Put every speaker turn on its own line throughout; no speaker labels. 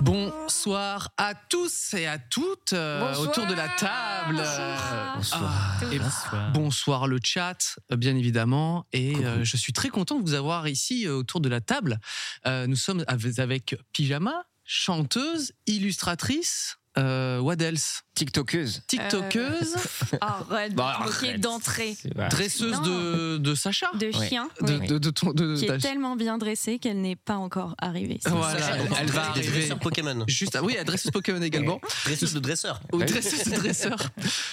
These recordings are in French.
Bonsoir à tous et à toutes euh,
Bonsoir.
autour de la table. Euh,
Bonsoir.
ah, et
Bonsoir.
bonsoir le chat, euh, bien évidemment. Et euh, je suis très content de vous avoir ici euh, autour de la table. Euh, nous sommes av- avec Pyjama, chanteuse, illustratrice, euh, what else
TikTokeuse.
TikTokeuse,
Euh, Arrête
Bah,
de moquer
arrête.
d'entrée.
C'est vrai.
dresseuse de, de Sacha.
De
Ouais.
chien.
De-
oui.
de- de ton- de-
Qui
ta-
est tellement bien dressée qu'elle n'est pas encore arrivée. C'est
Voilà,
ça.
elle- elle va
Des
arriver.
dresseurs Pokémon.
Juste, ah oui, la dresseuse Pokémon également.
Dresseuse de dresseur.
Au dresseur, c'est dresseur.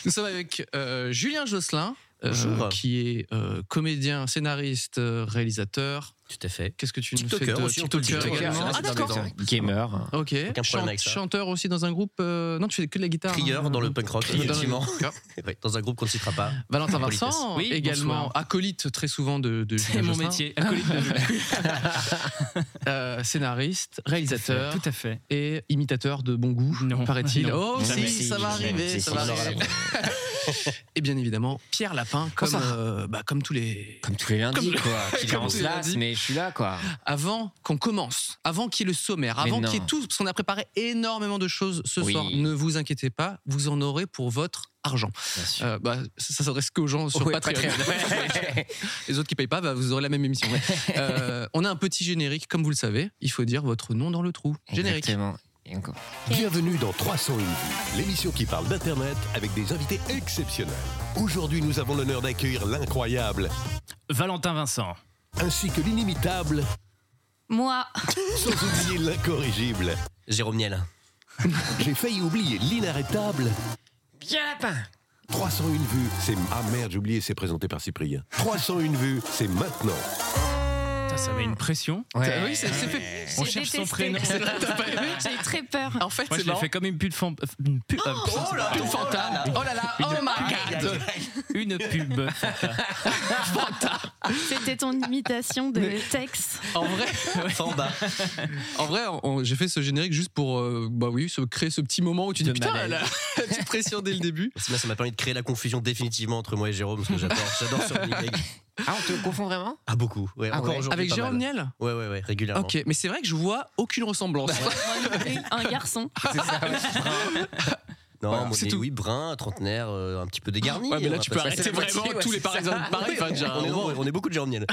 Nous sommes avec euh, Julien Josselin, euh,
Bonjour.
qui est euh, comédien, scénariste, euh, réalisateur.
Tout à fait.
Qu'est-ce que tu nous fais
TikToker
de
aussi, on peut
TikToker
dire.
également.
TikToker,
Ah
c'est dans
d'accord.
les
Gamer.
Ok.
Aucun problème
Chant-
avec ça.
Chanteur aussi dans un groupe. euh, Non, tu fais que de la guitare.
Crieur
hein.
dans le punk rock,
Crieur dans le-
effectivement.
D'accord.
Ouais, Dans un groupe qu'on ne citera pas.
Valentin Vincent,
Oui,
également
bonsoir.
acolyte très souvent de, de
C'est
Julien
mon
Josselin.
métier, acolyte de Julien.
Euh, scénariste, réalisateur
Tout à fait.
et imitateur de bon goût,
Non.
paraît-il.
Non.
Oh, si,
Jamais.
ça va
Jamais.
arriver,
Si,
ça
si,
va
si.
arriver. Et bien évidemment, Pierre
Oh,
Lapin, comme, euh, bah, comme tous les,
Comme tous les lundis, quoi. Qui
Comme
on
tous
se
les
lasse,
lundis.
mais je suis là, quoi.
avant qu'on commence, avant qu'il y ait le sommaire,
Mais
avant
non.
qu'il y ait tout, parce qu'on a préparé énormément de choses ce
Oui.
soir, ne vous inquiétez pas, vous en aurez pour votre argent.
Bien sûr.
Euh, bah, ça ça s'adresse qu'aux gens sur
Ouais,
Patreon.
Patreon.
Les autres qui payent pas, bah, vous aurez la même émission. Euh, on a un petit générique, comme vous le savez, il faut dire votre nom dans le trou. Générique.
Exactement. Et encore.
Bienvenue dans 301 vues, l'émission qui parle d'Internet avec des invités exceptionnels. Aujourd'hui, nous avons l'honneur d'accueillir l'incroyable
Valentin Vincent.
ainsi que l'inimitable,
Moi,
sans oublier l'incorrigible.
Jérôme Niel.
J'ai failli oublier l'inarrêtable.
Bien lapin.
301 vues, c'est... Ah merde, j'ai oublié, c'est présenté par Cyprien. 301 vues, c'est maintenant.
Ça, ça met une pression.
Ah
Ouais.
Oui, c'est c'est fait.
On
j'ai
cherche son
détesté.
prénom. C'est-
J'ai très peur.
En fait,
Moi,
c'est
je l'ai
marrant.
fait comme une pub fan- une pub, euh,
Oh là
Une fantane. Oh là là, oh my god.
une pub.
C'était ton imitation de Tex.
En vrai,
Famba.
En vrai, on- j'ai fait ce générique juste pour euh, bah oui, se créer ce petit moment où tu dis
De
putain,
malaise.
la, la petite pression dès le début.
Sinon, ça m'a permis de créer la confusion définitivement entre moi et Jérôme, parce que j'adore, j'adore sur Winnipeg.
Ah, on te confond vraiment
Ah, beaucoup. Ouais,
Ah
encore
ouais.
aujourd'hui.
Avec
pas
Jérôme
mal.
Niel
Ouais, ouais, ouais, régulièrement.
Ok, mais c'est vrai que je vois aucune
Bah
ressemblance.
Un garçon.
Non,
Voilà,
mon
c'est
nez,
tout.
oui, brun, trentenaire, euh, un petit peu dégarni.
ouais, mais là,
on
tu
va
peux
pas se
arrêter
passer la
vraiment
moitié, ouais,
tous les
c'est ça.
paraisans pareil.
Ouais,
enfin, déjà,
on, est,
au moment-
on est beaucoup de Jérôme Niel.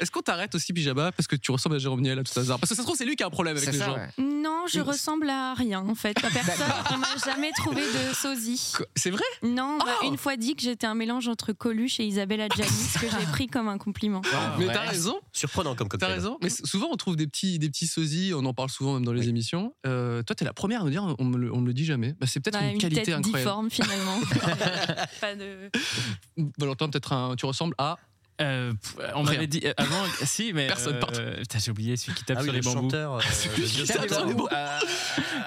Est-ce qu'on t'arrête aussi, Pyjama, parce que tu ressembles à Jérôme Niel à tout hasard Parce que ça se trouve, c'est lui qui a un problème avec
C'est
les
ça,
gens.
ouais.
Mmh.
Non, je ressemble à rien en fait. À personne. On m'a jamais trouvé de sosie.
Qu- C'est vrai
Non, on m'a
Oh
une fois dit que j'étais un mélange entre Coluche et Isabelle Adjani, ce que j'ai pris comme un compliment.
Ah,
Mais
ouais.
t'as raison,
Surprenant comme
t'as
cocktail.
raison. Mais c- souvent, on trouve des petits, des petits sosies, on en parle souvent même dans les émissions. Euh, toi, t'es la première à nous dire, on me le, on me le dit jamais. Bah, c'est peut-être
Bah,
une, qualité
tête
incroyable.
difforme finalement. pas de.
Valentin, peut-être un- tu ressembles à.
Euh, pff, on
Rien.
m'avait dit euh, avant, si, mais.
Personne,
euh,
pardon.
putain, j'ai oublié celui qui tape
Ah oui,
sur les
le
bambous.
chanteur. euh, le vieux
Putain,
chanteur.
mais bon.
Euh,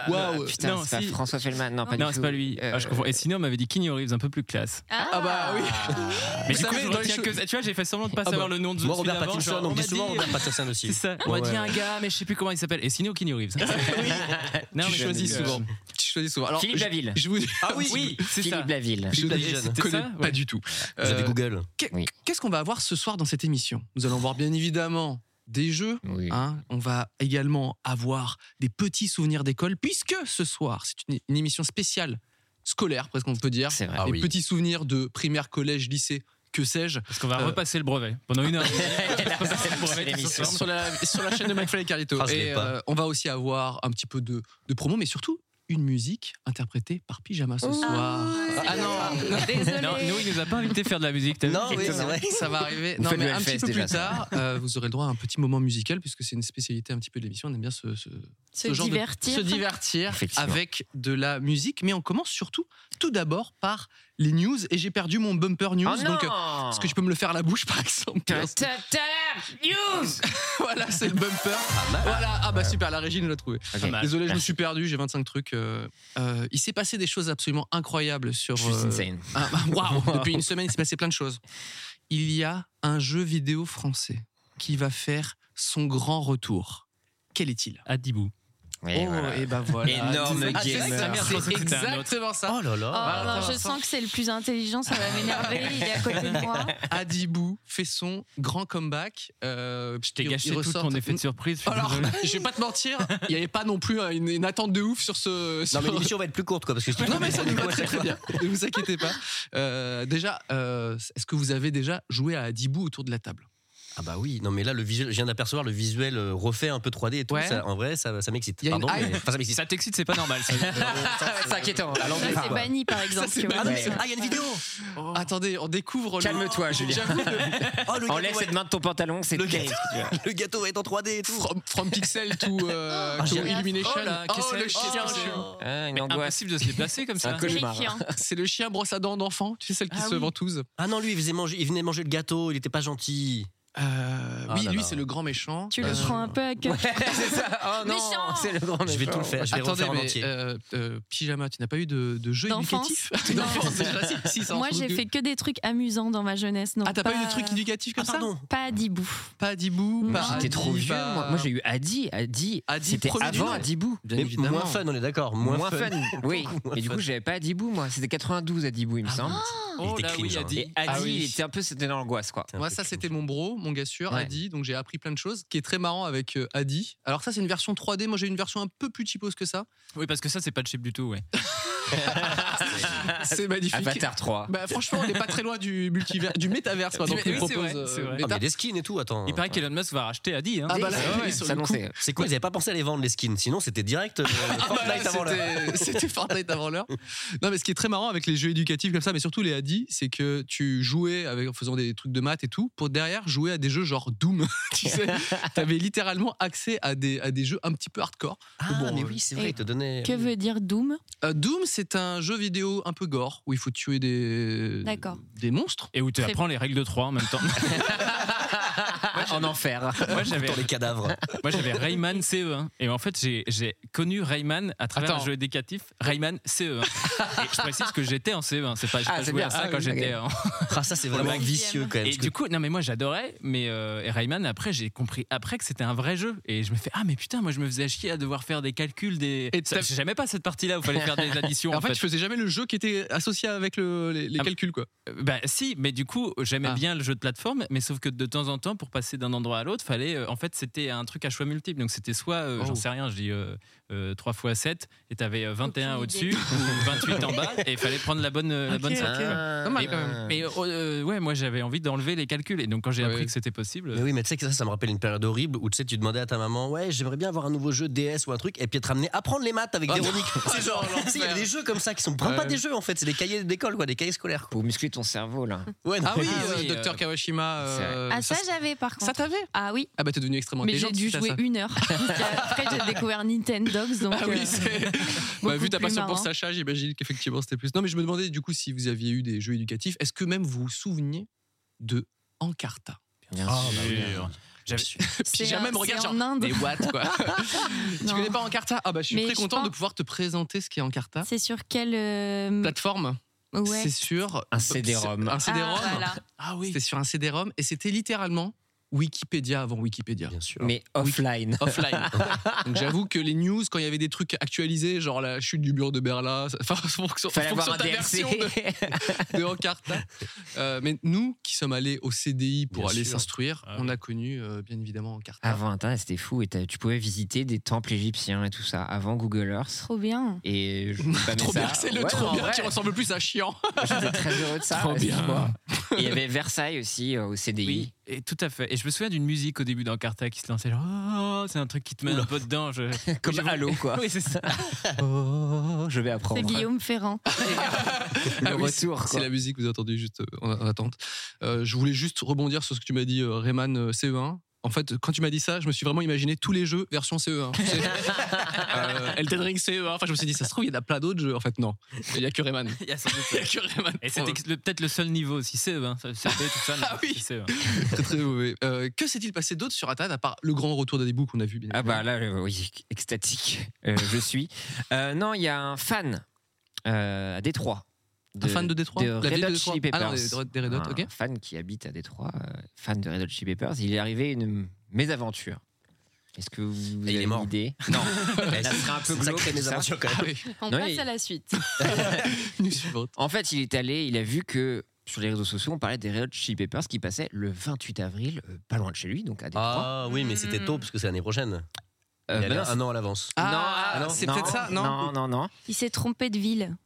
Ah,
Waouh.
Putain,
Non,
c'est
si.
pas François Fellman. Non, pas du
Non,
tout.
c'est pas lui.
Euh,
Ah, je confonds. Et sinon, on m'avait dit Kenny Reeves, un peu plus classe.
Ah bah oui
Mais
Vous
du coup,
savez,
je
dans les
retiens
choses-
que ça. Tu vois, j'ai fait semblant de pas
Ah
savoir
bah.
le nom de
Moi,
celui
Robert
d'avant,
Pattinson,
genre,
on me dit
m'a
souvent
dit,
Robert
euh,
Pattinson aussi.
C'est ça. On m'a
Ouais,
dit
ouais.
un gars, mais je sais plus comment il s'appelle. Et sinon, Kenny Reeves. Non,
Tu
mais
choisis
euh,
souvent. Tu choisis souvent. Alors,
Philippe
je-
Laville.
Je vous dis.
Ah oui, oui, c'est ça.
Philippe Laville.
Je
Philippe
ne
Lavigène.
connais
C'était ça
pas
Ouais.
du tout.
Vous avez
Euh,
Google.
qu'est-
Oui.
Qu'est-ce qu'on va avoir ce soir dans cette émission Nous allons voir bien évidemment des jeux.
Oui.
hein. On va également avoir des petits souvenirs d'école, puisque ce soir, c'est une, une émission spéciale scolaire, presque on peut dire.
C'est vrai.
Ah
des
oui.
petits souvenirs de primaire, collège, lycée, que sais-je.
Parce qu'on va
Euh,
repasser le brevet pendant une heure.
C'est l'émission.
sur la, sur la chaîne de McFly et Carlito.
Ah, je l'ai
et
pas.
euh, on va aussi avoir un petit peu de, de promo, mais surtout une musique interprétée par Pyjama ce
Oh,
soir.
c'est
Ah non,
Désolé.
Non, nous, il nous a pas invité à faire de la musique. t'as vu
Non, oui, c'est vrai.
ça va arriver.
Vous
non,
faites
mais
le
un
Hellfest
petit peu
déjà,
plus
ça.
tard, euh, vous aurez le droit à un petit moment musical puisque c'est une spécialité un petit peu de l'émission. On aime bien ce, ce-
se
ce genre de-
divertir.
se divertir
Effectivement.
avec de la musique. Mais on commence surtout, tout d'abord, par les news. Et j'ai perdu mon bumper news.
Oh non
donc, euh, est-ce que tu peux me le faire à la bouche, par exemple
Ta- ta- ta- news
Voilà, c'est le bumper. Voilà, ah bah super, la régie nous l'a trouvé.
Ok.
mal.
Désolé, je me
Merci.
suis perdu, j'ai 25 trucs. euh, euh, il s'est passé des choses absolument incroyables sur.
Je suis
euh,
insane.
ah, bah, waouh, Depuis une semaine, il s'est passé plein de choses. Il y a un jeu vidéo français qui va faire son grand retour. Quel est-il
À Dibou.
Et voilà.
et bah voilà.
Énorme
Ah, c'est
gamer.
ça, merde,
Je
C'est
pensais que c'était un autre.
exactement ça. Ah,
Oh là
Oh,
là.
Voilà,
non, je
Vincent.
sens que c'est le plus intelligent, ça va m'énerver. Euh, Il est à côté de moi.
Adibou fait son grand comeback. Euh,
Je t'ai
il-
gâché
il
tout
ressort-
ton effet de surprise. je suis
Alors,
désolé.
je vais pas te mentir, il n'y avait pas non plus euh, une, une attente de ouf sur ce.
Non,
sur-
mais l'émission va être plus courte, quoi, parce que je
Non, mais ça nous va très, très bien. Ne vous inquiétez pas. Euh, déjà, euh, est-ce que vous avez déjà joué à Adibou autour de la table
Ah bah oui, non mais là, le visuel, je viens d'apercevoir le visuel euh, refait un peu 3D et tout.
Ouais.
ça- en vrai, ça, ça m'excite.
Il y a une
Pardon,
hype.
mais- enfin, ça m'excite.
Ça t'excite, c'est pas normal. ça.
C'est inquiétant.
Ça, c'est banni, par exemple.
c'est Oh.
tu vois.
Ah, non, mais-
Ouais.
ah, il y a une vidéo
Attendez, on découvre. le-
Calme-toi, Julien.
J'avoue, le-
Oh, le
Enlève
gâteau, va
cette main de ton pantalon, c'est
Le
terrible.
gâteau. être- le gâteau va être en 3D et tout.
from, from Pixel to, euh,
Ah,
to
j'avoue.
Illumination.
Oh là, qu'est-ce
Oh,
que
le
c'est
chien,
Oh.
je-
Ah, Une
Mais
angoisse.
impossible de se déplacer comme ça.
Un cauchemar.
Terrifiant.
C'est le chien brosse à dents d'enfant, tu sais, celle qui
Ah
se
oui.
ventouse.
Ah non, lui, il, faisait manger, il venait manger le gâteau, il était pas gentil.
Euh,
Ah
oui,
là
lui,
là.
c'est le grand méchant.
Tu le
Euh,
prends un peu à cœur.
c'est
ah,
ça. Oh non,
Méchant.
c'est le grand
Je vais
méchant.
tout le faire, je vais
Attendez,
refaire en
mais
entier.
euh, euh, Pyjama, tu n'as pas eu de, de jeu
D'enfance.
éducatif
Non.
D'enfance, déjà, si, si, ça en
Moi,
fout
j'ai
que-
fait que des trucs amusants dans ma jeunesse. non
Ah, t'as pas, eu de truc éducatif comme
Ah,
ça
pardon.
Pas à Dibou.
Pas Dibou,
Non.
Ah,
pas
J'étais Ah, trop
Adi,
vieux.
pas-
Moi, Moi, j'ai eu Adi. Adi,
Adi,
c'était
premier du
avant
nom.
Adibou.
Bien
Mais
évidemment.
moins fun, on est d'accord. Moins, fun.
Oui.
Beaucoup moins
Et du
fun. Ah.
coup, j'avais pas Adibou, moi. C'était 92 Adibou, il me semble.
Oh
était
là oui,
cringe,
il a
hein.
dit.
Et Adi,
Ah oui.
il était un peu, c'était dans l'angoisse, quoi.
C'est un
Moi,
peu
ça,
cringe.
c'était mon bro, mon gars sûr,
Ouais.
Adi. Donc, j'ai appris plein de choses. Ce qui est très marrant avec euh, Adi. Alors, ça, c'est une version 3D. Moi, j'ai une version un peu plus cheapos que ça.
Oui, parce que ça, c'est pas de chip du tout, ouais.
C'est magnifique.
Avatar 3.
Bah, franchement, on n'est pas très loin du, multivers, du métaverse, quoi.
Du-
Donc, on
oui, c'est
propose. euh,
vrai, c'est vrai.
Ah, mais
méta-
des skins et tout, attends.
Il paraît qu'Elon Musk va racheter Adi. Hein.
Ah bah là,
Ouais,
ils
ouais,
sont
ça
le coup.
annonçait.
C'est quoi Ils avaient pas pensé à les vendre, les skins. Sinon, c'était direct euh,
Ah bah
Fortnite avant l'heure.
Ah, bah, C'était- C'était Fortnite avant l'heure. Non, mais ce qui est très marrant avec les jeux éducatifs comme ça, mais surtout les Adi, c'est que tu jouais avec, en faisant des trucs de maths et tout, pour derrière jouer à des jeux genre Doom. tu sais, t'avais littéralement accès à des, à des jeux un petit peu hardcore.
Ah,
Bon,
mais
euh,
oui, c'est vrai,
et
ils te donnaient.
Que veut dire Doom
Euh, Doom, c'est un jeu vidéo un peu gore où il faut tuer des,
D'accord.
des monstres.
Et où tu
Très-
apprends les règles de 3 en même temps.
En enfer.
Moi, j'avais
Dans les cadavres.
Moi j'avais Rayman CE1 et en fait j'ai- j'ai connu Rayman à travers
Attends.
un jeu éducatif Rayman CE1. et je précise que j'étais en CE1, c'est pas j'ai
Ah,
pas
c'est
joué à
bien.
ça
Ah
quand
oui,
j'étais en...
Ah, ça, c'est vraiment
mec.
vicieux quand même.
Et
parce que
du coup non mais moi j'adorais mais euh, et Rayman après j'ai compris après que c'était un vrai jeu et je me fais ah mais putain moi je me faisais chier à devoir faire des calculs des
Et
Ça,
t'as-
j'ai jamais pas cette partie là où fallait faire des additions
en, fait, tu faisais jamais le jeu qui était associé avec le- les, les
Ah.
calculs, quoi.
Euh, Bah si, mais du coup j'aimais
Ah.
bien le jeu de plateforme, mais sauf que de temps en temps pour passer d'un endroit à l'autre, fallait euh, en fait c'était un truc à choix multiple. Donc c'était soit euh,
Oh.
j'en sais rien, je dis euh, euh, 3 x 7 et t'avais euh, 21
Aucune
au-dessus ou 28 en bas et il fallait prendre la bonne euh, la bonne sortie.
Ah,
Pas mal,
euh,
quand même.
Mais euh,
oh,
euh, ouais, moi j'avais envie d'enlever les calculs et donc quand j'ai
Ouais.
appris que c'était possible,
Mais oui, mais tu sais que ça, ça me rappelle une période horrible où tu sais, tu demandais à ta maman, ouais, j'aimerais bien avoir un nouveau jeu DS ou un truc, et puis elle te ramenait apprendre les maths avec
Ah,
Oh
Véronique. C'est genre, tu sais, il y a des jeux comme ça qui sont vraiment
Euh,
pas
Ouais.
des jeux en fait, c'est des cahiers d'école, quoi, des cahiers scolaires.
Pour muscler ton cerveau, là.
Ouais, non,
Ah oui,
Ah
euh,
oui,
docteur
euh,
Kawashima.
c'est vrai.
euh,
Ah, ça,
ça,
j'avais par
ça
contre.
t'avait
Ah oui,
Ah bah t'es devenu extrêmement
mais j'ai
intelligent.
dû
si t'as
jouer
ça.
une heure. Après, j'ai découvert Nintendogs, donc.
Ah
euh,
oui, c'est- bah, vu ta
plus
passion pour
marrant.
Sacha, j'imagine qu'effectivement c'était plus. Non, mais je me demandais du coup si vous aviez eu des jeux éducatifs. Est-ce que même vous vous souveniez de Encarta
Bien
Ah, bah oui. J'avais-
c'est
jamais
un-
me regarde
c'est
genre,
en Inde.
Mais what quoi Tu
Non.
connais pas Encarta Ah bah je suis
Mais
très
je
content
pense-
de pouvoir te présenter ce qu'est Encarta.
C'est sur quel. euh,
Plateforme,
Ouais.
c'est sur
Un CD-ROM.
Un CD-ROM.
Ah, voilà.
Ah oui.
C'était sur un CD-ROM et c'était littéralement Wikipédia avant Wikipédia.
Bien sûr.
Mais offline.
Offline. Donc j'avoue que les news, quand il y avait des trucs actualisés, genre la chute du mur de Berlin, ça- enfin, en fonction, en
Fallait
fonction
avoir un
de ta
DLC.
version de, de Encarta. Euh, mais nous, qui sommes allés au CDI pour
Bien
aller
sûr.
s'instruire,
Ah
on a connu, euh, bien évidemment, Encarta.
Avant Internet, c'était fou. Et t'as- tu pouvais visiter des temples égyptiens et tout ça avant Google Earth.
Trop bien.
Et je vous
Trop bien,
ça.
c'est le
Ouais,
trop
en
bien
vrai,
qui ressemble plus à chiant.
J'étais très heureux de ça.
Trop bien.
excuse-moi. Et il y avait Versailles aussi euh, au CDI.
Oui, et tout à fait. Et je je me souviens d'une musique au début d'Encarta qui se lançait genre Oh, c'est un truc qui te met un peu dedans. Je...
Comme
j'avoue-
Halo, quoi.
oui, c'est ça.
Oh, je vais apprendre.
C'est Guillaume Ferrand.
Le
Ah oui, c'est-
retour,
C'est
quoi.
la musique que vous attendez juste euh, en en attente. Euh, je voulais juste rebondir sur ce que tu m'as dit, euh, Rayman euh, CE1. En fait, quand tu m'as dit ça, je me suis vraiment imaginé tous les jeux version CE1. Tu sais, euh, Elden Ring CE1. Enfin, je me suis dit, ça se trouve, il y en a plein d'autres jeux. En fait, non. Il n'y a que Rayman.
Il y a sans doute
Il n'y
ça.
a que Rayman.
Et c'était le- peut-être le seul niveau aussi, c'est eux, hein. ça- c'est eux, tout ça. non,
Ah oui.
c'est eux, hein.
très, très mauvais. Euh, que s'est-il passé d'autre sur Atad, à part le grand retour d'Adibou qu'on a vu bien
Ah bah là, euh, oui, extatique, euh, je suis. Euh, non, il y a un fan euh, à Détroit.
Un fan de Détroit
de
La
Red
ville de
Hot
Détroit
Chili
Ah
Peppers.
non, des- des Red Hot,
un
ok.
fan qui habite à Détroit, euh, fan de Red Hot Chili Peppers. Il est arrivé une mésaventure. Est-ce que vous
Et il
avez
est mort.
une idée
Ça
serait un peu glauque,
mes
ça.
aventures quand même.
Ah oui.
On
Non,
passe
il-
à la suite.
News suivante.
En fait, il est allé, il a vu que sur les réseaux sociaux, on parlait des Red Hot Chili Peppers qui passaient le 28 avril, euh, pas loin de chez lui, donc à Détroit.
Ah oui, mais c'était
Hmm.
tôt parce que c'est l'année prochaine.
Euh,
Il y avait
bah non,
un an à l'avance.
Ah,
non,
c'est
non,
peut-être ça, non
Non, non, non.
Il s'est trompé de ville.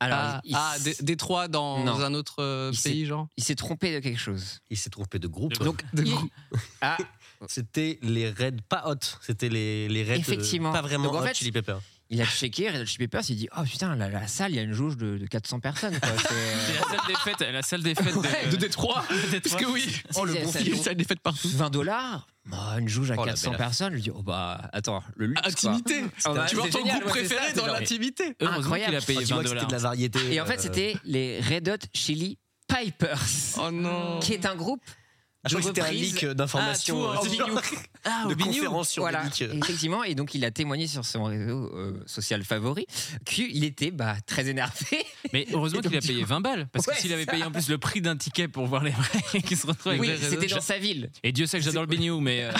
Alors,
Ah,
il- il
ah,
s-
Dé- Détroit dans
Non.
un autre euh,
Il s'est-
pays, genre
il s'est trompé de quelque chose.
Il s'est trompé de groupe.
Donc,
De
Il-
gros-
Ah,
C'était les Red pas hot, c'était les les Red euh,
Effectivement.
pas vraiment
Donc, en
hot
fait,
Chili Pepper.
il a checké Red Hot Chili Peppers, il dit Oh putain, la, la salle, il y a une jauge de, de 400 personnes. Quoi.
C'est
C'est euh,
la salle des fêtes, la salle des fêtes
Ouais,
de,
de Détroit Parce
Détroit.
que oui
Oh, le bon
Il y a
filon.
une salle des fêtes partout.
20 dollars Une jauge à
Oh, la
400
belle
personnes. Je lui dis Oh bah, attends, le luxe. quoi.
Intimité
Ah, bah,
Tu vois
c'est
ton
génial,
groupe
ouais, c'est
préféré
ça,
dans
c'est genre-
l'intimité
Heureusement qu'il a
Incroyable.
payé
tu vois
20
que c'était
dollars.
de la variété.
Et en fait,
euh,
c'était les Red Hot Chili Pipers,
Oh non
qui est un groupe.
Ah,
Je crois que
de
c'était un
reprise.
leak d'informations.
Ah, tout,
euh,
en
genre,
Ah,
de
au Bignou.
conférences sur
voilà,
des leaks.
effectivement. Et donc, il a témoigné sur son réseau euh, social favori qu'il était bah, très énervé.
Mais heureusement
Et donc,
qu'il a
du
payé 20 balles. Parce
Ouais,
que s'il avait
ça.
payé en plus le prix d'un ticket pour voir les vrais qui se retrouvent avec
Oui,
les vrais
c'était
réseaux.
dans sa ville.
Et Dieu sait que j'adore le Bignou, mais euh,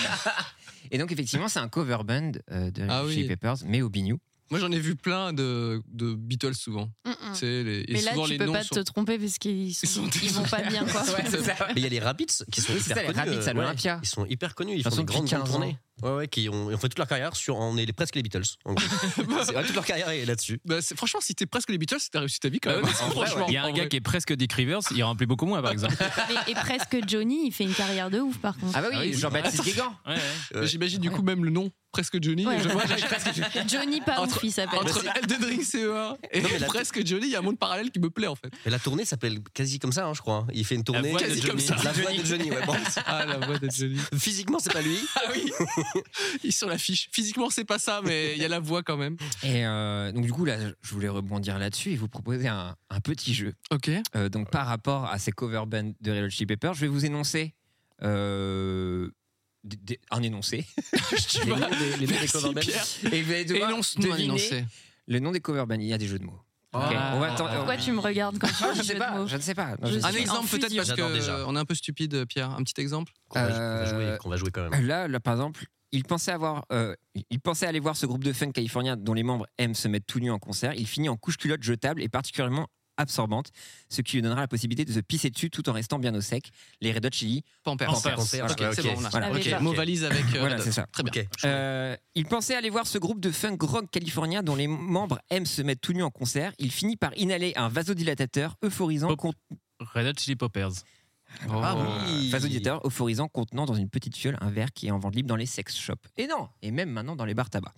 Et donc, effectivement, c'est un cover band euh, de Red
Ah
Hot
oui.
Chili Peppers, mais au Bignou.
Moi j'en ai vu plein de, de Beatles souvent.
Mm-mm.
C'est les, et
Mais là,
souvent
tu
les
peux
noms
pas
sont-
te tromper parce qu'ils
Ils sont
sont... ils vont pas bien. Quoi.
Ouais, c'est ça.
Mais il y a les Rabbits qui sont
Oui, c'est
hyper
ça, les
connus. euh,
Rabbits à
ouais.
l'Olympia.
Ils sont hyper connus, ils
Ils
font
sont
des grandes
depuis 15
tournées. Ouais, ouais, qui ont, ils ont fait toute leur carrière sur. On est les- presque les Beatles. en gros. C'est vrai, toute leur carrière est là-dessus. Ah
Bah, c'est- franchement, si t'es presque les Beatles, t'as réussi ta vie quand
Ah
même. franchement,
il y a un
en
gars
vrai.
qui est presque Dick Rivers, il remplit beaucoup moins par exemple.
Mais- et presque Johnny, il fait une carrière de ouf par contre.
Ah bah oui,
Ah oui, oui.
Jean-Baptiste Guégan. Euh,
Ouais, ouais.
Mais J'imagine du coup même le nom, presque Johnny.
Ouais.
Je vois, j'ai-
Johnny pas ouf, il s'appelle.
entre
Bah,
E Elden Ring CE1 et
Non, mais la-
presque Johnny, il y a un monde parallèle qui me plaît en fait.
Et la tournée s'appelle quasi comme ça, hein, je crois. hein. Il fait une tournée.
voix de
quasi
Johnny.
La voix de Johnny, ouais. bon.
Ah la voix de Johnny.
Physiquement, c'est pas lui.
Ah oui Il est sur l'affiche. Physiquement, c'est pas ça, mais il y a la voix quand même.
Et euh, donc du coup là, je voulais rebondir là-dessus et vous proposer un, un petit jeu.
Ok.
Euh, donc par rapport à ces cover bands de Red Hot Chili Peppers, je vais vous énoncer euh, des- des- un énoncé.
Tu
Les
vois
noms des- les noms des
Merci,
cover bands.
Pierre.
et vous allez devoir
Énonce-nous un
deviner
énoncé. Ah.
le nom des cover bands. Il y a des jeux de mots.
Oh.
Ok, on va tenter-
Pourquoi tu me regardes quand tu
Ah,
dis
je,
jeu
sais
de
pas,
mots
je ne sais pas. Non,
Je
je
Un
sais pas.
en
exemple peut-être
fusion.
parce
J'adore
que euh,
déjà.
on est un peu stupide, Pierre. Un petit exemple
Qu'on va, qu'on va
Euh,
jouer, qu'on va jouer quand même.
Là, là, par exemple, il pensait, avoir, euh, il pensait aller voir ce groupe de funk californien dont les membres aiment se mettre tout nus en concert. Il finit en couche-culotte jetable et particulièrement absorbante, ce qui lui donnera la possibilité de se pisser dessus tout en restant bien au sec. Les Red Hot Chili.
Pampers.
Pampers.
Ok,
Pampers, ouais,
c'est
ok.
bon, on a.
Voilà,
Ok,
ok.
Mot valise avec. euh,
Voilà,
Red
c'est
Hot.
ça.
Très bien.
Ok.
Euh, il pensait aller voir ce groupe de funk rock californien dont les membres aiment se mettre tout nus en concert. Il finit par inhaler un vasodilatateur euphorisant,
Pop.
con-
Red Hot Chili Oh. Poppers.
Ah
oui.
vasodilatateur euphorisant contenant dans une petite fiole un verre qui est en vente libre dans les sex shops. Et non, et même maintenant dans les bars tabac.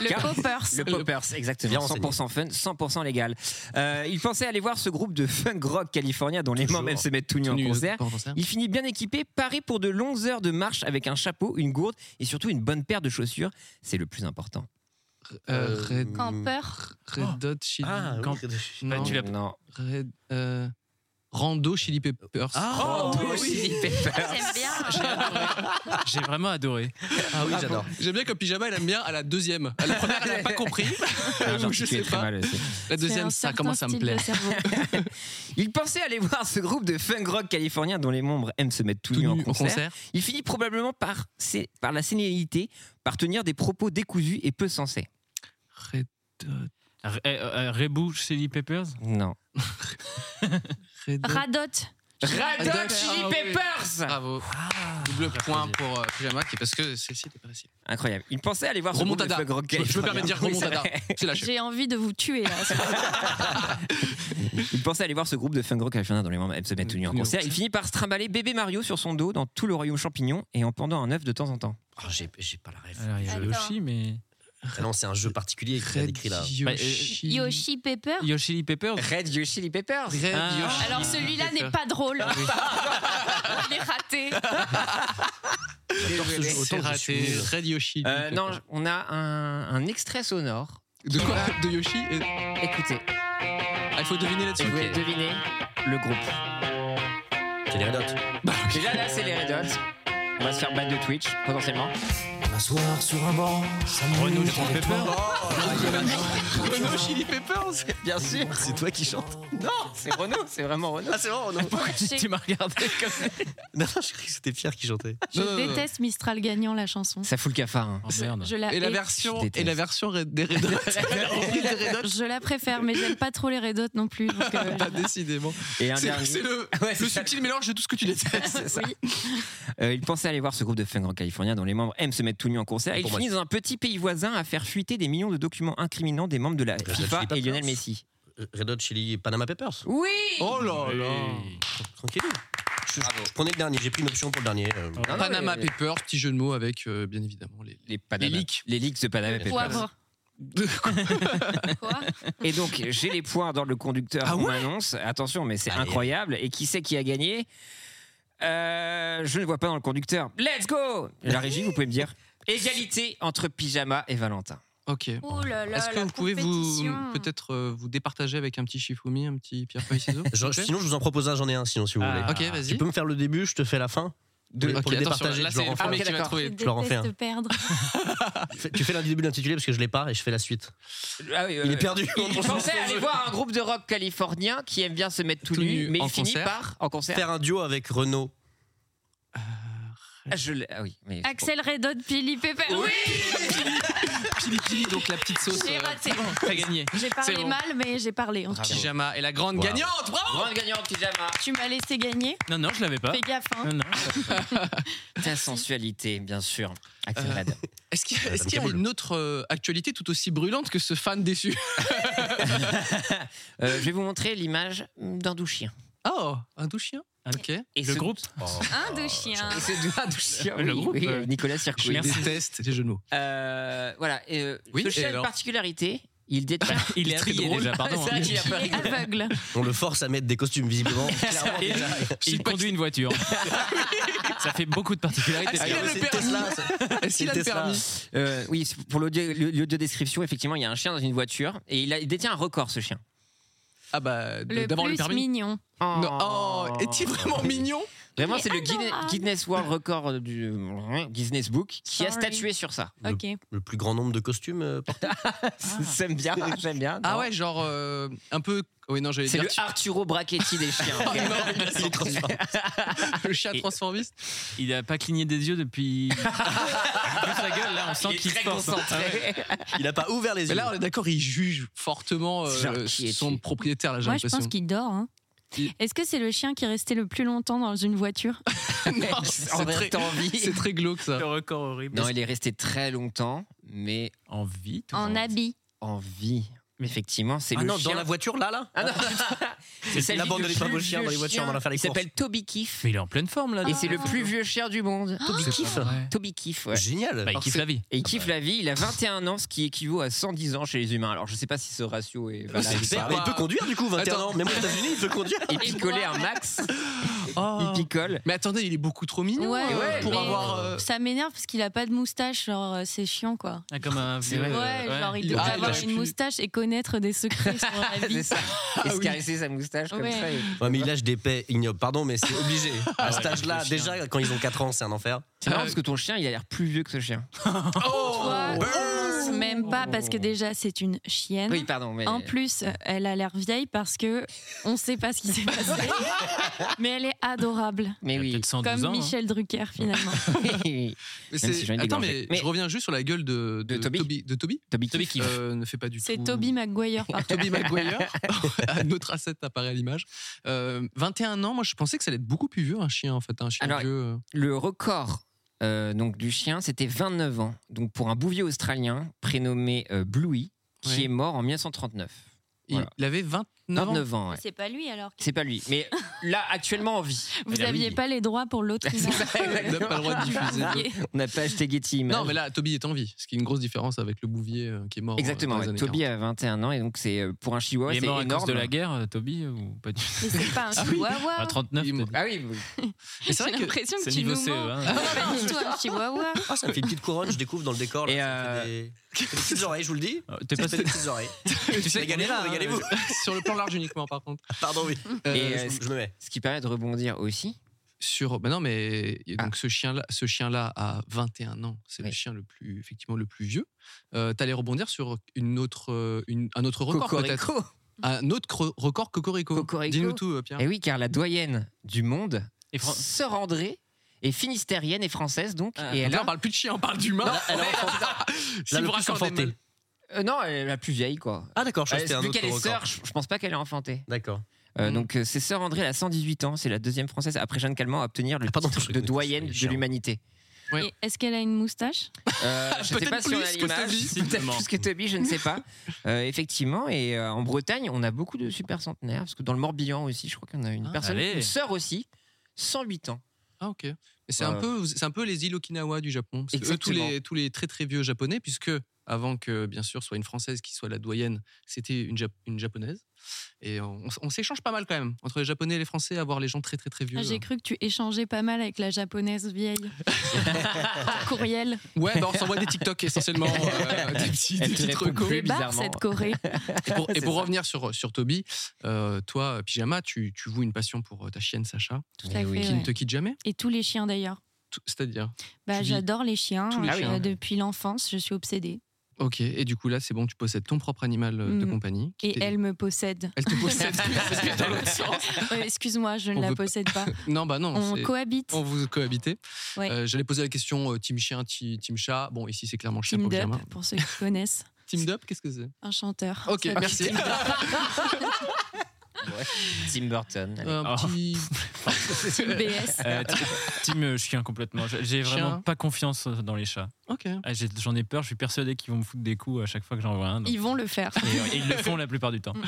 Le
Car-
poppers.
Le Poppers,
Bien
exactement.
renseigné.
100% fun, 100% légal. Euh, il pensait aller voir ce groupe de funk rock californien dont les
Toujours.
membres aiment se mettre tout nus
Tout
en
nu, euh,
concert.
pas en concert.
Il finit bien équipé, paré pour de longues heures de marche avec un chapeau, une gourde et surtout une bonne paire de chaussures. C'est le plus important.
Euh, Red,
Camper.
Red Hot Chili.
Ah, oui.
Quand-
Non,
tu l'as-
Non.
Red, euh, Rando Chili Peppers.
Oh,
Oh, Chili Peppers.
J'aime bien.
J'ai vraiment adoré.
Ah oui, j'adore.
J'aime bien que Pyjama, elle aime bien à la deuxième. À la première, elle n'a pas compris.
Ah,
Ou
j'en
je
suis
sais
très
pas.
mal aussi.
La
C'est un
deuxième, ça
certain
commence à me
style de
plaire.
cerveau.
Il pensait aller voir ce groupe de funk rock californien dont les membres aiment se mettre tout,
Tout
nus
nu
en
au
concert.
concert.
Il finit probablement par, sé- par la sénilité, par tenir des propos décousus et peu sensés.
Red Hot-
R- eh, euh, Rebou Chili Peppers.
Non.
Red Hot-
Radote.
Red
Hot
Hot
Chili Ah.
Chili Peppers
Bravo. double point pour euh, Pyjama qui- parce que celle-ci était pas facile.
Incroyable. Il pensait aller voir ce groupe de
Remontada.
folk rock
Je, je me permets de dire
Oui, c'est
remontada.
vrai.
C'est lâché.
J'ai envie de vous tuer là.
Il pensait aller voir ce groupe de funk rock californien dont les membres aiment se mettre tout nus en
Tout nu en
concert. Il
concert.
finit par se trimballer bébé Mario sur son dos dans tout le royaume champignon et en pendant un œuf de temps en temps.
Oh, j'ai j'ai pas la ref.
Alors, il y a
Attends.
Yoshi, mais.
Ah non, c'est un jeu particulier qu'il a décrit là.
Yoshi.
Bah, euh,
Yoshi Pepper
Yoshi Lee Peppers.
Red Yoshi Chili Peppers.
Red
Ah.
Yoshi. Ah
Alors celui-là n'est pas drôle. Il est raté.
Désolé. Autant
C'est
que je
raté.
suis nul.
Red Yoshi.
Euh, non, on a un, un extrait sonore.
De quoi De Yoshi Euh,
Écoutez,
ah, Il faut deviner
si
là-dessus.
vous voulez
Ok.
deviner le groupe.
C'est les Red Hot.
Bah, ok.
Déjà là, c'est les Red Hot. On va se faire battre de Twitch potentiellement.
M'asseoir sur un banc, ça me
Renaud
manque
Chili
avec
Peppers.
toi.
Oh,
Oh,
Renaud Chili Peppers.
Bien sûr. C'est toi qui chantes.
C'est Renaud, c'est vraiment Renaud.
Ah, c'est vrai, non
Je,
Tu m'as regardé comme ça.
Non, je croyais que c'était Pierre qui chantait.
je
Non, non, non.
déteste Mistral gagnant la chanson.
Ça fout le cafard. hein.
Oh merde.
Je la,
Et la
hais.
version
Je déteste.
et la version Red- des Red Hot.
je la préfère, mais j'aime pas trop les Red Hot non plus. donc, euh,
Bah, décidément.
Et un
C'est
dernier.
c'est le,
Ouais, c'est
le
ça.
subtil mélange de tout ce que tu détestes.
oui.
Euh, il pensait aller voir ce groupe de funk rock californien dont les membres aiment se mettre tout nus en concert. Il
Pour moi,
finit dans un petit pays voisin à faire fuiter des millions de documents incriminants des membres de la
euh, Red Hot
FIFA
Chili
et
Peppers. Euh,
Lionel Messi.
Red Hot Chili Panama Papers.
Oui
Oh là là.
Tranquille. Je, je prenais le dernier, j'ai pris une option pour le dernier. euh.
Non, non,
Panama
les-
Papers, petit jeu de mots avec euh, bien évidemment les.
Les, Panama-
Les leaks.
Les leaks de Panama Papers.
Poivre. Quoi
Et donc, j'ai les points dans le conducteur
Ah
on
ouais
m'annonce. Attention, mais c'est
Allez.
incroyable. Et qui c'est qui a gagné Euh, Je ne vois pas dans le conducteur. Let's go La régie, vous pouvez me dire. Égalité entre Pyjama et Valentin.
Ok.
Oh là là.
Est-ce que
la
vous pouvez vous
compétition.
peut-être euh, vous départager avec un petit Shifumi, un petit pierre feuille ciseaux
Je-
s'il vous plaît
Sinon, je vous en propose un, j'en ai un, sinon, si vous
Ah.
voulez.
Ok, vas-y.
Tu peux me faire le début, je te fais la fin.
Ok,
pour
attention,
le départager,
là
je le
c'est le
renferme.
premier
Ah, ok,
qui va
d'accord.
Je
trouver.
Je leur en fais
déteste
un.
perdre.
Fais- Tu fais le début de l'intitulé parce que je l'ai pas et je fais la suite.
Ah oui, euh,
Il est perdu.
Il pensait aller voir un groupe de rock californien qui aime bien se mettre tout,
Tout
nu,
nu
mais
en
il finit
concert.
par en concert.
Faire un duo avec Renaud.
Ah, je l'ai- ah oui, mais
Axel Red Hot, Pili Pepper. Oui,
Pili Pili, donc la petite sauce.
j'ai
euh,
raté.
T'as gagné.
J'ai parlé
bon.
mal, mais j'ai parlé. En tout cas.
Pyjama est la grande
Wow.
gagnante. Bravo.
Grande gagnante pyjama.
Tu m'as laissé gagner.
Non, non, je l'avais pas.
Fais gaffe. hein.
Non, non.
Ta sensualité, bien sûr. Axel
Euh,
Red.
Est-ce qu'il y a, est-ce
Madame
qu'il y a
Kaboul.
une autre euh, actualité tout aussi brûlante que ce fan déçu
Euh, je vais vous montrer l'image d'un doux chien.
Oh, un doux chien.
Ah,
Ok.
Et
Le
ce-
groupe
Oh.
Un
Oh,
de chien.
Et ce- un doux chien.
Le
oui,
groupe,
oui,
euh,
Nicolas
Je
Circouille.
déteste les jeux de mots.
Euh, voilà. et, euh,
Oui,
ce
et
chien a une
alors
particularité. Il détient.
Il
C'est
est
très
intrigué
drôle.
déjà, pardon.
C'est
hein.
vrai qu'il a
Il
pas-
est aveugle.
On le force à mettre des costumes, visiblement.
Clairement,
Et-
déjà.
Et Il conduit une voiture. ça fait beaucoup de particularités.
Ah, c'est-
Alors,
le
C'est
permis.
Tesla, ça.
Est-ce qu'il a
C'est
le
Tesla.
permis
Euh, oui, c'est pour l'audio le- l'audio-description, effectivement, il y a un chien dans une voiture et il, a- il détient un record, ce chien.
Ah bah d-
Le
d'abord
plus
le permis.
mignon.
Non. Oh, est-il vraiment mignon
Vraiment,
Il est
c'est le Guinness,
adorable.
Guinness World Record du Guinness Book qui a
Sorry.
statué sur ça.
Le-
Ok.
Le plus grand nombre de costumes euh, portés.
J'aime bien, j'aime bien.
Ah
non.
ouais, genre euh, un peu. Oui, non, j'allais
C'est
dire Ah,
le Arturo Brachetti des chiens. ok.
Il est transparent.
le chat transformiste.
Il a pas cligné des yeux depuis. depuis
Ah,
sa gueule, là, on sent
Il est
qu'il se
très
force.
concentré.
Il a pas ouvert les
Ah Mais
yeux.
là, on est d'accord, il juge fortement euh,
C'est genre, qui es-tu
son propriétaire, là, j'ai
Moi, je
l'impression.
pense qu'il dort. hein.
Il-
Est-ce que c'est le chien qui est resté le plus longtemps dans une voiture
Non,
En
c'est
vrai,
très,
t'as envie.
c'est très glauque, ça.
record horrible.
Non, il est resté très longtemps, mais
En vie, tout
en
le monde.
habit
en vie. Mais effectivement, c'est
Ah
le
non,
chien.
dans la voiture, là, là
Ah non, c'est
La bande de pas beaux chiens dans les voitures, on va leur faire les
Il
courses.
s'appelle Toby Kiff
Mais il est en pleine forme là.
et c'est le
Oh.
plus vieux chien du monde.
Toby Kiff.
Toby Kiff, ouais.
Génial.
Bah, il kiffe la vie.
Et il kiffe la vie, il a 21 ans, ce qui équivaut à 110 ans chez les humains. Alors je sais pas si ce ratio
Bah,
est valable.
c'est
ou pas.
Mais il peut conduire du coup, 21
Attends.
ans. Même aux États-Unis, il peut conduire.
Et picoler
Ah
un max, il picole.
Oh. Mais attendez, il est beaucoup trop mignon
Ouais,
euh,
ouais,
pour
mais-
avoir. euh,
Ça m'énerve parce qu'il a pas de moustache, genre euh, c'est chiant quoi.
Ah, comme un
C'est
vieux,
vrai.
Ouais,
euh, ouais.
genre il
Il-
devrait
ah, il
avoir
lâche
une
plus.
moustache et connaître des secrets sur la
C'est
vie.
ça. Et
Ah
se
oui.
caresser sa moustache comme
Ouais.
ça. et-
Ouais, mais il lâche des paix ignobles. Pardon, mais c'est obligé.
Ah
À cet
ouais,
âge-là,
le chien.
déjà, quand ils ont 4 ans, c'est un enfer.
C'est marrant
Euh,
parce que ton chien, il a l'air plus vieux que ce chien.
Oh
Toi,
Burn
pense même pas parce que déjà c'est une chienne.
Oui, pardon, mais.
En plus, euh, elle a l'air vieille parce que on sait pas ce qui s'est passé. mais elle est adorable,
Mais oui.
Peut-être 112
comme
ans. hein.
Michel Drucker finalement.
Mais
Même
c'est-
si j'en ai
Attends,
dégorgé.
mais,
Mais-
je reviens juste sur la gueule de,
De Toby.
De Toby
Toby
Toby qui-
Euh, ne fait pas du
C'est
tout.
Toby Maguire. par contre.
Toby Maguire, à notre asset apparaît à l'image. Euh, 21 ans, moi je pensais que ça allait être beaucoup plus vieux un chien en fait, un chien
Alors,
vieux. euh.
Le record euh, donc, du chien, c'était 29 ans. Donc pour un bouvier australien prénommé euh, Bluey, qui
Oui.
est mort en 1939.
Il,
Voilà.
il avait 29, ans.
29 ans, ouais.
C'est pas lui alors.
C'est pas lui. Mais là, actuellement en vie.
Vous
Eh bien,
aviez
oui.
pas les droits pour l'autre.
C'est ça,
On n'a pas le
exactement.
droit de diffuser. de-
On n'a pas acheté Getty Images.
Non, mais là, Toby est en vie, ce qui est une grosse différence avec le Bouvier euh, qui est mort. euh,
Exactement.
dans les
ouais.
années
Toby a 21 ans et donc c'est euh, pour un chihuahua,
Il est
c'est
mort à cause
énorme.
de la guerre, euh, Toby, ou pas du tout Ah
Mais c'est pas un
Ah
chihuahua.
À 39,
Il est mort.
Toby.
Ah oui, oui.
Mais c'est
J'ai
vrai que
l'impression que
c'est
tu
niveau
nous
CE.
mens.
hein.
C'est pas du tout un chihuahua.
Ah, ça me fait une petite couronne, je découvre dans le décor. Là,
Et, euh,
ça me fait des... des petites oreilles, je vous le dis.
Euh, T'es
Ça
pas
me fait des petites oreilles.
tu sais, on
Régalez-vous,
est là,
régalez-vous.
euh, sur le plan large uniquement, par contre.
Pardon, oui.
Euh,
Et,
Euh, je, je me mets.
Ce qui permet de rebondir aussi.
sur bah non mais et donc ce chien là ce chien là a 21 ans c'est le
Ah. Oui.
chien le plus effectivement le plus vieux euh, t'allais rebondir sur une autre euh, une- un autre record peut-être
Cocorico.
un autre cre- record cocorico,
Cocorico.
dis-nous tout euh, Pierre
Et Eh oui, car la doyenne du monde,
Et Fran-
Sœur André, est finistérienne et française donc.
Ah,
et
Donc
elle
là,
a-
on parle plus de chien on parle d'humain
elle a enfanté.
Si
là,
vous
le plus
raccordez
enfanté.
mal-
Euh, non, elle est la plus vieille quoi.
Ah, d'accord, je
Euh,
crois que c'était un
vu
autre
qu'elle est
record.
sœur, je, je pense pas qu'elle est enfantée.
D'accord.
Euh,
Mhm.
Donc euh, c'est sœur André, elle a 118 ans, c'est la deuxième française après Jeanne Calment à obtenir le
Ah, pardon,
titre
je
de
reconnais tous
doyenne
les
de
chiens.
l'humanité.
Ouais.
Et Est-ce qu'elle a une moustache
Euh, je sais
Peut-être
pas si on a
plus que
l'image,
Toby,
peut-être
simplement.
plus que Toby, je ne sais pas. Euh, effectivement, et euh, en Bretagne, on a beaucoup de super centenaires parce que dans le Morbihan aussi, je crois qu'on a une
Ah,
personne,
allez.
une sœur aussi, 108 ans.
Ah ok. Mais c'est un
Euh,
peu, c'est un peu les îles Okinawa du Japon. Parce que eux, tous
Exactement.
les tous les très très vieux japonais, puisque avant que bien sûr soit une française qui soit la doyenne, c'était une, Jap- une japonaise. Et on, on s- on s'échange pas mal quand même entre les japonais et les français à voir les gens très très très vieux.
Ah, J'ai cru que tu échangeais pas mal avec la japonaise vieille. Par courriel.
Ouais, bah on s'envoie des TikTok essentiellement, euh, des petits, des
Elle te
petites
répond
recos.
plus.
Et
Débarque
bizarrement.
cette Corée.
pour, et pour revenir sur sur Toby, euh, toi pyjama, tu tu voues une passion pour euh, ta chienne Sacha,
Tout à
Eh oui.
fait,
qui
ouais.
ne te quitte jamais.
Et tous les chiens d'ailleurs.
Tout- C'est-à-dire.
Bah,
Tu dis-
J'adore les chiens.
Tous les Ah
euh,
chiens.
Depuis l'enfance, je suis obsédée.
Ok. Et du coup là, c'est bon, tu possèdes ton propre animal euh, de
Mm.
compagnie. qui
Et
t'est-
elle me possède.
Elle te possède. parce que dans l'autre sens.
Ouais, Excuse-moi, je ne
On
la
veut-
possède pas.
Non, bah non.
On
c'est-
cohabite.
on vous cohabitez.
Ouais.
Euh, J'allais poser la question euh, team chien, ti- team chat. Bon, ici c'est clairement chien
Team
pour
Dup,
gamin.
pour ceux qui connaissent.
Team Dup, qu'est-ce que c'est
Un chanteur.
Ok,
Ça-
merci.
Tim Burton. allez.
Un
Oh.
petit
Team BS.
Euh, team- team euh, chien complètement. J'ai- J'ai
Chien.
vraiment pas confiance euh, dans les chats.
Ok.
Ah, j'ai- J'en ai peur, je suis persuadé qu'ils vont me foutre des coups à chaque fois que j'en vois un. donc-
Ils vont le faire.
Et, euh, et ils le font la plupart du temps.
Mm,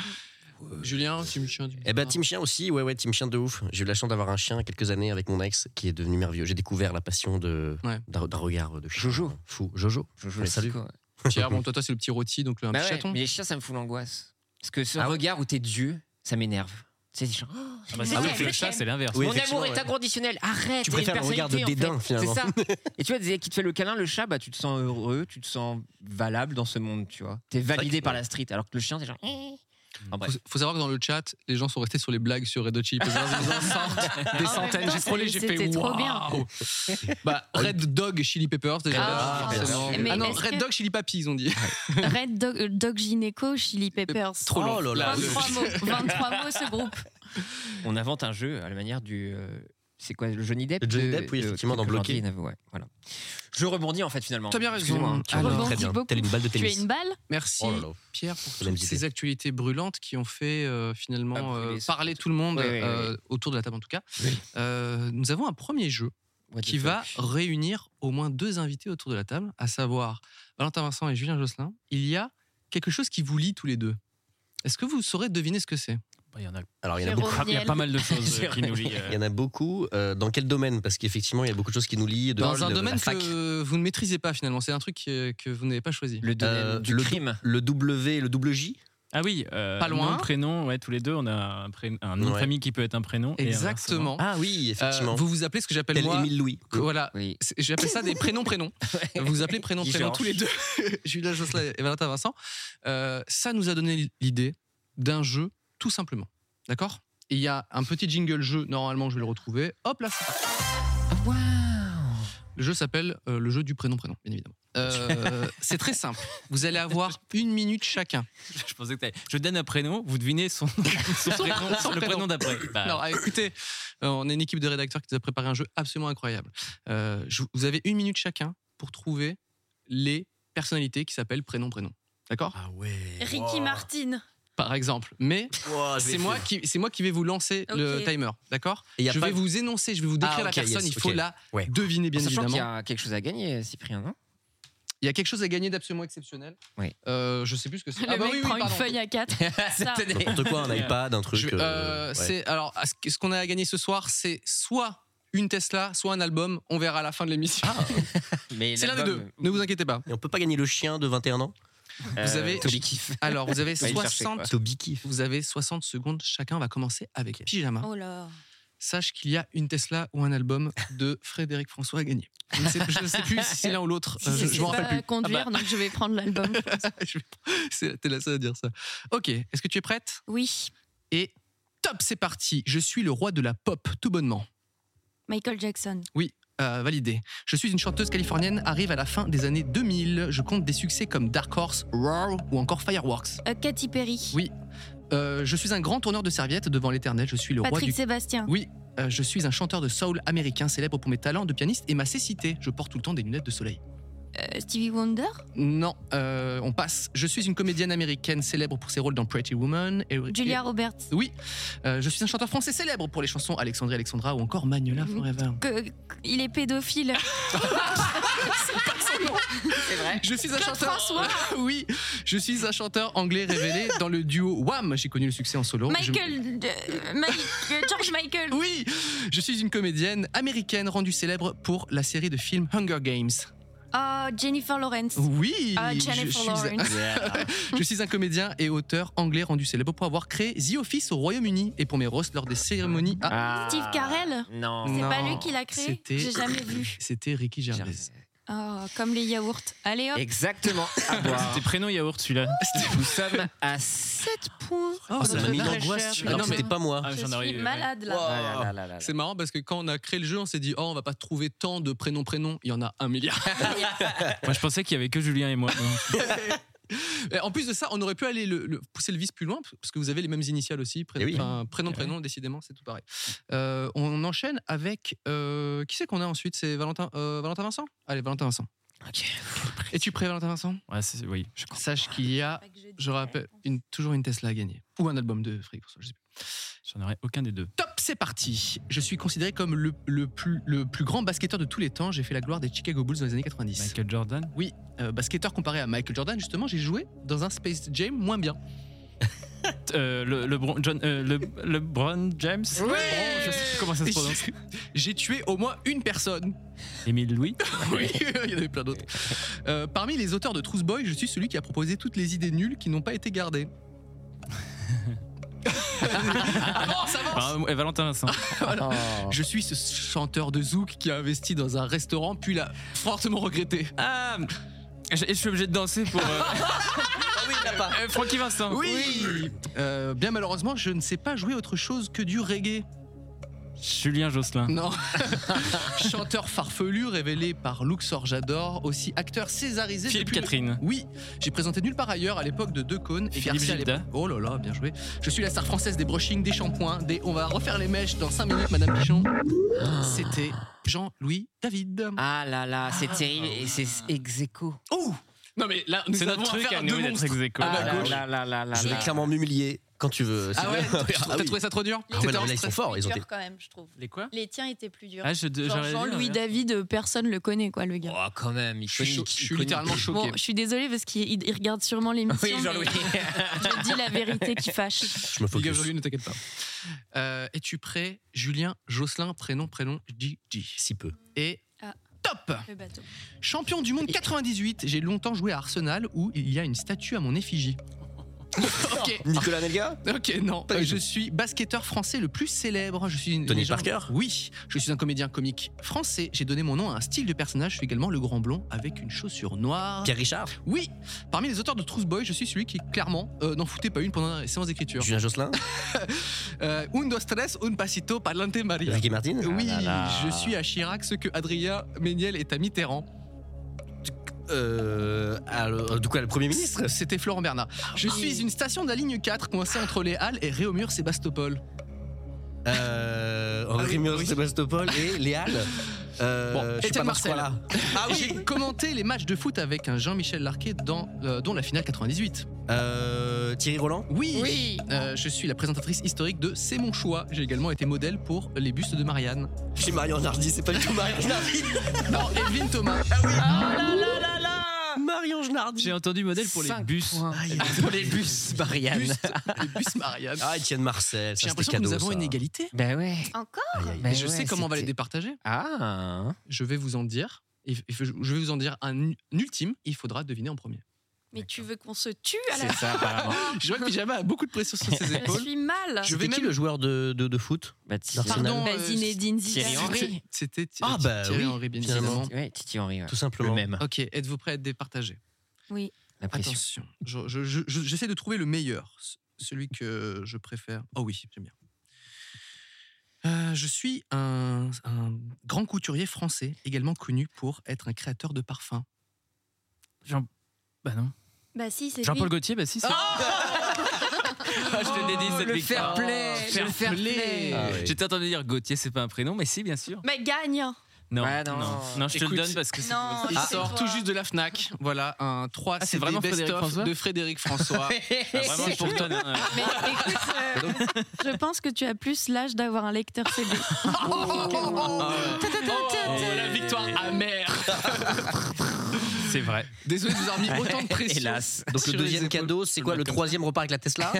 Euh,
Julien, team chien. team
Eh ben,
chat.
team chien aussi, ouais, ouais, team chien de ouf. J'ai eu la chance d'avoir un chien il y a quelques années avec mon ex qui est devenu merveilleux. J'ai découvert la passion de
Ouais.
d'un d'un regard de chien.
Jojo.
Fou, Jojo.
Jojo la
Salut.
Psycho, ouais.
Ah
Pierre, bon toi, toi c'est le petit rôti, donc le un
Bah
petit
ouais,
chaton. Ah
mais les chiens, ça me fout l'angoisse. Parce que ce regard où t'es Dieu, ça m'énerve. Tu sais, les gens, oh,
Ah bah, c'est
Ah
sûr
oui,
que le
je
chat,
t'aime.
c'est l'inverse.
Oui,
mon
effectivement,
amour est
ouais.
inconditionnel, arrête.
Tu
il y a une
préfères le regard de
personnalité, en
dédain,
fait.
finalement.
C'est ça. Et tu vois, dès qu'il te fait le câlin, le chat, bah, tu te sens heureux, tu te sens valable dans ce monde, tu vois. T'es validé
que-
par la street, alors que le chien, c'est genre. eh. En bref.
Faut, faut savoir que dans le chat, les gens sont restés sur les blagues sur Red Hot Chili Peppers. Ils en sortent des
En même
centaines.
temps,
J'ai scrollé, j'ai fait
c'était trop
waouh. Bah Red Dog Chili Peppers déjà.
Ah,
là,
bien
forcément.
sûr. Mais
Ah non,
est-ce
Red
que-
Dog Chili Papi, ils ont dit.
Red Dog, euh, Dog Gynéco, Chili Peppers.
Euh, Trop long.
Oh là là,
23
le-
mots. 23 mots ce groupe.
On invente un jeu à la manière du. euh, c'est quoi le Johnny Depp
Le Johnny
de-
Depp, oui,
de-
effectivement, dans
de
Bloqué.
Jordan, ouais, voilà. Je rebondis en fait finalement.
T'as bien raison. Ah,
Excuse-moi, hein.
Tu Alors,
très
Rebondis
bien.
beaucoup.
Telle une balle de
Tu as
tennis.
une balle
Merci.
Oh là là.
Pierre pour
Bonne
toutes
idée.
ces actualités brûlantes qui ont fait euh, finalement
Ah, brûler,
euh,
ça,
parler
ça.
tout le monde
Oui, oui, oui.
euh, autour de la table en tout cas.
Oui.
Euh, nous avons un premier jeu
What the
qui
fuck.
va réunir au moins deux invités autour de la table, à savoir Valentin Vincent et Julien Josselin. Il y a quelque chose qui vous lie tous les deux. Est-ce que vous saurez deviner ce que c'est
Bah, Il y en a-
Alors, il y en a
Jérôme.
beaucoup.
il y a
Miel.
pas mal de choses
C'est
euh, qui nous lient.
Il y
euh.
en a beaucoup. euh, dans quel domaine Parce qu'effectivement, il y a beaucoup de choses qui nous lient. de-
Dans un
de-
domaine
la fac.
que vous ne maîtrisez pas finalement, c'est un truc que, que vous n'avez pas choisi.
Le domaine
Euh,
du
le-
crime.
Le W, le double J
Ah oui, euh,
Pas loin.
nom, prénom, ouais, tous les deux, on a un, pré- un nom de
Ouais.
famille qui peut être un prénom. et
Exactement.
Ah oui,
Euh,
effectivement.
vous vous appelez ce que j'appelle
Tel
moi...
Émile Louis.
Voilà,
Oui.
C'est- J'appelle ça des prénoms-prénoms. Vous vous appelez
Guy
prénoms-prénoms tous les deux, Julien Josselin et Valentin Vincent. Euh, ça nous a donné l'idée d'un jeu, tout simplement. D'accord Et Il y a un petit jingle jeu, normalement je vais le retrouver. Hop là, c'est parti.
Waouh.
Le jeu s'appelle euh, le jeu du prénom-prénom, bien évidemment. Euh, c'est très simple. Vous allez avoir une minute chacun.
Je pensais que t'allais- Je donne un prénom, vous devinez son, son prénom,
son
le
prénom.
prénom d'après. Bah,
Non, ah, écoutez, euh, on est une équipe de rédacteurs qui nous a préparé un jeu absolument incroyable. Euh, je- vous avez une minute chacun pour trouver les personnalités qui s'appellent prénom-prénom. D'accord
Ah ouais.
Ricky Martin.
Par exemple. Mais c'est moi, qui- c'est moi qui vais vous lancer le
Ok.
timer. D'accord
Et y a
Je
pas
vais
de-
vous énoncer, je vais vous décrire
Ah,
la
ok,
personne.
yes,
il faut
ok.
la
Ouais.
deviner, bien
Sachant qu'il y
évidemment.
a quelque chose à gagner, Cyprien, non
Il y a quelque chose à gagner d'absolument exceptionnel.
Oui.
Euh, je sais plus ce que c'est.
Le
Ah bah
mec
oui, oui,
prend une
pardon.
feuille à quatre. Ça.
N'importe quoi, un iPad, un truc.
Je- euh,
euh, ouais.
c'est- Alors, à ce que- ce qu'on a à gagner ce soir, c'est soit une Tesla, soit un album. On verra à la fin de l'émission.
Ah.
Mais
c'est l'un des deux. Ne vous inquiétez pas.
Et on peut pas gagner le chien de 21 ans
Vous
Euh,
avez-
Toby Kiff.
Alors, vous avez
Va y le chercher,
60
quoi.
Toby kiff.
Vous avez 60 secondes chacun. On va commencer avec Pyjama.
Oh là.
Sache qu'il y a une Tesla ou un album de Frédéric François à gagner. Je ne sais, je ne sais plus si c'est l'un ou l'autre.
Si
Euh, je
je sais
je m'en
pas
rappelle plus.
conduire,
Ah bah, Ah,
donc je vais prendre l'album.
je vais- c'est- T'es la seule à dire ça. Ok, est-ce que tu es prête
Oui.
Et top, c'est parti. Je suis le roi de la pop, tout bonnement.
Michael Jackson.
Euh, validé. Je suis une chanteuse californienne, arrive à la fin des années 2000. Je compte des succès comme Dark Horse, Roar ou encore Fireworks.
Euh, Katy Perry.
Oui. Euh, je suis un grand tourneur de serviettes devant l'éternel. Je suis le roi
Patrick
du
Sébastien.
Oui, euh, je suis un chanteur de soul américain célèbre pour mes talents de pianiste et ma cécité. Je porte tout le temps des lunettes de soleil.
Euh, Stevie Wonder.
Non, euh, on passe. Je suis une comédienne américaine célèbre pour ses rôles dans Pretty Woman. Et,
Julia Roberts.
et- oui, Euh, je suis un chanteur français célèbre pour les chansons Alexandrie Alexandra ou encore Magnolia
Mhm.
Forever.
Que- il est pédophile.
Je suis un
Claude
chanteur.
François.
oui, je suis un chanteur anglais révélé dans le duo Wham. J'ai connu le succès en solo. Je-
Michael. euh, Mike- euh, George Michael.
Oui, je suis une comédienne américaine rendue célèbre pour la série de films Hunger Games.
Ah, Jennifer Lawrence.
Oui,
Ah,
je
Jennifer
suis
Lawrence.
Je suis un comédien et auteur anglais rendu célèbre pour avoir créé The Office au Royaume-Uni et pour mes roasts lors des cérémonies. Ah,
Steve Carell.
Non.
C'est pas
non,
lui qui l'a créé
c'était-
J'ai jamais vu.
C'était Ricky Gervais.
Oh, comme les yaourts. Allez hop.
Exactement.
Ah,
À boire.
C'était prénom yaourt celui-là.
Nous sommes à 7 points.
Ah,
Ah,
Oh, ça m'a mis une
Très
angoisse.
cher.
tu vois, Alors
Non,
que
mais-
c'était pas moi.
Ah,
Je
j'en aurais
suis
eu, ouais.
malade là.
Ah là là là là là.
C'est marrant parce que quand on a créé le jeu, on s'est dit oh on va pas trouver tant de prénoms prénoms, il y en a un milliard.
Moi, je pensais qu'il y avait que Julien et moi. Non.
Et en plus de ça, on aurait pu aller le, le- pousser le vice plus loin parce que vous avez les mêmes initiales aussi, prénom,
Eh oui.
enfin, prénom prénom, décidément c'est tout pareil. Euh, on enchaîne avec euh, qui c'est qu'on a ensuite C'est Valentin euh, Valentin Vincent. Allez Valentin Vincent. Et tu prêt Valentin Vincent
Ouais, c'est- oui, je crois.
Sache qu'il y a Je rappelle, une- toujours une Tesla à gagner. Ou un album de Frédéric François, je sais plus.
J'en aurais aucun des deux.
Top, c'est parti Je suis considéré comme le, le plus, le plus grand basketteur de tous les temps. J'ai fait la gloire des Chicago Bulls dans les années 90.
Michael Jordan
Euh, basketteur comparé à Michael Jordan, justement, j'ai joué dans un Space Jam moins bien.
Euh, le, LeBron- John- euh, le- LeBron James Bon, Je sais plus comment ça se prononce.
J'ai tué au moins une personne.
Émile Louis
oui, il y en avait plein d'autres. Euh, parmi les auteurs de Truth Boy, je suis celui qui a proposé toutes les idées nulles qui n'ont pas été gardées. avance, avance
Ah, et Valentin Vincent. Oh.
Je suis ce chanteur de zouk qui a investi dans un restaurant puis l'a fortement regretté.
Ah je, je suis obligé de danser pour. euh,
oui, il l'a pas.
euh, Francky Vincent.
Euh, Bien malheureusement, je ne sais pas jouer autre chose que du reggae.
Julien Josselin.
Non. chanteur farfelu révélé par Luxor J'adore, aussi acteur césarisé
Philippe
depuis le-
Catherine.
Oui, j'ai présenté nulle part ailleurs à l'époque de Decône et
Philippe
Garcia à
Gilda.
l'époque- Oh là là, bien joué. Je suis la star française des brushings, des shampoings, des. On va refaire les mèches dans 5 minutes, Madame Pichon. Ah. C'était Jean-Louis David. Ah
Ah là là, c'est terrible et c'est ex aequo.
Oh Non mais là, nous
C'est notre
avons
truc
affaire
à nous
deux
d'être
monstres.
ex aequo.
Ah
Ah,
là
gauche.
là là là là
Je vais
là.
clairement m'humilier quand tu veux.
Ah ouais, t'as
Ah oui.
trouvé ça trop dur
Ah ouais,
T'étais
non,
en
là, ils sont
stress
forts. Ils ont été-
quand même, je trouve.
Les quoi
Les tiens étaient plus durs.
ah, je,
Genre
j'aurais
Jean-Louis
dit, ouais.
David, euh, personne le connaît, quoi, le gars.
Oh, quand même,
Je suis,
iconique,
je suis
iconique.
littéralement choqué.
Bon, je suis désolée parce qu'il il- il regarde sûrement l'émission.
Oui, Jean-Louis.
mais Je dis la vérité qui fâche.
Je
Big
me
up,
focus.
Jean-Louis, ne t'inquiète pas. Euh, Es-tu prêt Julien, Jocelyn, prénom, prénom, Gigi.
Si peu.
Et
Ah.
top
Le bateau.
Champion du monde 98, j'ai longtemps joué à Arsenal où il y a une statue à mon effigie. ok,
Nicolas Nelga
ok, non.
Pas du
Euh, je suis basketteur français le plus célèbre. Je suis une
Tony
légende-
Parker
Oui, je suis un comédien comique français. J'ai donné mon nom à un style de personnage. Je suis également le grand blond avec une chaussure noire.
Pierre Richard
Oui, parmi les auteurs de Truth Boy, je suis celui qui clairement euh, n'en foutait pas une pendant la séance d'écriture.
Julien Josselin
Euh, un, dos, tres, un pasito, parlante, Maria.
Ricky Martin Ah
Oui,
là là.
je suis à Chirac, ce que Adrien Méniel est à Mitterrand.
euh, à le- du coup, à le Premier ministre
C'était Florent Bernard. Je
Ah.
suis une station de la ligne 4 coincée entre les Halles et Réaumur Sébastopol.
euh, Henri
Ah oui,
Mur,
oui.
Sébastopol et les Halles. Euh,
Bon,
je suis
Étienne
pas dans
Marcel.
ce coin-là. Ah oui
J'ai commenté les matchs de foot avec un Jean-Michel Larquet dans, euh, dont la finale 98.
Euh, Thierry Roland
Oui,
Oui.
Euh, Je suis la présentatrice historique de C'est mon choix. J'ai également été modèle pour les bustes de Marianne.
J'ai Marianne Hardy, c'est pas du tout Marianne Hardy Ah
Non, Evelyne Thomas.
Ah
Marion Genardi
J'ai entendu modèle pour les
Cinq
bus.
points.
Pour les bus, Marianne.
Buste- les bustes Marianne.
Ah, Étienne
J'ai
Marcel, ça c'était
l'impression que
cadeau.
nous avons
ça.
une égalité.
Ben ouais.
Encore
Aïe, aïe, aïe.
Ben
Et je
ouais,
sais comment on va les
c'était-
départager.
Ah.
Je vais vous en dire. et- et Je je vais vous en dire un un ultime. Il faudra deviner en premier.
Mais tu veux qu'on se tue à la
Ah
C'est ça, apparemment.
Je vois que Pyjama a beaucoup de pression sur ses
Je
épaules.
suis mal.
Je vais
C'était qui
même-
le joueur de, de, de foot
Bah, Titi
Pardon.
Henry.
Bah,
euh,
Zinedine
Thierry
Zidane.
Henry.
C'était Thi-
Ah, bah
Thierry
oui,
Henry, bien
finalement.
évidemment.
Ouais, Titi Henry, ouais.
Tout simplement.
Le même.
Ok, êtes-vous prêt à être départagé
La pression.
Attention, je- je- je- je- j'essaie de trouver le meilleur, c- celui que je préfère. Oh oui, j'aime bien. Euh, je suis un, un grand couturier français, également connu pour être un créateur de parfums.
Jean... Bah non.
Bah si, c'est
Jean-Paul
lui.
Gaultier, bah si, c'est. Ah, je te dédie cette
le
victoire. Oh,
fair play,
Fair
le fair
play.
play.
Ah oui.
J'étais en train de dire Gauthier, c'est pas un prénom, mais si, bien sûr.
Mais gagne. hein.
Non,
Ouais, non.
non. Non, je te
Écoute,
le donne parce que c'est.
Non,
Il
Ah, c'est
sort
toi.
tout juste de la Fnac. Voilà, un 3
Ah, c'est
c'est
vraiment
vraiment
Frédéric François
de Frédéric François.
Ah, vraiment, je te le donne. hein.
Mais écoute, euh, je pense que tu as plus l'âge d'avoir un lecteur CD.
Ah
Oh, la victoire amère.
C'est vrai.
Désolé de vous avoir mis autant de pression.
Hélas.
Donc
Sur
le
les
deuxième
épaules.
cadeau, c'est quoi le troisième repas avec la Tesla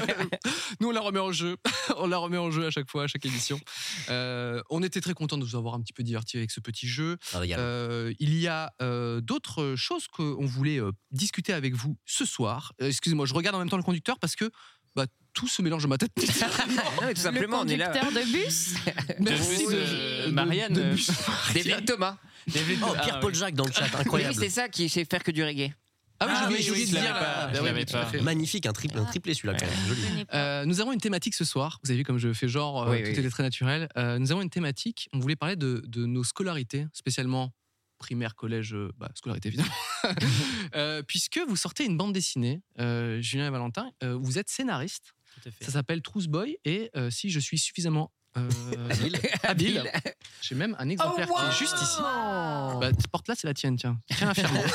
Nous, on la remet en jeu. on la remet en jeu à chaque fois, à chaque émission. Euh, on était très contents de vous avoir un petit peu divertis avec ce petit jeu.
Ah, bah,
Euh, il y a euh, d'autres choses qu'on voulait euh, discuter avec vous ce soir. Euh, Excusez-moi, je regarde en même temps le conducteur parce que bah, tout se mélange dans ma tête.
Non, mais
Le
tout simplement, on est là.
conducteur de bus.
Merci
bus, euh, Marianne, euh,
Devine Thomas.
Oh,
Ah,
Pierre-Paul
oui.
Jacques dans le chat,
Oui,
incroyable.
c'est ça qui sait faire que du reggae.
Ah oui,
Ah
j'ai
oui,
oublié
oui,
de
je l'avais
dire.
pas,
Bah
je
oui,
l'avais
tout à
pas.
fait.
Magnifique, un triple, un triplé celui-là quand même, joli.
Euh, nous avons une thématique ce soir. Vous avez vu comme je fais genre, euh,
Oui,
tout
oui.
était très naturel. Euh, nous avons une thématique. On voulait parler de, de nos scolarités, spécialement primaire, collège, euh, bah, scolarité évidemment. Euh, puisque vous sortez une bande dessinée, euh, Julien et Valentin, euh, vous êtes scénariste.
Tout à fait.
Ça s'appelle Trousse Boy. Et euh, si je suis suffisamment euh, habile, j'ai même
Oh,
un exemplaire qui est juste ici. Bah, cette porte là, c'est la tienne, tiens. Tiens, affirme.
Oh.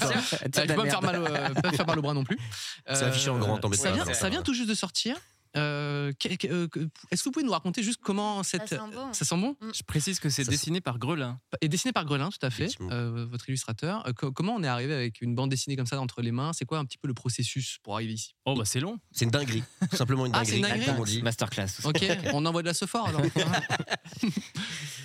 Tiens,
Bah, je peux
la
pas me
merde.
faire mal, au- euh, pas me faire mal au bras non plus.
C'est
Euh,
affiché en hein. grand, t'embête
ça
pas,
vient,
Valentin.
ça vient tout juste de sortir. Euh, que- que- euh, que- Est-ce que vous pouvez nous raconter juste comment cette.
sent bon. Mm.
Ça sent bon Bah,
Je précise que c'est
Ça
dessiné par Grelin.
Et dessiné par Grelin, tout à fait,
Effectivement.
euh, votre illustrateur. Euh, co- comment on est arrivé avec une bande dessinée comme ça entre les mains C'est quoi un petit peu le processus pour arriver ici
Oh, bah c'est long.
C'est une dinguerie, tout simplement une
Ah, c'est
dinguerie.
une dinguerie.
comme on dit.
Masterclass. tout ça.
Ok, on envoie de la sophore alors.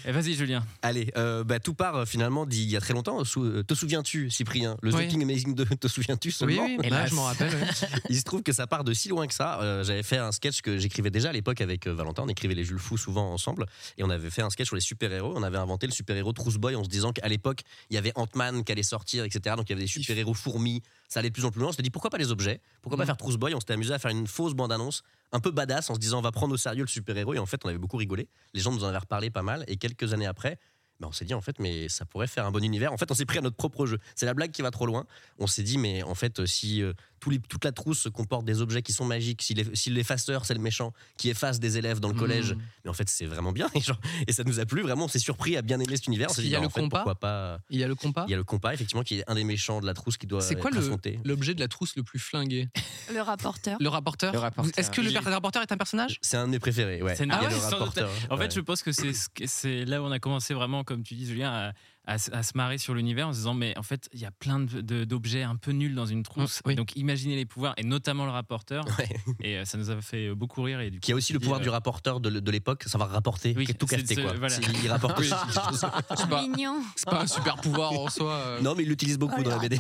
Eh, Vas-y, Julien.
Allez, euh, bah, tout part euh, finalement d'il y a très longtemps. Sou- euh, te souviens-tu, Cyprien Le
Oui.
Zoking Amazing 2, te souviens-tu
oui,
seulement
oui, bah,
Hélas.
je m'en rappelle. ouais.
Il se trouve que ça part de si loin que ça. Euh, J'avais fait un sketch que j'écrivais déjà à l'époque avec euh, Valentin. On écrivait les Jules Fous souvent ensemble. Et on avait fait un sketch sur les super-héros. On avait inventé le super-héros Trousse Boy en se disant qu'à l'époque, il y avait Ant-Man qui allait sortir, etc. Donc il y avait des super-héros fourmis. Ça allait de plus en plus loin. On s'était dit pourquoi pas les objets Pourquoi pas
Mhm.
faire Trousse Boy On s'était amusé à faire une fausse bande-annonce un peu badass en se disant on va prendre au sérieux le super-héros. Et en fait, on avait beaucoup rigolé. Les gens nous en avaient reparlé pas mal. Et quelques années après, bah, on s'est dit en fait mais ça pourrait faire un bon univers. En fait, on s'est pris à notre propre jeu. C'est la blague qui va trop loin. On s'est dit mais en fait si euh, tous les- toute la trousse comporte des objets qui sont magiques, si l'eff- si l'effaceur c'est le méchant qui efface des élèves dans le collège,
Mm.
mais en fait c'est vraiment bien et, genre- et ça nous a plu vraiment. On s'est surpris à bien aimer cet univers. On
Parce
s'est dit
qu'il y a
bah,
le
en fait,
compas.
pourquoi pas
Il y a le compas.
Il y a le compas effectivement qui est un des méchants de la trousse qui doit
C'est quoi
être
le-
affronté.
L'objet de la trousse le plus flingué.
Le rapporteur.
Le rapporteur.
Le rapporteur.
Est-ce que le Ah
Il est-
per- rapporteur est un personnage
C'est un de mes préférés. Ouais.
C'est une
Il y a
vraie
le
histoire de hein.
rapporteur.
En
ouais.
fait, je pense que c'est ce que- c'est là où on a commencé vraiment, comme tu dis, Julien, à, à s- à se marrer sur l'univers en se disant mais en fait, il y a plein de- de- d'objets un peu nuls dans une trousse.
Mm, oui.
Donc imaginez les pouvoirs et notamment le rapporteur.
Ouais.
Et euh, ça nous a fait beaucoup rire. Et du coup,
qui a aussi le
on s'est dit,
pouvoir
euh,
du rapporteur de, l- de l'époque, savoir rapporter,
Oui,
tout
c'est-
capter
c'est-
quoi.
voilà. Ah,
C'est- Il rapporte aussi.
C'est pas,
Mignon.
c'est pas un super pouvoir en soi. euh.
non mais il l'utilise beaucoup
Oh,
dans la BD.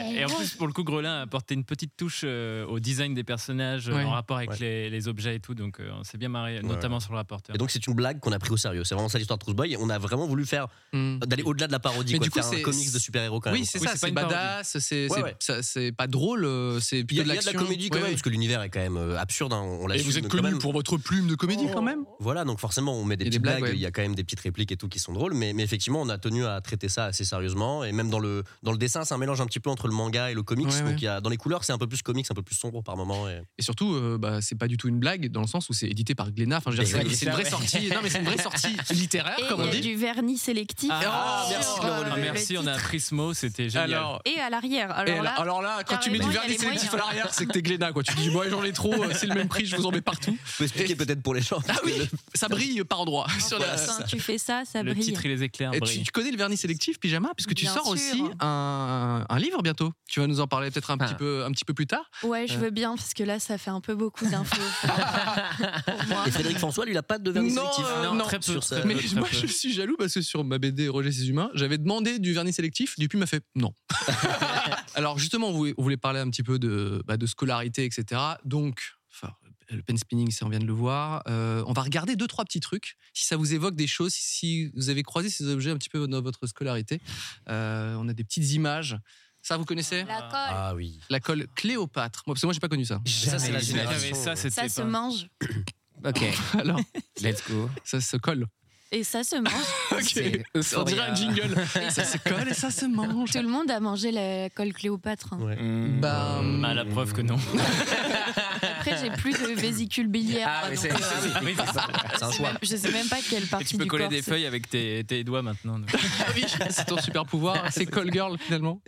Et, et en plus, pour le coup, Grelin a apporté une petite touche euh, au design des personnages euh,
Ouais.
en rapport avec
Ouais.
les, les objets et tout. Donc, euh, on s'est bien marré,
Ouais.
notamment sur le rapporteur.
Et donc c'est une blague qu'on a pris au sérieux. C'est vraiment ça l'histoire de Trousse Boy. Et on a vraiment voulu faire
Mm.
d'aller au-delà de la parodie.
Mais
Quoi,
du
du
coup,
coup,
c'est-
un comics de super-héros quand même.
Oui, c'est
Hmm. Oui,
ça,
c'est pas
c'est
une parodie.
badass, c'est
Ouais,
c'est-
ouais.
ça- c'est pas drôle, euh, c'est
Il y,
plutôt
a, il y a de la
l'action.
comédie quand
Ouais,
même,
ouais.
parce que l'univers est quand même euh, absurde. hein, on
Et vous
l'assume
êtes
quand
connu
même.
pour votre plume de comédie quand même
Voilà, donc forcément, on met des
Il y a des
petites
blagues,
blagues,
ouais.
il y a quand même des petites répliques et tout qui sont drôles, mais, mais effectivement, on a tenu à traiter ça assez sérieusement. Et même dans le, dans le dessin, c'est un mélange un petit peu entre le manga et le comics.
Ouais, ouais.
donc il y a, dans les couleurs, c'est un peu plus comics, un peu plus sombre par moment. et-
Et surtout, euh, bah, c'est pas du tout une blague dans le sens où c'est édité par Glénat. Enfin, je veux dire,
Mais
c'est
oui,
c'est une vraie
ça, ouais.
sortie. Non, mais c'est une vraie sortie littéraire,
Et
comme on
il y
dit.
a du vernis sélectif.
Ah,
sur,
merci de le
euh,
relever.
Ah,
le
merci, on a
titre.
Prismo, c'était génial.
Alors.
Et à l'arrière.
et
Alors
alors,
là,
alors là, quand tu mets
carrément,
du
il
vernis
y a les
sélectif à
moyens.
l'arrière, c'est que t'es Glénat, quoi. Tu dis, bon, allez, j'en ai trop, euh, c'est le même prix, je vous en mets partout.
Je peux expliquer
Et-
peut-être pour les gens.
Ah
parce que
oui,
le-
ça brille par endroits.
Ah,
sur la-
quand tu fais ça, ça
le
brille.
titre et les éclairs.
Et tu,
brillent.
tu connais le vernis sélectif, pyjama, puisque tu
Bien
sors
sûr.
aussi un, un livre bientôt. Tu vas nous en parler peut-être un, petit
Ah.
peu, un petit peu plus tard.
Ouais, je
Euh.
veux bien, parce que là, ça fait un peu beaucoup d'infos. Pour moi.
Et Frédéric François, lui, il a pas de vernis
Non,
sélectif.
euh, Non, non.
très peu,
Sur
très
sa-
peu.
Mais
très
moi,
peu.
je suis jaloux parce que sur ma BD Roger ses humains, j'avais demandé du vernis sélectif. Dupuis m'a fait non. Alors, justement, on voulait, on voulait parler un petit peu de, bah, de scolarité, etc. Donc, enfin, le pen spinning, ça, on vient de le voir. Euh, on va regarder deux, trois petits trucs. Si ça vous évoque des choses, si vous avez croisé ces objets un petit peu dans votre scolarité, Euh, on a des petites images. Ça, vous connaissez
La
Ah oui.
La colle Cléopâtre. Moi, parce que moi, j'ai pas connu ça.
Ça, c'est la
Mais ça,
génération.
mais ça,
Ça
c'était
se
pas-
mange.
Ok,
Alors,
let's go.
ça se colle.
Et ça se mange.
C'est
On dirait
Euphoria.
un jingle. ça se colle et ça se mange.
Tout le monde a mangé la colle Cléopâtre. hein.
Ouais.
Mm.
Bah,
Bah, la preuve que non.
Après, j'ai plus de vésicule biliaire.
Ah, mais
donc,
c'est-
euh,
c'est-
Oui, c'est ça.
C'est un
je sais
choix.
même- je sais même pas quelle
Et
partie
tu peux
du
coller
corps
des
c'est.
feuilles avec tes, tes doigts maintenant. donc.
oui, c'est ton super pouvoir. C'est call girl finalement.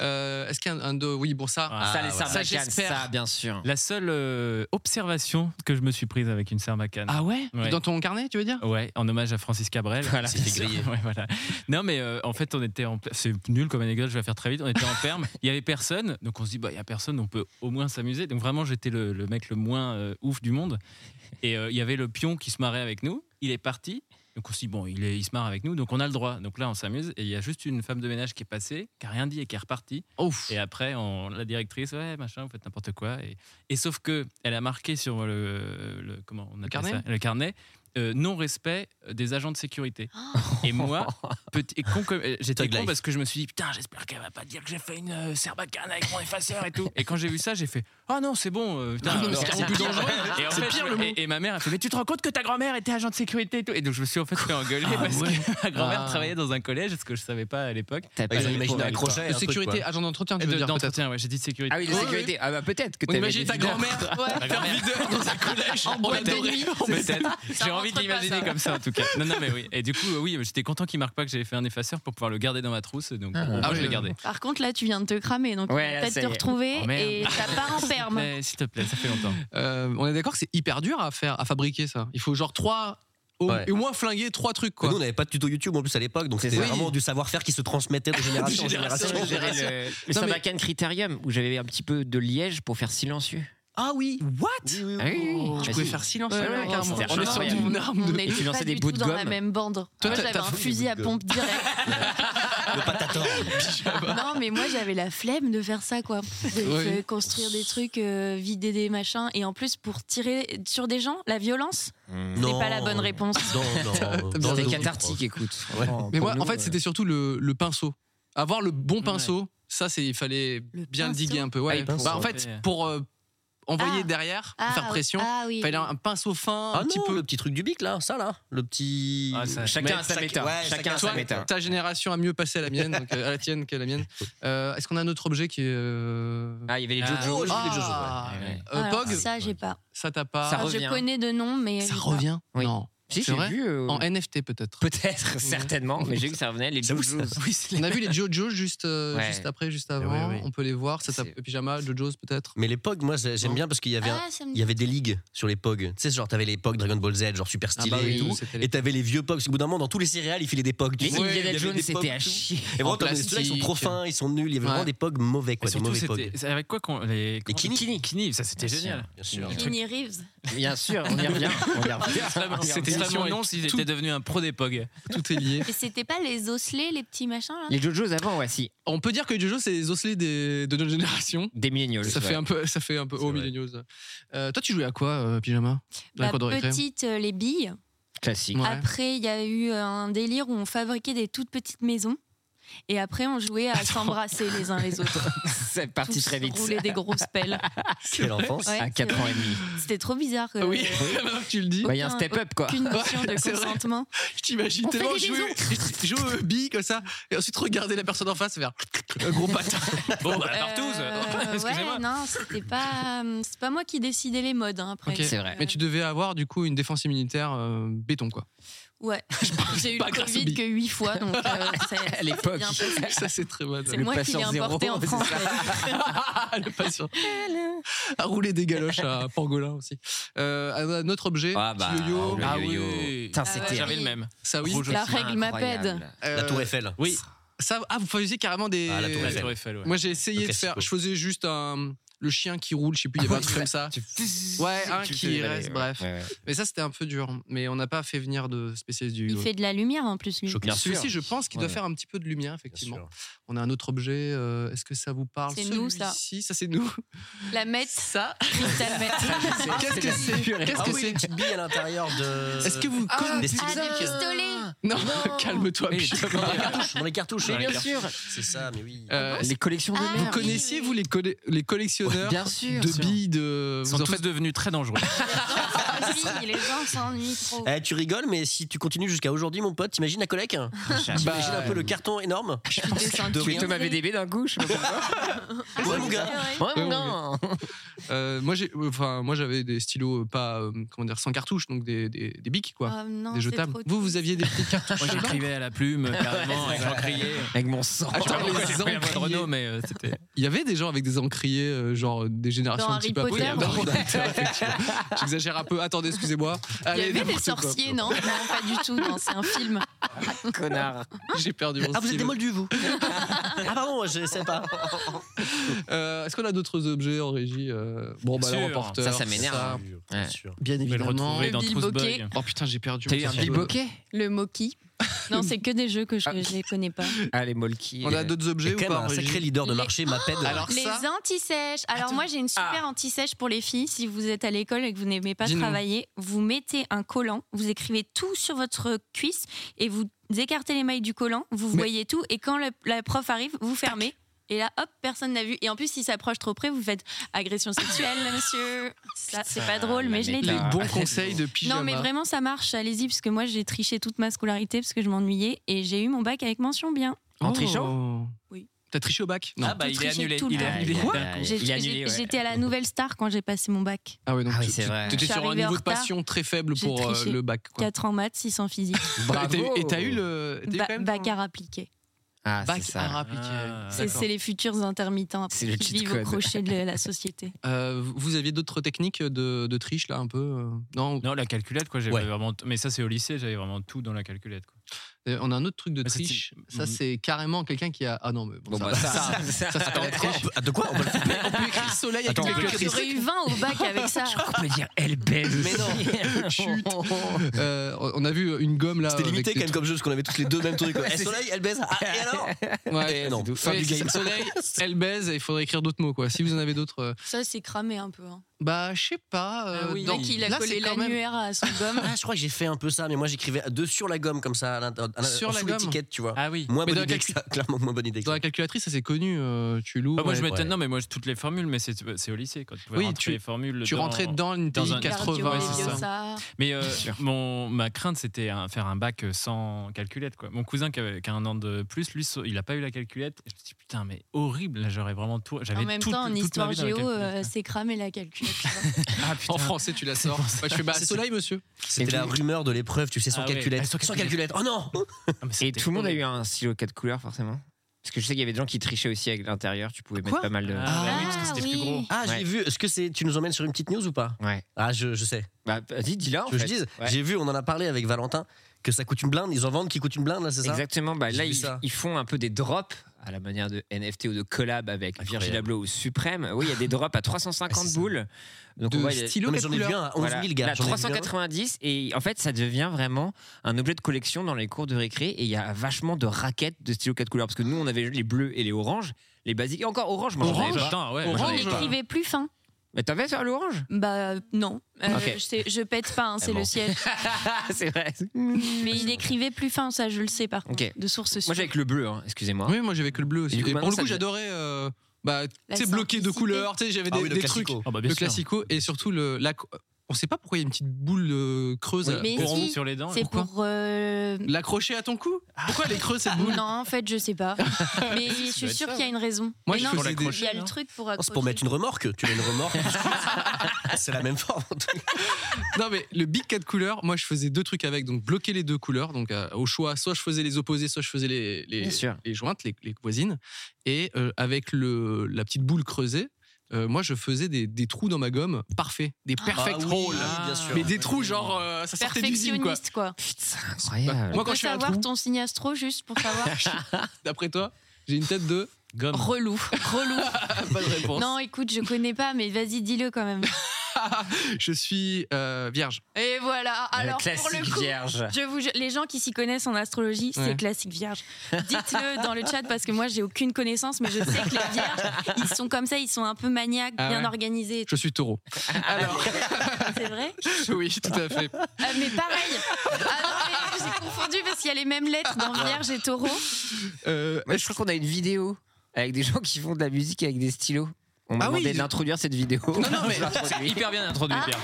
Euh, Est-ce qu'il y a un, un de- Oui, bon ça.
Ah,
ça, les
voilà.
Sarbacane,
j'espère.
ça, bien sûr.
La seule euh, observation que je me suis prise avec une sarbacane.
Ah ouais,
Ouais.
Dans ton carnet, tu veux dire
Ouais, en hommage à Francis Cabrel.
Voilà.
C'était grillé. Ouais, voilà. Non, mais euh, en fait, on était en. pla- C'est nul comme anecdote, je vais la faire très vite. On était en ferme, il y avait personne. Donc on se dit, bah, il y a personne, on peut au moins s'amuser. Donc vraiment, j'étais le, le mec le moins euh, ouf du monde. Et euh, il y avait le pion qui se marrait avec nous. Il est parti. Donc on se dit, bon, il, est, il se marre avec nous, donc on a le droit. Donc là, on s'amuse. Et il y a juste une femme de ménage qui est passée, qui a rien dit et qui est repartie.
Ouf.
Et après, on, la directrice, ouais, machin, vous faites n'importe quoi. Et, et sauf que elle a marqué sur le, le- comment on appelle
carnet
ça le carnet. euh, non-respect des agents de sécurité. Et moi, petit, et con comme- euh, j'étais
Thug
con
life.
parce que je me suis dit, putain, j'espère qu'elle va pas dire que j'ai fait une euh, serbacane avec mon effaceur et tout. Et quand j'ai vu ça, j'ai fait, ah non, c'est bon, euh, putain,
Ah non, mais
alors,
c'est carrément plus
pire.
dangereux.
Et en
C'est
fait,
pire,
je-
le mot.
et, et ma mère, elle fait, mais tu te rends compte que ta grand-mère était agent de sécurité et tout. Et donc je me suis en fait fait engueuler parce que ma grand-mère
Ah.
travaillait dans un collège, ce que je savais pas à l'époque.
T'as pas
Ils ont
le
imaginé
courage.
un crochet. un
De
truc,
sécurité,
quoi.
agent d'entretien, tu veux
Euh, De-
dire peut-être.
D'entretien, ouais, j'ai dit de sécurité. Oh,
Ah oui, la sécurité. Ah bah peut-être
On
que t'avais
imagine
des
ta
videurs.
grand-mère faire
grand-mère.
videur dans un collège. On
boîte de
adorait.
nuit.
On mettait-
Peut-être. J'ai envie
rentre
de l'imaginer
pas, Ah, ça.
comme ça en tout cas. Non, non, mais oui. Et du coup, euh, oui, j'étais content qu'il marque pas que j'avais fait un effaceur pour pouvoir le garder dans ma trousse. Donc,
Ah.
au moins,
Ah
je
oui.
l'ai gardé.
Par contre, là, tu viens de te cramer, donc
Ouais,
on va
là,
peut-être
ça
te
y est.
retrouver
Oh, merde.
et ça part en perme.
Mais S'il te plaît, ça fait longtemps.
Euh, on est d'accord que c'est hyper dur à faire, à fabriquer ça. Il faut genre trois, au,
Ouais.
et au moins flinguer trois trucs
Mais
quoi.
Nous, on n'avait pas de tuto YouTube en plus à l'époque, donc
C'est
c'était
ça.
vraiment du savoir-faire qui se transmettait de génération en
génération en
génération.
J'avais
génération.
le, le
Non, mais-
Sarbacane Criterium où j'avais un petit peu de liège pour faire silencieux.
Ah oui. What
Ah oui, oui, oui.
Tu pouvais faire silence.
Ouais,
alors,
ouais,
carrément.
c'était
On est sur
incroyable.
une arme de.
On est
tu lançais
pas
des
du
bouts
tout
de
dans la
gomme.
même bande.
Toi,
moi,
t'as-
j'avais
t'as
un
fait des
fusil
bouts
à
de
pompe direct.
Le patator.
non, mais moi, j'avais la flemme de faire ça, quoi. De,
Ouais.
de construire des trucs, euh, vider des machins. Et en plus, pour tirer sur des gens, la violence, c'est
Non.
pas la bonne réponse.
Non, non.
C'était
Non,
C'était
non,
cathartique, écoute.
Ouais.
Enfin,
Mais
pour
moi, en
nous,
fait,
euh,
c'était surtout le, le pinceau. Avoir le bon
Ouais.
pinceau, ça, c'est il fallait
Le
bien le
pinceau
diguer un peu.
Ah,
Ouais.
le pinceau.
Bah, en fait, pour euh, envoyer
Ah.
derrière, pour faire
oui.
pression,
Ah oui.
il fallait un pinceau fin,
Ah
un petit
non,
peu.
le petit truc du bic là, ça là, le petit.
Ah, ça-
Chacun
Mais
a sa
chaque-
méta.
ouais,
chacun a
chacun
sa
a sa
méta.
Ta génération a mieux passé à la mienne, donc, euh, à la tienne qu'à la mienne. Euh, Est-ce qu'on a un autre objet qui est. euh,
Ah, il y avait les
Ah,
Jojo.
oh, j'ai des Jojo,
Ah,
ouais. Ouais.
euh,
Alors,
Pog,
Ça, j'ai pas.
ça t'a pas.
Ça
Enfin,
revient.
Je connais de nom, mais.
Ça
j'ai pas.
revient
Oui.
Non.
Si,
C'est
j'ai
vrai
vu. euh,
En NFT peut-être.
Peut-être, certainement. Mais j'ai vu que ça revenait, les
J'avoue,
Jojo.
ça-
On a vu les JoJo juste, euh,
Ouais.
juste après, juste avant.
oui, oui.
On peut les voir. Ça tape
C'est-
pyjama, JoJo's peut-être.
Eh Mais les POG, moi j'ai- j'aime
Non.
bien parce qu'il y avait, un-
Ah, ça me
il y avait des ligues sur les POG. Tu sais, genre t'avais les POG Dragon Ball Z, genre super stylé
bah oui,
et tout.
c'était les-
Et t'avais les vieux POG, parce qu'au bout d'un moment, dans tous les céréales, ils filaient des POG. tu
Les
sais. Il y
Indiana
avait
Jones,
des POG
c'était à
tout.
chier.
Et
En
vraiment, t'avais ceux-là, ils sont trop
plastique.
fins, ils sont nuls. Il y avait
Ouais.
vraiment des POG mauvais,
Et
quoi. Des
surtout,
mauvais
c'était
POG.
c'est avec quoi qu'on les
Les Kini.
Kini, ça c'était
Bien
génial.
Bien sûr.
Kenny Reeves.
Bien sûr, on y revient. On y revient.
C'était
L'émission
vraiment
est
non si j'étais devenu un pro des POG.
Tout est lié.
Et c'était pas les osselets, les petits machins, là
Les Jojos avant, ouais, si.
On peut dire que les JoJo, c'est les osselets des- de notre génération.
Des milléniaux.
Ça fait, un peu, ça fait un peu
C'est
oh
vrai.
millennials. Euh, toi, tu jouais à quoi, euh, Pyjama Dans la
Bah,
cour de récré
Petite, euh, les billes.
Classique.
Ouais.
Après, il y a eu euh, un délire où on fabriquait des toutes petites maisons. Et après, on jouait à s'embrasser les uns les autres.
C'est parti
Tous
très vite.
Rouler des grosses pelles.
Quelle enfance.
Ouais,
à
c'est
4 ans
vrai.
et demi.
C'était trop bizarre. euh,
Oui, maintenant que tu le dis,
Il y a un
Aucun-
step-up, quoi.
Qu'une notion
Ouais,
de
c'est vrai.
consentement.
je t'imagine
On fait
tellement
des
jouer, jouer au billes comme ça, et ensuite regarder la personne en face et faire un gros patin.
Bon, bah,
Euh,
partouze
ouais,
Excusez-moi
non, c'était pas, euh, c'est pas moi qui décidais les modes hein, après.
Ok.
C'est vrai.
Mais tu devais avoir du coup une défense immunitaire euh, béton, quoi.
Ouais. J'ai eu
pas
le
grâce aux
Covid
billes.
que 8 fois, donc euh, c'est-
À l'époque.
bien passé.
Ça, c'est très mal.
c'est
Le
moi qui l'ai
patient zéro,
importé en
c'est
France.
Ah, le patient. À rouler des galoches à Pangolin aussi. Euh, un autre objet,
Ah, bah,
petit yo-yo.
le
Ah
yo-yo.
oui
Putain,
Ah
c'était-
J'avais le même.
Ça, oui.
Rouge
La
aussi.
règle m'appelle.
Incroyable.
Euh,
La Tour Eiffel.
Oui,
ça, ah, vous faisiez carrément des.
Ah, la Tour
la
Eiffel.
Tour Eiffel, ouais.
Moi, j'ai essayé de
Le
faire.
classico.
Je faisais juste un. Le chien qui roule, je sais plus, il y avait un truc comme ça.
Tu-
Ouais, un
tu
qui
fais-
reste,
ouais,
bref.
ouais, ouais.
Mais ça, c'était un peu dur. Mais on n'a pas fait venir de spécialiste du
Il
yo
fait de la lumière en plus, lui.
Choqué.
Bien sûr.
Celui-ci, je pense qu'il doit
Ouais.
faire un petit peu de lumière,
Bien
effectivement.
sûr.
On a un autre objet. euh, Est-ce que ça vous parle
C'est nous, ça.
Celui-ci, ça, c'est nous.
La mette,
Ça,
Crystal Ah, Met.
qu'est-ce que c'est Qu'est-ce
Ah
que
oui, les
c'est
petites billes à l'intérieur de.
Est-ce que vous
Ah,
connaissez-
des
Ah,
styles
des pistolets
Non, calme-toi,
Oui,
Pierre.
dans les cartouches, dans les cartouches.
Mais
dans les
bien
cartouches.
sûr.
C'est ça, mais oui.
Euh,
Les collections de
Ah,
livres.
vous connaissiez, vous, les, colle- les collectionneurs
Bien sûr.
de billes de.
Ils
Vous
sont
en
tous
faites-
devenus très dangereux.
Ah,
Oui, les gens s'ennuient trop.
Eh, tu rigoles, mais si tu continues jusqu'à aujourd'hui, mon pote, t'imagines la collecte
Ah,
T'imagines un peu le carton énorme
Tu es Thomas VDB d'un coup, je sais pas pourquoi.
Ouais, mon gars.
Ah, Ouais, ouais.
Ouais,
mon
mon gars.
Euh, moi, j'ai- enfin, moi, j'avais des stylos euh, pas, euh, comment dire, sans cartouche, donc des, des, des bics, quoi.
Ah, non,
des
c'est
jetables.
trop
Vous, vous
triste.
aviez des petites cartouches.
Moi,
dedans
j'écrivais à la plume, carrément, avec Ah, Jean Crier.
Avec mon sang.
Je sais pas
Attends,
pourquoi
les
j'ai pris la voix de
encriers.
Renaud, mais euh, c'était.
Il y avait des gens avec des encriers, euh, genre euh, des générations
Dans
un petit
Harry
peu après.
Potter,
Dans Harry Potter, effectivement. J'exagère un peu. Attendez, excusez-moi.
Il y
Allez,
avait des
n'importe quoi.
sorciers, non Non, pas du tout, non, c'est un film.
Connard.
J'ai perdu mon
Ah, vous êtes
stylo.
des moldus, vous Ah, pardon, je sais pas.
Euh, Est-ce qu'on a d'autres objets en régie Euh, Bon,
Bien
bah, le
sûr.
rapporteur.
Ça, ça m'énerve.
ça.
Ouais.
Bien sûr.
Bien
Je vais le
évidemment.
retrouver dans
Bill
Trousse
Bocquet.
Bug.
Oh putain, j'ai perdu.
T'as
mon
eu un
stylo.
Bill Bokeh
Le Moki. Non, c'est que des jeux que je
Ah.
ne les connais pas.
Ah, les Molki.
On a d'autres
J'ai
objets ou
quand même
pas en
un
régie
sacré leader de
Les-
marché, ma pède.
Alors
Les
ça, Ah.
anti-sèches. Alors moi j'ai une super anti-sèche pour les filles. Si vous êtes à l'école et que vous n'aimez pas
Dis-nous.
travailler, vous mettez un collant, vous écrivez tout sur votre cuisse et vous écartez les mailles du collant, vous
Mais-
voyez tout et quand le- la prof arrive, vous fermez. Et là, hop, personne n'a vu. Et en plus, s'il s'approche trop près, vous faites agression sexuelle, monsieur. Ça, c'est pas drôle, mais je l'ai
méta.
dit.
les
Ah,
bons
c'est
conseils de pyjama.
Non, mais vraiment, ça marche. Allez-y, parce que moi, j'ai triché toute ma scolarité parce que je m'ennuyais et j'ai eu mon bac avec mention bien.
En
Oh.
trichant
Oui.
T'as triché au bac Non.
Ah, bah, il est
triché
annulé.
tout le
Il est
temps.
annulé.
Quoi
d'un coup.
J'ai-
Il a annulé,
j'ai-
ouais.
J'étais à la nouvelle star quand j'ai passé mon bac.
Ah oui, donc
Ah oui,
tu-
c'est
tu-
vrai.
t'étais
Je suis
sur un
arrivée en
niveau de
retard.
passion très faible
J'ai
pour euh,
triché.
le bac. Quoi.
4 en maths, 6 en physique.
Et t'as eu- Et t'as eu le. euh, t'as eu
Ba-
quand même ton-
bac à appliquer.
Ah, c'est
bac
ça.
à appliquer.
Ah,
C'est
D'accord.
c'est les futurs intermittents
C'est le
qui
cheat
vivent
code.
au crochet de la société.
Euh, vous aviez d'autres techniques de, de triche là un peu euh, Non,
Non, la calculette, quoi. J'avais
Ouais.
vraiment. t- Mais ça, c'est au lycée, j'avais vraiment tout dans la calculette. quoi.
euh, on a un autre truc de
Ah, c'est-
triche. Ça
Mhm.
c'est carrément quelqu'un qui a ah non mais bon,
Bon,
ça,
bah, ça,
ça,
ça,
ça, c'est pas la triche.
Ah, De quoi On peut le couper
On peut écrire soleil avec
Attends,
des
on peut
queues
écrire
tristes.
J'aurais eu 20 au bac avec ça.
On peut dire elle baise.
Mais non. Chut. Euh, on a vu une gomme là.
C'était limité
avec des
quand même comme jeu, parce qu'on avait tous les deux mêmes trucs. quoi. Eh, soleil, elle baise. Ah, et alors
trucs. Ouais.
Eh, non.
Fin du game. Soleil, elle baise et il faudrait écrire d'autres mots quoi. Si vous en avez d'autres, euh,
Ça, c'est cramé un peu. Hein.
bah je sais pas. euh,
Le
dans-
mec, Ah, il a
là,
collé
c'est quand même-
l'annuaire à son gomme.
Ah, je crois que j'ai fait un peu ça, mais moi j'écrivais deux sur la gomme comme ça, à l'intérieur- à
Sur
Ah en
la
dessous
gomme.
l'étiquette, tu vois.
Ah oui.
Moins
Mais
bonne
dans la
idée que ça, clairement moins bonne idée. que
Dans
ça.
la calculatrice, ça c'est connu. euh, tu loues.
Bah, moi, je
Ouais,
mettais.
ouais.
Non, mais moi, toutes les formules, mais c'est- c'est au lycée. Quand tu pouvais
Oui,
rentrer
tu-
les formules.
Tu
dans-
rentrais dans une
dans un-
TI 80.
Ouais, c'est ça.
ça.
Mais euh, mon, ma crainte, c'était un- faire un bac euh, sans calculette. Quoi. Mon cousin qui, avait- qui a un an de plus, lui, so- il n'a pas eu la calculette. Et je me suis dit, putain, mais horrible, là, j'aurais vraiment tout. J'avais
En même
toute-
temps, en
toute ma
histoire
vie dans la
géo,
calculette.
euh, c'est cramé la calculette.
Ah, putain.
En français, tu la sors. Ouais, je fais bah,
C'est-
soleil, monsieur.
C'était
Et
la
vous-
rumeur de l'épreuve, tu sais, sans
Ah ouais.
calculette.
Ah, sans
Sans calculette. Oh non
Ah, mais
Et
c'était
tout le monde a
horrible.
eu un stylo 4 couleurs, forcément. Parce que je sais qu'il y avait des gens qui trichaient aussi avec l'intérieur. Tu pouvais mettre
Quoi
pas mal de.
Ah,
Ah,
bah oui, parce que c'était plus gros.
Ah,
Ouais.
j'ai vu. Est-ce que c'est tu nous emmènes sur une petite news ou pas
Ouais.
Ah, je, je sais.
Bah, vas-y, dis-la. en
Tu veux que
fait.
je dise
Ouais.
J'ai vu, on en a parlé avec Valentin, que ça coûte une blinde. Ils en vendent qui coûte une blinde, là, c'est ça
Exactement. Bah,
J'ai
là,
vu
ils,
ça.
ils font un peu des drops à la manière de NFT ou de collab avec
Incroyable.
Virgil Abloh ou Suprême. Oui, il y a des drops à 350
Ouais, c'est ça.
boules. Donc,
De
on voit, il y a-
stylo
Non, mais
quatre
j'en ai vu
couleurs.
un à 11 000,
Voilà.
gars.
Là,
J'en ai vu un.
390 et en fait ça devient vraiment un objet de collection dans les cours de récré et il y a vachement de raquettes de stylos 4 couleurs parce que nous on avait les bleus et les oranges, les basiques et encore orange moi j'en avais
Orange
pas.
Attends, ouais,
Orange,
j'en
On
avais pas.
écrivait plus fin.
Mais t'avais sur l'orange
Bah non, Euh,
Ok.
je, sais- je pète pas, hein, c'est
bon.
le ciel.
Ah, C'est vrai.
Mais il écrivait plus fin, ça je le sais par contre,
Ok.
de source
Moi
sûre.
j'avais avec le bleu, hein, excusez-moi.
Oui, moi j'avais que le bleu aussi.
Et du coup,
Et pour
maintenant,
le
ça
coup,
devient-
j'avais euh, bah,
La
tu sais, bloqué de
simplicité.
couleurs, tu sais, j'avais
Ah
des,
oui, le
des trucs.
classico.
Ah bah, bien
Le
sûr.
classico et surtout le. La... On sait pas pourquoi il y a une petite boule euh, creuse.
Oui, mais
pour-
si.
sur les dents.
C'est
Pourquoi
pour. euh,
L'accrocher à ton cou Pourquoi elle est creuse cette boule
Non, en fait, je sais pas. Mais je suis
doit être
sûre
ça,
qu'il y a une raison.
Moi,
Mais
je
non,
faisais
parce
des- Oh,
qu'il y a le
hein.
truc pour.
Non, c'est pour mettre une remorque. Tu mets une remorque. c'est la même forme.
Non, mais le big quatre couleurs, moi je faisais deux trucs avec, donc bloquer les deux couleurs. Donc euh, au choix, soit je faisais les opposés, soit je faisais les, les,
Bien sûr.
les jointes, les, les voisines. Et euh, avec le, la petite boule creusée, euh, moi je faisais des, des trous dans ma gomme parfaits, des perfect
Ah oui,
rolls.
oui, bien sûr.
Mais des trous genre euh, ça sortait d'usine quoi.
Perfectionniste, quoi.
Putain,
Bah,
incroyable.
moi quand
Faut
je fais un
savoir
trou,
ton signe astro juste pour savoir.
d'après toi, j'ai une tête de
Gomme.
Relou, relou.
pas de réponse.
Non, écoute, je connais pas, mais vas-y, dis-le quand même.
Je suis euh, vierge.
Et voilà. Alors pour
classique
le coup,
vierge.
je vous, je- les gens qui s'y connaissent en astrologie,
Ouais.
c'est classique vierge. Dites-le dans le chat parce que moi, j'ai aucune connaissance, mais je sais que les vierges, ils sont comme ça, ils sont un peu maniaques,
Ah
bien
ouais.
organisés.
Je suis taureau. Alors
C'est vrai.
oui, tout à fait.
Euh, mais pareil. Ah non, mais j'ai confondu parce qu'il y a les mêmes lettres dans Vierge et Taureau.
Euh,
Moi, je crois qu'on a une vidéo avec des gens qui font de la musique avec des stylos. On m'a
Ah oui,
demandé
ils-
d'introduire cette vidéo. Non, non, mais
C'est hyper bien introduit,
Ah.
Pierre.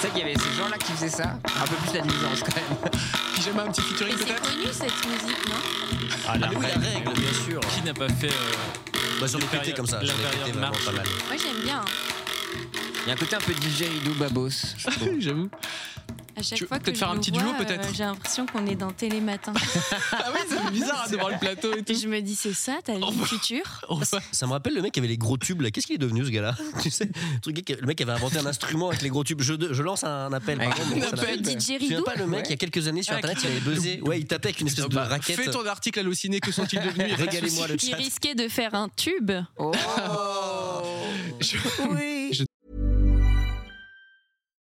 c'est qu'il y avait ces gens-là qui faisaient ça. Un peu plus la nuisance quand même.
puis j'aime un petit
Mais
featuring
c'est
peut-être.
connu cette musique, non
Ah, la
Ah oui, la
règle.
règle, bien sûr.
Qui n'a pas fait. euh,
Bah, j'en ai
L'intérieur-
pété comme ça. J'en ai pété
l'intérieur
vraiment
marche.
pas mal.
Moi j'aime bien. hein.
Il y a un côté un peu didgeridoo babos. je trouve.
J'avoue.
À chaque
Tu veux
fois que
peut-être
je
faire un
le
petit duo,
vois, euh,
peut-être
J'ai l'impression qu'on est dans Télématin.
Ah oui, c'est
hein,
bizarre devant le plateau et
Et
tout.
je me dis, c'est ça ta vie
Enfin.
future
Oh, bah.
Ça me rappelle le mec qui avait les gros tubes là. Qu'est-ce qu'il est devenu ce gars-là Tu sais, le, truc, le mec avait inventé un instrument avec les gros tubes. Je, je lance un appel.
Avec
pardon, mais ça
appel.
n'a-
Le
Tu
didgeridoo
souviens pas le mec il y a quelques années sur
Ah,
internet
qui
il avait buzzé. Ouais, il tapait avec une espèce de
Bah,
raquette.
Fais ton article halluciné, que sont-ils devenus Y a pas de
Régalez-moi le
souci.
qui
chat.
risquait de faire un tube.
Oh.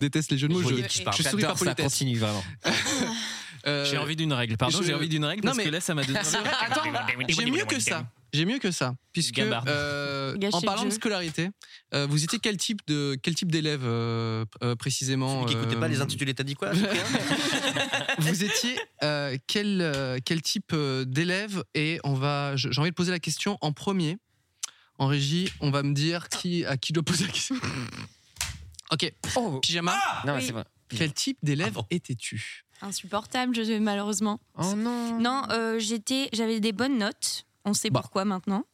Je déteste les jeux de mots. Je,
voyais de
je,
qui parle.
souris par
J'adore ça,
politesse.
continue vraiment.
Euh,
J'ai envie d'une règle. Pardon,
je-
j'ai envie d'une règle
Non,
parce que
mais-
là, ça m'a donné.
Attends, j'ai mieux que ça. J'ai mieux que ça, puisque
Gabard.
euh,
Gâcher
en
le
parlant de
jeu.
scolarité, euh, vous étiez quel type de quel type d'élève euh, p- euh, précisément
Celui qui écoutait
euh,
pas les intitulés, t'as dit quoi
Vous étiez euh, quel euh, quel type euh, d'élève Et on va, je- j'ai envie de poser la question en premier. En régie, on va me dire qui à qui je dois poser la question. Ok,
Oh.
pyjama.
Ah.
Non, mais
Oui.
c'est vrai.
Quel type d'élève
Ah bon.
étais-tu
Insupportable, je malheureusement.
Oh non.
Non, euh, j'étais, j'avais des bonnes notes. On sait
Bah.
pourquoi maintenant.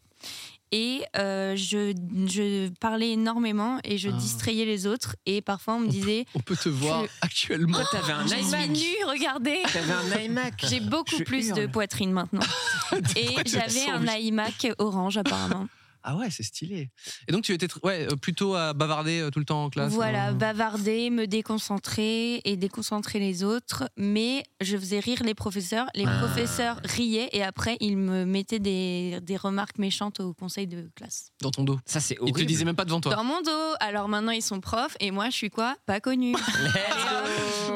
Et euh, je, je parlais énormément et je
Ah.
distrayais les autres. Et parfois, on me disait
On peut te voir
Je-
actuellement.
Toi, Oh, t'avais un
Je suis
iMac.
nue, regardez
T'avais un iMac.
J'ai beaucoup
Je
plus de
hurle.
poitrine maintenant. Et j'avais un iMac orange apparemment.
Ah ouais, c'est stylé. Et donc tu étais tr- ouais, euh, plutôt à bavarder euh, tout le temps en classe.
voilà, bah-
hein.
bavarder, me déconcentrer et déconcentrer les autres. Mais je faisais rire les professeurs. Les
Ah.
professeurs riaient et après, ils me mettaient des, des remarques méchantes au conseil de classe.
dans ton dos.
Ça, c'est
Il te
horrible.
disait même pas devant toi.
Dans mon dos Alors maintenant, ils sont profs et moi, je suis quoi Pas connue.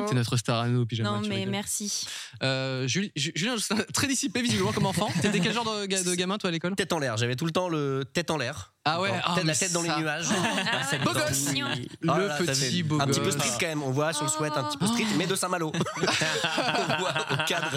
C'est notre star à nous, pyjama.
non,
tu
mais
rigoles.
merci.
Euh, Jul- Ju- Julien, c'est très dissipé visiblement comme enfant. T'étais quel genre de, ga- de gamin toi à l'école
Tête en l'air. J'avais tout le temps le tête en l'air.
Ah ouais,
Tête-
ah, mais
la tête dans
ça.
les nuages.
Ah ouais,
beau
c'est
gosse.
mignon.
Le
Oh là là, ça
petit
fait
beau
Un petit peu
gosse.
street quand même. On voit sur le sweat un petit peu street, mais de Saint-Malo. On voit au cadre.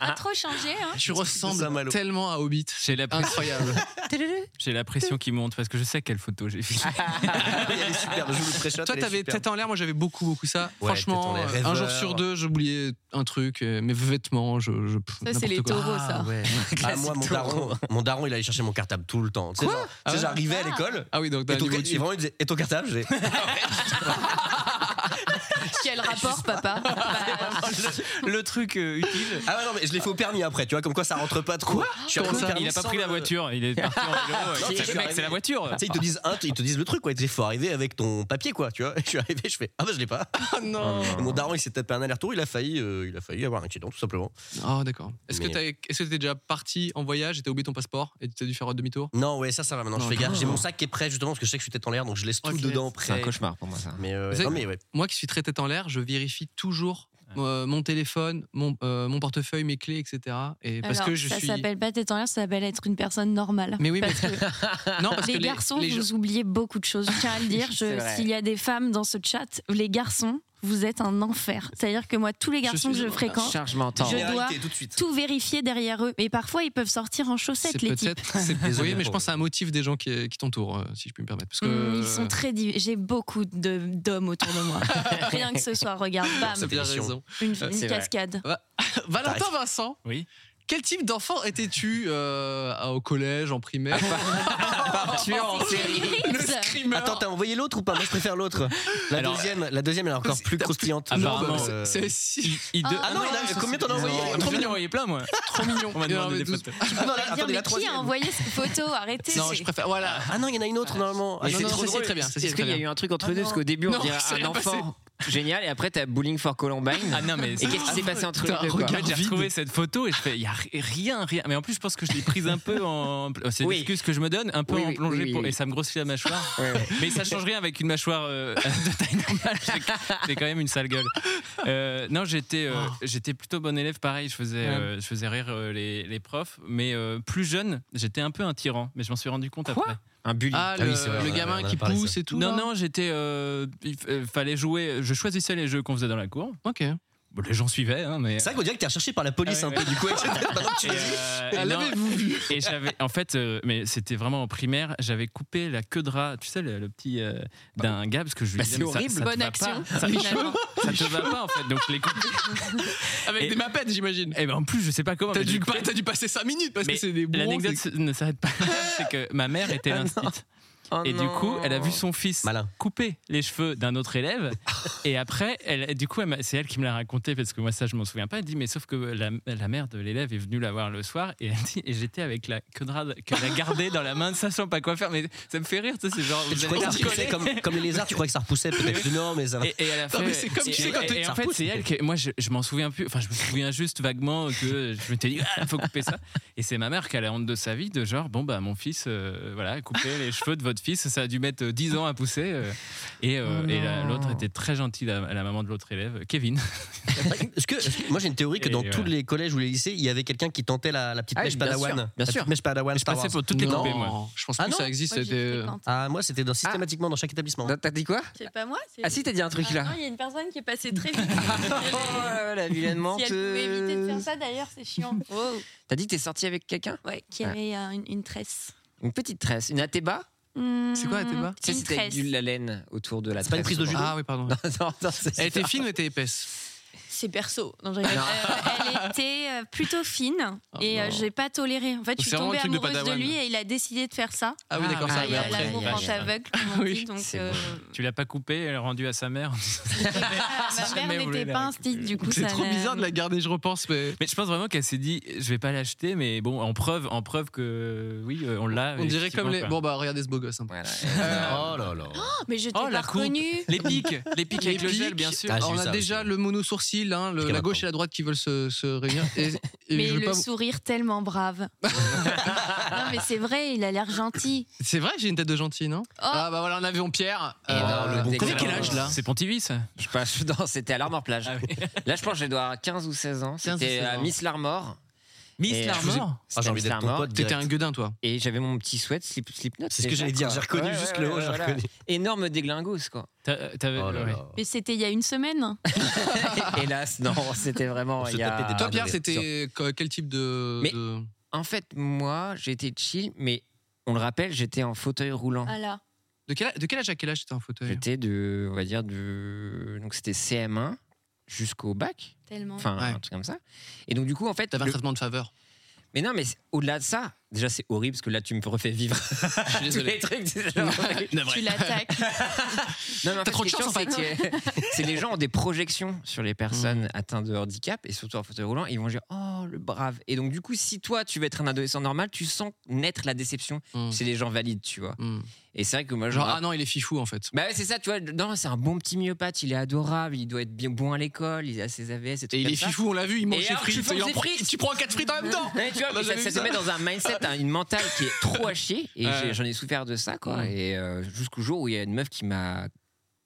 Pas trop changé, hein
Tu
Saint-Malo.
ressembles Ah. tellement à Hobbit.
J'ai la, pression-
Incroyable.
j'ai la pression qui monte parce que je sais quelle photo j'ai fait.
Il y a des superbes. Je vous le
Toi,
pré-shot, elle est
t'avais
superbe.
tête en l'air, moi j'avais beaucoup, beaucoup ça.
Ouais,
Franchement,
tête en l'air,
euh, un jour
rêveur.
sur deux, j'oubliais un truc, euh, mes vêtements, je. je pff,
Ça,
n'importe
c'est les
quoi.
taureaux, ça.
ouais. Ah, moi, mon
Classique
daron, mon daron, il allait chercher mon cartable tout le temps. Tu sais, genre, tu sais,
Ah ouais
j'arrivais à l'école.
Ah oui, donc t'as
Et
un
ton,
niveau
et
au-dessus.
vraiment, il disait, et ton cartable J'ai-
Quel rapport, papa Bah,
le, le truc euh, utile.
Ah ouais, non, mais je l'ai fait au permis après, tu vois, comme quoi ça rentre pas trop. je suis
Comment
arrivé au
ça
permis
Il a pas
sans
pris la
le-
voiture, il est parti
Ah,
en vélo.
Non,
et
euh, je
c'est-
suis
mec,
arrivé-
C'est la voiture.
Tu sais, ils te disent un, ils te disent le truc, quoi. Ils te disent, faut arriver avec ton papier, quoi, tu vois. Je suis arrivé, je fais, ah bah je l'ai pas.
Oh non.
Et Mon daron, il s'est tapé un aller-retour, il a failli, euh, il a failli avoir un accident, tout simplement.
Oh d'accord. Est-ce que
Mais-
t'as- est-ce que t'es déjà parti en voyage et t'as oublié ton passeport et t'as dû faire un demi-tour
Non, ouais, ça, ça va maintenant.
Non,
je fais gaffe.
non.
J'ai mon sac qui est prêt justement parce que je sais que je suis tête en l'air, donc je laisse tout
Ok.
dedans
C'est un
prêt.
cauchemar pour moi, ça.
Mais euh,
Vous savez-
non, mais ouais.
Moi qui suis très tête en l'air, je vérifie toujours euh, mon téléphone, mon, euh, mon portefeuille, mes clés, etc. Et parce
alors,
que je
ça
suis.
s'appelle pas tête en l'air, ça s'appelle être une personne normale.
Mais oui, mais-
Parce que
non parce
les
que les
garçons,
les gens-
vous oubliez beaucoup de choses. Je tiens à le dire.
C'est
je-
vrai.
S'il y a des femmes dans ce chat, les garçons, vous êtes un enfer. C'est-à-dire que moi, tous les garçons
suis-
que je fréquente,
Charge mental.
Je
Généralité,
dois
tout de suite.
tout vérifier derrière eux. Mais parfois, ils peuvent sortir en
c'est
chaussettes, les types.
peut-être. c'est-
Désolé
Oui, mais je
pour-
pense à un motif des gens qui, qui t'entourent, euh, si je puis me permettre. Parce que
Mmh, ils sont très div- J'ai beaucoup de- d'hommes autour de moi. Rien que ce soir, regarde, bam,
T'as bien
Définition.
raison.
une,
C'est
une
vrai.
cascade.
Valentin Vincent,
Oui.
quel type d'enfant étais-tu euh, à- au collège, en primaire
Ah,
Le screamer.
Attends, t'as envoyé l'autre ou pas Moi, je préfère l'autre. La
Alors,
deuxième, la deuxième, elle est encore plus croustillante.
Non,
apparemment,
bah,
Euh,
c'est- c'est si.
Il- de-
Ah non, il a- combien t'en as envoyé
Non, Trop mignon, envoyé plein, moi. Trop mignon. On m'a
Non, mais
demandé des
douze-
photos.
Ah non,
Dire,
attendez,
mais
la
qui a
troisième.
envoyé cette photo Arrêtez.
Non, je préfère. Voilà.
Ah non, il y en a une autre normalement.
Ah,
Et
non,
c'est
non,
trop
ça, c'est
drôle.
très bien. ça, c'est
Est-ce
très
qu'il y a
bien. Ah,
eu un truc entre les deux Parce qu'au début, on
Non,
dirait
c'est
un
rien
enfant génial, et après, t'as Bowling for Columbine.
Ah non, mais
Et qu'est-ce qui s'est passé entre les
T'as un
deux quoi
En fait, j'ai
Vide.
retrouvé cette photo et je fais, il n'y a ri- rien, rien. Mais en plus, je pense que je l'ai prise un peu en. C'est
Oui.
l'excuse que je me donne, un peu
Oui,
en
oui,
plongée
oui, oui,
pour-
oui.
et ça me grossit la mâchoire.
Ouais, ouais.
Mais ça change rien avec une mâchoire euh, de taille normale. C'est- C'est quand même une sale gueule. Euh, non, j'étais euh,
Ah.
j'étais plutôt bon élève. Pareil, je faisais, euh, je faisais rire euh, les, les profs. Mais euh, plus jeune, j'étais un peu un tyran. Mais je m'en suis rendu compte après.
Un bully.
Ah,
Ah
le,
oui, c'est vrai,
le
on en a-
gamin
on en a
qui
parlé,
pousse et tout.
non,
là.
non, j'étais. euh, il f- euh, fallait jouer. Je choisissais les jeux qu'on faisait dans la cour.
Ok.
Bon, les gens suivaient, hein, mais.
C'est vrai qu'on dirait que t'es recherché par la police
Ah
un
ouais,
peu du coup. Maintenant que tu
Et,
le dis.
euh,
Ah,
non,
L'avez-vous vu
Et j'avais, en fait, euh, mais c'était vraiment en primaire, j'avais coupé la queue de rat, tu sais, le, le petit euh, d'un gars, parce que je lui
Bah,
disais,
c'est
mais ça-
horrible.
ça, te
Bonne
va
action.
pas, ça, te va
finalement.
pas, ça te va pas, en fait. Donc, je l'ai coupé.
Avec
Et-
des mapettes, j'imagine.
Et ben, en plus, je sais pas comment.
T'as
mais
dû,
j'ai coupé.
pas- t'as dû passer 5 minutes parce
Mais
que c'est des bourrons.
L'anecdote
c'est- Ah
se- ne s'arrête pas là, c'est que ma mère était instite.
Oh
et du coup, elle a vu son fils
Malin.
couper les cheveux d'un autre élève. et après, elle, du coup, elle m'a- c'est elle qui me l'a raconté parce que moi, ça, je m'en souviens pas. Elle dit, mais sauf que la, la mère de l'élève est venue la voir le soir et elle dit, et j'étais avec la queue de rat qu'elle a gardée dans la main, ne sachant pas quoi faire. Mais ça me fait rire, tu sais, c'est genre,
Et tu
vous
croyais
allez
que ça repoussait
recoller.
comme, comme les lézards, tu croyais que ça repoussait peut-être Non, mais ça va.
Et, et elle a fait.
Non, mais c'est comme-
et-
tu sais, quand
et-
t'es-
et
ça
en fait,
repousse.
c'est elle que moi, je, je m'en souviens plus. Enfin, je me souviens juste vaguement que je m'étais dit, ah, faut couper ça. Et c'est ma mère qui a la honte de sa vie, de genre, bon bah mon fils, euh, voilà, coupez les cheveux de votre fils, ça a dû mettre euh, 10 ans à pousser. euh. et euh, et la- l'autre était très gentille, la, la maman de l'autre élève, Kevin.
Est-ce que, est-ce que- moi j'ai une théorie que
Et
dans
voilà.
tous les collèges ou les lycées, il y avait quelqu'un qui tentait la, la petite
Ah,
mèche
bien sûr,
padawan.
bien
la
sûr.
Petite mèche padawan, Star
passais
Wars.
pour toutes les
Non.
coupées, moi.
Je pense
Ah
que
non
ça existe.
Moi, j'y
c'était-
fréquente.
Ah, moi c'était dans- systématiquement dans chaque établissement.
T'as dit quoi
C'est pas moi c'est-
Ah si, t'as dit un truc
Ah
là.
non, il y a une personne qui est passée très vite.
Oh, la vilaine
si elle pouvait éviter de faire
menteuse.
ça, d'ailleurs, c'est chiant. Wow.
T'as dit que t'es sorti avec quelqu'un
Ouais, qui
Ouais.
avait euh, une, une tresse.
Une petite tresse, une athéba
C'est quoi, la Théba
Hmm, Mmh,
Tu sais,
Une
c'était avec
tresse.
du la laine autour de la
C'est pas une
tresse,
prise de
souvent.
Ah oui, pardon.
Non, non, non, c'est-
Elle était fine ou était épaisse
C'est perso. Non, je rigole. Euh, elle était euh, plutôt fine et euh,
non.
j'ai pas toléré. En fait, je
C'est
suis
vraiment
tombée
le truc de
amoureuse de,
Padawan.
lui et il a décidé de faire ça.
Ah oui,
Ah,
d'accord,
bah,
ça
Ah,
arrive
il y a
après.
l'amour
vache.
rend aveugle, comme on
Oui.
dit. Donc,
C'est
euh,
Tu l'as pas coupé, elle l'a rendu à sa mère.
ma
jamais
mère
voulu
n'était
la
pas un
récupérer.
stick, du coup.
C'est
ça
trop
n'a-
bizarre de la garder, je repense, mais.
Mais je pense vraiment qu'elle s'est dit, je vais pas l'acheter, mais bon, en preuve, en preuve que oui, euh, on l'a.
On dirait comme les.
effectivement,
Bon, bah, regardez ce beau gosse. un peu.
Voilà.
Oh là là.
Mais je t'ai
Oh,
pas
la coupe.
reconnue.
Les pics, les pics avec
Les
le gel,
pics.
bien sûr.
Ah, j'ai
Alors,
vu
on a
ça
déjà
aussi.
le monosourcil, hein, le-
Jusqu'à
la gauche
maintenant.
et la droite qui veulent se, se réunir. Et, et
Mais
je veux
le
pas vous-
sourire tellement brave. non, mais c'est vrai, il a l'air gentil. Oh
C'est vrai, j'ai une tête de gentil, non Ah bah voilà, un avion Pierre.
Et
Euh,
dans le
vous
bon
savez quel
coin.
âge là
C'est Pontivy, ça
Ah, Je passe dans, c'était à l'Armor Plage. Là, je pense que je dois avoir 15 ou 16 ans.
15 ou
C'était
16
à
ans.
Miss L'Armor. Et,
Miss
euh,
Larmor
Ah, j'ai envie
C'était
d'être
Miss
ton
Larmor.
pote.
T'étais
direct.
un gueudin, toi.
Et j'avais mon petit sweat, slip, slipknot.
C'est ce que
déjà,
j'allais dire,
quoi.
j'ai reconnu
Ouais,
juste
ouais,
le haut,
ouais,
j'ai
voilà.
reconnu.
Énorme déglingos, quoi.
T'as- t'avais-
Oh là
ouais.
là.
Mais c'était il y a une semaine.
Hélas, non, c'était vraiment.
On se
il y a-
tapait des Ah,
Toi, Pierre,
désolé.
c'était quoi- quel type de.
Mais-
de-
En fait, moi, j'étais chill, mais on le rappelle, j'étais en fauteuil roulant.
Voilà.
De quel, de quel âge à quel âge t'étais en fauteuil
J'étais de, on va dire, de. Donc, c'était CM1 jusqu'au bac.
Tellement.
Enfin,
Ouais.
un truc comme ça. Et donc, du coup, en fait.
T'avais un
le-
traitement de faveur.
Mais non, mais c'est- au-delà de ça, Déjà, c'est horrible parce que là, tu me refais vivre
Je suis
tous les
désolé.
trucs. du genre.
Non, vrai.
Tu l'attaques.
Non, mais en
T'as
fait,
trop de
ce qui est
chance, en
chiant, c'est que- c'est les gens ont des projections sur les personnes
Mm.
atteintes de handicap et surtout en fauteuil roulant. et ils vont dire oh le brave. Et donc du coup, si toi tu veux être un adolescent normal, tu sens naître la déception.
Mm.
C'est les gens valides, tu vois.
Mm.
Et c'est vrai que moi,
Genre,
genre,
ah non, il est fifou en fait.
bah ouais, c'est ça, tu vois. Non, c'est un bon petit myopathe. Il est adorable. Il doit être bien bon à l'école. Il a ses AVS et tout.
Et il est fifou, on l'a vu, il mange
Et
ses
alors, tu
frites.
manges
il en
ses
prend-
frites.
Tu prends 4 frites en même temps
Ouais, tu vois,
Non,
mais ça,
j'avais
ça
vu Ah.
te met dans un mindset, hein, une mentale qui est trop à chier. Et
Euh.
Ouais.
j'ai- j'en ai souffert de ça, quoi.
Ouais.
Et euh, jusqu'au jour où il y a une meuf qui m'a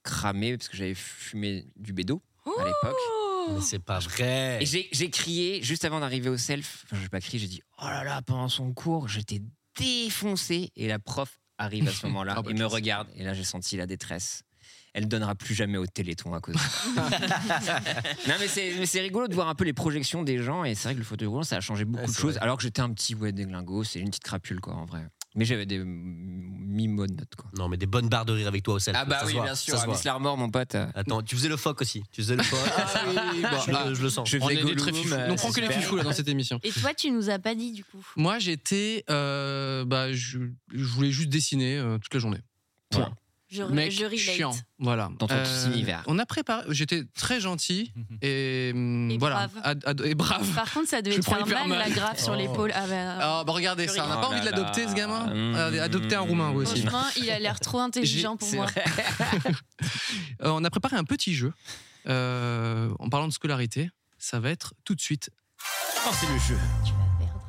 cramé parce que j'avais fumé du bédo à l'époque.
Oh Mais c'est pas vrai.
Et j'ai j'ai crié juste avant d'arriver au self. Enfin, j'ai pas crié, j'ai dit oh là là, pendant son cours, j'étais défoncé. Et la prof arrive à ce moment-là
Ah bah,
et me
classe.
regarde. Et là, j'ai senti la détresse. Elle donnera plus jamais au téléthon à cause de ça. non, mais c'est mais c'est rigolo de voir un peu les projections des gens. Et c'est vrai que le fauteuil roulant, ça a changé beaucoup
Ouais,
de
c'est
choses.
vrai.
Alors que j'étais un petit ouais déglingo, c'est une petite crapule, quoi, en vrai. Mais j'avais des mi-mode notes, quoi.
Non, mais des bonnes barres de rire avec toi au self.
Ah bah
ça se
oui,
voit,
bien
ça
sûr.
se voit.
Miss Larmor, mon pote. euh,
Attends, tu faisais le phoque aussi. Tu faisais le phoque.
Ah.
je,
bah,
le, je le sens.
Je
On
faisais
est des
Gollum,
très fifous.
euh,
On prend que les
super.
fifous là dans cette émission.
Et toi, tu nous as pas dit du coup.
Moi, j'étais. euh, bah, je, je voulais juste dessiner euh, toute la journée. Point.
Je,
Mec
je relate.
chiant. Voilà. Euh,
Dans ton petit univers.
On a préparé. J'étais très gentil et, hum,
Et
voilà
brave.
ad- ad- et brave.
Par contre, ça devait
Je
te
prends
faire
hyper
mal,
mal.
la grave sur
Oh.
l'épaule. Ah bah,
Ah bah regardez ça, on n'a
Oh
pas envie
là
de l'adopter
là.
ce gamin.
Mmh.
Euh, Adopter un roumain vous aussi.
franchement, il a l'air trop intelligent
J'ai-
pour
c'est
moi.
vrai. Euh, on a préparé un petit jeu euh, en parlant de scolarité. Ça va être tout de suite.
Oh, c'est le jeu.
Tu vas perdre.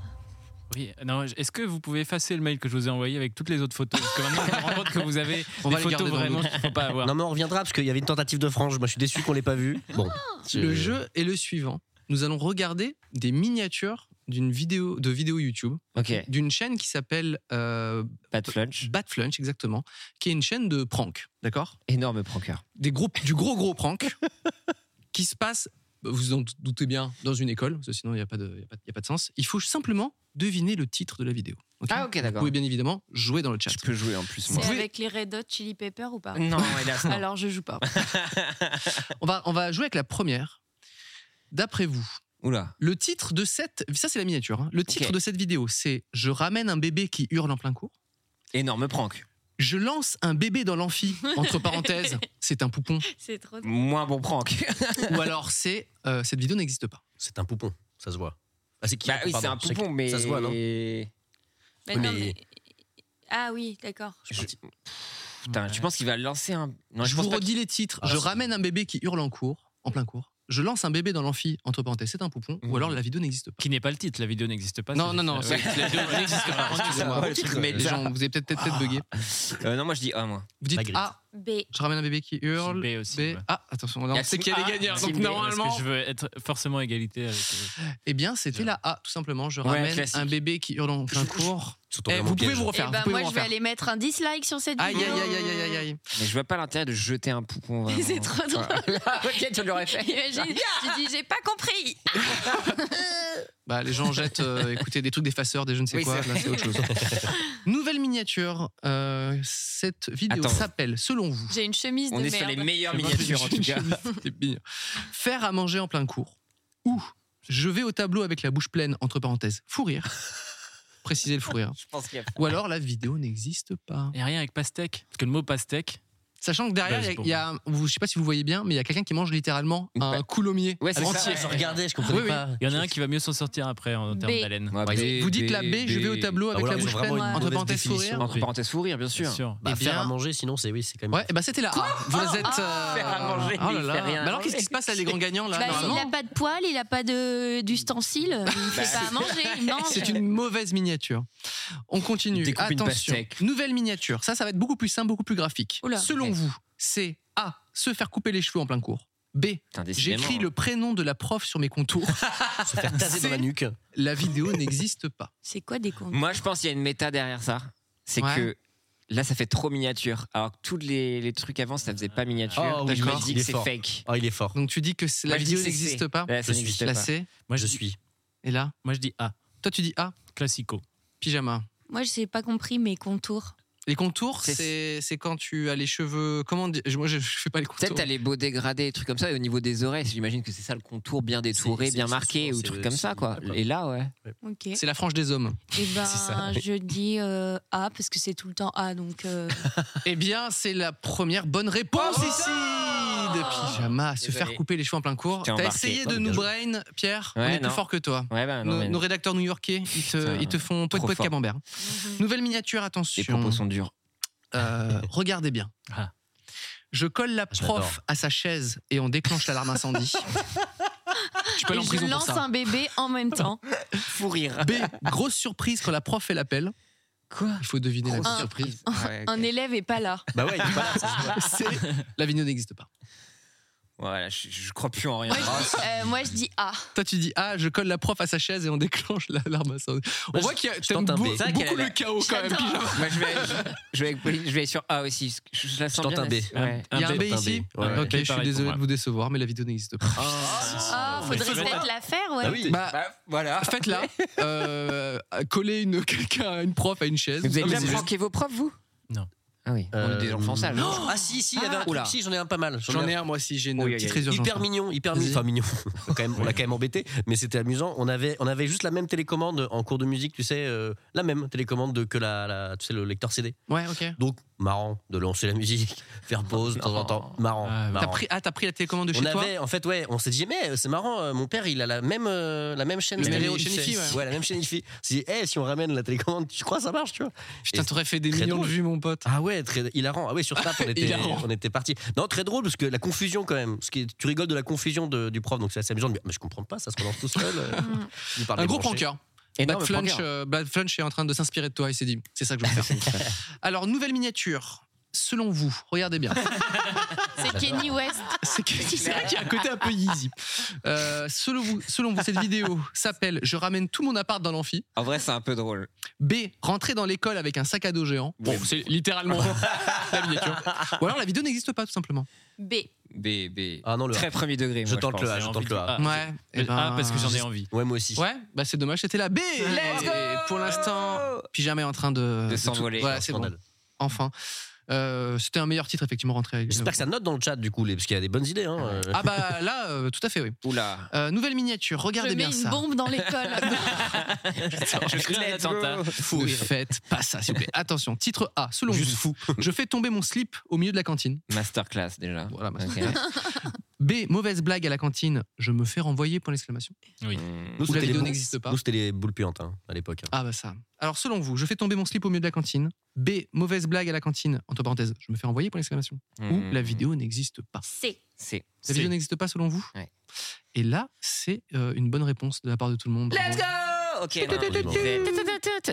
Oui, non, est-ce que vous pouvez effacer le mail que je vous ai envoyé avec toutes les autres photos Parce que maintenant, je me rends compte que vous avez
On
des
va les
photos
garder dans le
vraiment
doute.
qu'il ne faut pas avoir.
Non, mais on reviendra parce qu'il y avait une tentative de frange. Moi, je suis déçu qu'on l'ait pas vu. Bon.
Le jeu est le suivant. Nous allons regarder des miniatures d'une vidéo de vidéo YouTube
Ok,
d'une chaîne qui s'appelle euh,
pas de flunch.
Bad Flunch exactement, qui est une chaîne de prank, d'accord
Énorme pranker.
Des gros, du gros gros prank qui se passe, vous en doutez bien, dans une école, parce que sinon il n'y a, pas de- il y a pas de- il y a pas de sens. Il faut simplement deviner le titre de la vidéo. ok
Ah, ok,
Vous
d'accord.
pouvez bien évidemment jouer dans le chat.
Je peux jouer en plus,
C'est
moi.
Vous pouvez-
avec les Red Hot Chili Pepper ou pas
Non, hélas, non.
Alors je joue pas.
On va, on va jouer avec la première. D'après vous,
Oula.
le titre de cette. Ça, c'est la miniature. hein. Le titre
Ok.
de cette vidéo, c'est Je ramène un bébé qui hurle en plein cours.
Énorme prank.
Je lance un bébé dans l'amphi, entre parenthèses, c'est un poupon.
C'est trop.
Moins bon prank.
Ou alors c'est euh, cette vidéo n'existe pas.
C'est un poupon, ça se voit. Ah, c'est qui
bah oui, c'est
Pardon,
un poupon, mais.
Ça se voit, non
Mais non,
Mais-
mais- Ah oui, d'accord. je
Je-
pense.
Putain, tu penses qu'il va lancer un. Non,
je,
je pense
vous
pas.
redis les titres.
Ah,
je
c'est-
ramène un bébé qui hurle en cours, en plein cours. Je lance un bébé dans l'amphi, entre parenthèses, c'est un poupon. Ou
Mhm.
alors la vidéo n'existe pas.
Qui n'est pas le titre, la vidéo n'existe pas.
Non,
c'est
non,
juste-
non,
Ah,
c'est-
oui.
la vidéo n'existe pas. Excusez-moi.
Ouais, le truc, mais
Les gens, vous avez peut-être peut-être peut-être bugué.
Euh, non, moi je dis ah, moi.
Vous dites
Magritte.
Ah,
B.
je ramène un bébé qui hurle.
Team B aussi, ouais.
Ah, attention, on
Y a
a sait
team
qu'il y a
A,
des gagnants.
team
Donc
B,
normalement,
Parce que je veux être forcément égalité avec. euh,
eh bien, c'était là A, tout simplement. Je
Ouais,
ramène
classique.
un bébé qui hurle en plein cours.
Surtout
Eh,
vraiment
vous pouvez
piège.
vous
Eh
refaire.
ben
vous pouvez
moi
vous
je vais
refaire.
aller mettre un dislike sur cette
Aïe,
vidéo.
aïe, aïe, aïe, aïe, aïe.
Mais je vois pas l'intérêt de jeter un poupon. vraiment.
C'est trop drôle.
ok, tu l'aurais fait.
Imagine, tu dis j'ai pas compris. Ah,
Bah, les gens jettent, euh, écoutez, des trucs d'effaceurs, des je ne sais
Oui,
quoi.
c'est
Là, c'est autre chose. Nouvelle miniature. euh, cette vidéo
Attends.
s'appelle, selon vous,
J'ai une chemise de
On est
merde.
sur les meilleures
Je vois
miniatures en tout cas.
C'est mignon. faire à manger en plein cours ou je vais au tableau avec la bouche pleine, entre parenthèses, fou rire. Précisez le fou rire.
Je pense qu'il y a.
Ou alors la vidéo n'existe pas.
Et rien avec pastèque. Parce que le mot pastèque.
Sachant que derrière,
Bah,
il y a-
c'est pour
il y a, vous- je sais pas si vous voyez bien, mais il y a quelqu'un qui mange littéralement
Une
un
pa-
coulommier.
Ouais, c'est
Avec-
ça.
Entier, je regardais, je comprenais
Oui, oui.
pas.
Il y en a un qui va mieux s'en sortir après en termes
B.
d'haleine.
Ouais, B,
vous dites la B,
B,
je vais au tableau avec
Ah, voilà,
la
ils ont
bouche
vraiment
pleine,
une
entre
mauvaise
parenthèses, fou
définition.
rire.
Entre parenthèses, fou rire, bien sûr.
Bien sûr.
Bah,
Eh
faire
bien-
à manger, sinon, c'est oui, c'est quand même. Ah
Ouais, et bah c'était là. vous
Oh,
êtes.
oh,
euh,
faire à manger,
Oh là
il fait
là.
rien à
Bah alors,
manger.
qu'est-ce qui se passe là, les grands gagnants là
Bah, il
normalement Bah,
a pas de poils, il a pas de d'ustensile, il fait pas à manger, il mange.
C'est une mauvaise miniature. On continue.
Découpe une
Attention.
pastèque.
Nouvelle miniature. Ça, ça va être beaucoup plus simple, beaucoup plus graphique.
Oula.
Selon
Ouais.
vous, c'est A. Se faire couper les cheveux en plein cours. B.
Putain, décidément.
J'écris le prénom de la prof sur mes contours.
se faire taser dans la nuque.
la vidéo n'existe pas.
C'est quoi des comptes
Moi, je pense qu'il y a une méta derrière ça. C'est
Ouais.
que là, ça fait trop miniature. Alors que tous les, les trucs avant, ça faisait pas miniature.
Ah,
Donc, je
d'accord.
me dis
Il
que
est
c'est
fort.
fake.
Oh, il est fort.
Donc tu dis que c'est- la
Moi, je dis
vidéo
que c'est C.
n'existe pas.
Là, ça
Je
n'existe
suis.
pas.
La C.
Moi,
je
je,
suis.
Et là,
moi, je dis A.
toi tu dis A.
Classico.
Pyjama.
Moi, je n'ai pas compris mes contours.
Les contours,
C'est-
c'est c'est quand tu as les cheveux. Comment dire Moi, je, je fais pas les contours.
Peut-être t'as les beaux dégradés, des trucs comme ça, et au niveau des oreilles, j'imagine que c'est ça le contour bien détouré,
C'est- c'est-
bien
c'est
marqué,
souvent,
ou
c'est-
trucs comme ça,
c'est-
quoi.
d'accord.
Et là, ouais.
Ok.
C'est la frange des hommes.
Et ben,
ça, oui.
je dis euh, A parce que c'est tout le temps A, donc euh,
Eh bien, c'est la première bonne réponse
Bravo Ah
ici de pyjama, se
Désolé.
faire couper les cheveux en plein cours.
J'étais
T'as
embarqué.
essayé
Non,
de
mais
nous
bien
brain, Pierre. on
Ouais,
est plus
non.
fort que toi.
Ouais, bah, non,
nos,
mais
nos rédacteurs new-yorkais, ils te,
Putain,
ils te font poète
trop
poète
fort.
camembert.
Mhm.
Nouvelle miniature,
les
attention.
propos sont durs.
Euh, regardez bien.
Ah.
Je colle
Ah,
la
Je l'adore.
prof à sa chaise et on déclenche l'alarme incendie. tu peux
et
aller en
je
prison pour
lance
ça.
un bébé en même temps.
Fou rire.
B. Grosse surprise quand la prof fait l'appel.
Quoi
Il faut deviner la
Grosse
grosse
Un-
surprise.
Ouais, ok.
Un élève est pas là.
Bah ouais, il est pas là, ça se voit.
C'est- La vidéo n'existe pas.
Voilà, je, je crois plus en rien.
Moi
Ah,
je dis, euh, moi, je dis A.
Toi, tu dis Ah, je colle la prof à sa chaise et on déclenche l'alarme incendie. On
Bah,
Moi,
voit
je-
qu'il y a
je
t'aimes
tente un
beau-
B. C'est vrai
beaucoup
qu'elle a-
le chaos quand même.
J'adore.
pyjama.
Moi, je vais, je, je vais avec Pauline, je vais sur A aussi. parce que Je, je la sens
Je tente
bien,
un B.
la- ouais.
Il y a un B
B.
ici
B, ouais.
Ok,
Un B,
je suis
pareil pour
désolé
moi.
de vous décevoir, mais la vidéo n'existe pas.
Ah, faudrait
Mais-
peut-être la faire, ouais.
Bah oui.
Bah,
Voilà.
faites-la. Euh, coller une, quelqu'un, une prof à une chaise.
Vous avez
Ah,
déjà
mais c'est
pranké vos profs, vous
Non.
Ah oui, on
Euh,
est des enfants sages.
Ah si, si, il y avait un
Ah.
truc,
Oula.
si, j'en ai un pas mal.
juste- J'en ai un, moi aussi, j'ai une
Oh,
Oui, oui,
petite
oui.
résurgence. hein.
Hyper mignon, hyper
Vas-y.
mignon. Enfin, mignon. On, quand même- on l'a quand même embêté, mais c'était amusant. On avait, on avait juste la même télécommande en cours de musique, tu sais, euh, la même télécommande que la, la- tu sais, le lecteur CD.
Ouais, ok.
Donc, marrant de lancer la musique, faire pause de temps en temps. Marrant.
Ah,
T'as
marrant.
pris, ah, t'as pris la télécommande de
on
chez toi
avait, en fait, ouais, on s'est dit, mais euh, c'est marrant, euh, mon père, il a la même, euh, la même chaîne
La même
stéréo,
chaîne
tu sais.
IFI, ouais.
la même chaîne IFI. On s'est dit, Eh, si on ramène la télécommande, tu crois ça marche, tu vois
Putain,
Et-
t'aurais fait des
très
millions de
drôle.
vues, mon pote.
Ah ouais, très hilarant. Ah ouais, sur Snap, on était,
Hilarant.
on était parti. Non, très drôle parce que la confusion quand même. Ce qui est- tu rigoles de la confusion de- du prof, donc c'est assez amusant. de dire, Mais, je comprends pas, ça se relance tout seul. euh, il parle
Un
des
gros
branchés.
prankeur. Bad
Énorme
Flunch,
pranker.
euh, Bad Flunch est en train de s'inspirer de toi et s'est dit c'est ça que je veux faire. Alors, nouvelle miniature. Selon vous, regardez bien.
C'est Kenny West.
C'est que- c'est vrai qu'il y a un côté un peu easy. Euh, selon, vous, selon vous, cette vidéo s'appelle Je ramène tout mon appart dans l'amphi.
En vrai, c'est un peu drôle.
B. Rentrer dans l'école avec un sac à dos géant. Bon, c'est littéralement la miniature. Ou alors la vidéo n'existe pas, tout simplement.
B.
B, B.
Ah non, le.
Très premier degré.
Je
moi,
tente le
pense.
A, je tente le A.
Ah,
ouais. eh ben,
Ah, parce que j'en ai envie.
Ouais, moi aussi.
Ouais, bah c'est dommage, c'était la B. Et pour l'instant, puis jamais en train de.
De
tout-
s'envoler.
Voilà, c'est bon.
Scandale.
Enfin. Euh, c'était un meilleur titre, effectivement, rentrer avec.
J'espère que ça note dans le chat du coup, les- parce qu'il y a des bonnes idées. Hein. euh.
Ah bah là, euh, tout à fait, oui.
Oula.
Euh, nouvelle miniature, regardez
je mets
bien
une
ça.
bombe dans l'école.
Je crée un attentat.
Fou, ne faites pas ça, s'il vous plaît. Attention, titre A, selon
Juste
vous, je fais tomber mon slip au milieu de la cantine.
Masterclass déjà.
Voilà, ma-
Ok.
B, mauvaise blague à la cantine, je me fais renvoyer pour l'exclamation.
Mm.
Nous,
Ou la
c'était les
vidéo
boules-
n'existe pas.
Nous, c'était les boules puantes hein, à l'époque.
Ah bah ça. Alors selon vous, je fais tomber mon slip au milieu de la cantine. B, mauvaise blague à la cantine, entre parenthèses, je me fais renvoyer pour l'exclamation. Ou
Mm.
la vidéo n'existe pas.
C.
C'est.
La vidéo n'existe pas selon vous
Ouais.
Et là, c'est euh, une bonne réponse de la part de tout le monde.
Let's go Ok, non,
tu,
non,
tu,
mais-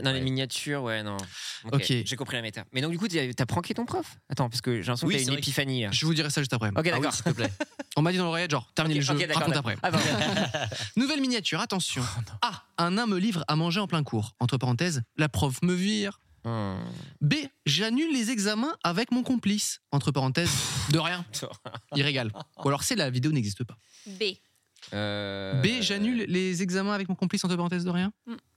dans les
Ouais.
miniatures, ouais, non. Ok.
Ok.
J'ai compris la méta. Mais donc, du coup, t'as t'as pranké ton prof Attends, parce que j'ai l'impression
Oui,
que t'as
c'est
une
vrai que-
épiphanie. là.
Je vous dirai ça juste après.
Ok,
Ah oui,
d'accord.
s'il te plaît.
On m'a dit dans l'oreillette, genre, terminez
Ok,
le jeu,
ok, d'accord,
raconte
d'accord.
après.
Ah, Oh, pardon.
Nouvelle miniature, attention. A. Un nain me livre à manger en plein cours. Entre parenthèses, la prof me vire.
Hmm.
B. J'annule les examens avec mon complice. Entre parenthèses, de rien. Il régale. Ou alors c'est la vidéo n'existe pas.
B.
Euh,
B. J'annule les examens avec mon complice. Entre parenthèses, de rien.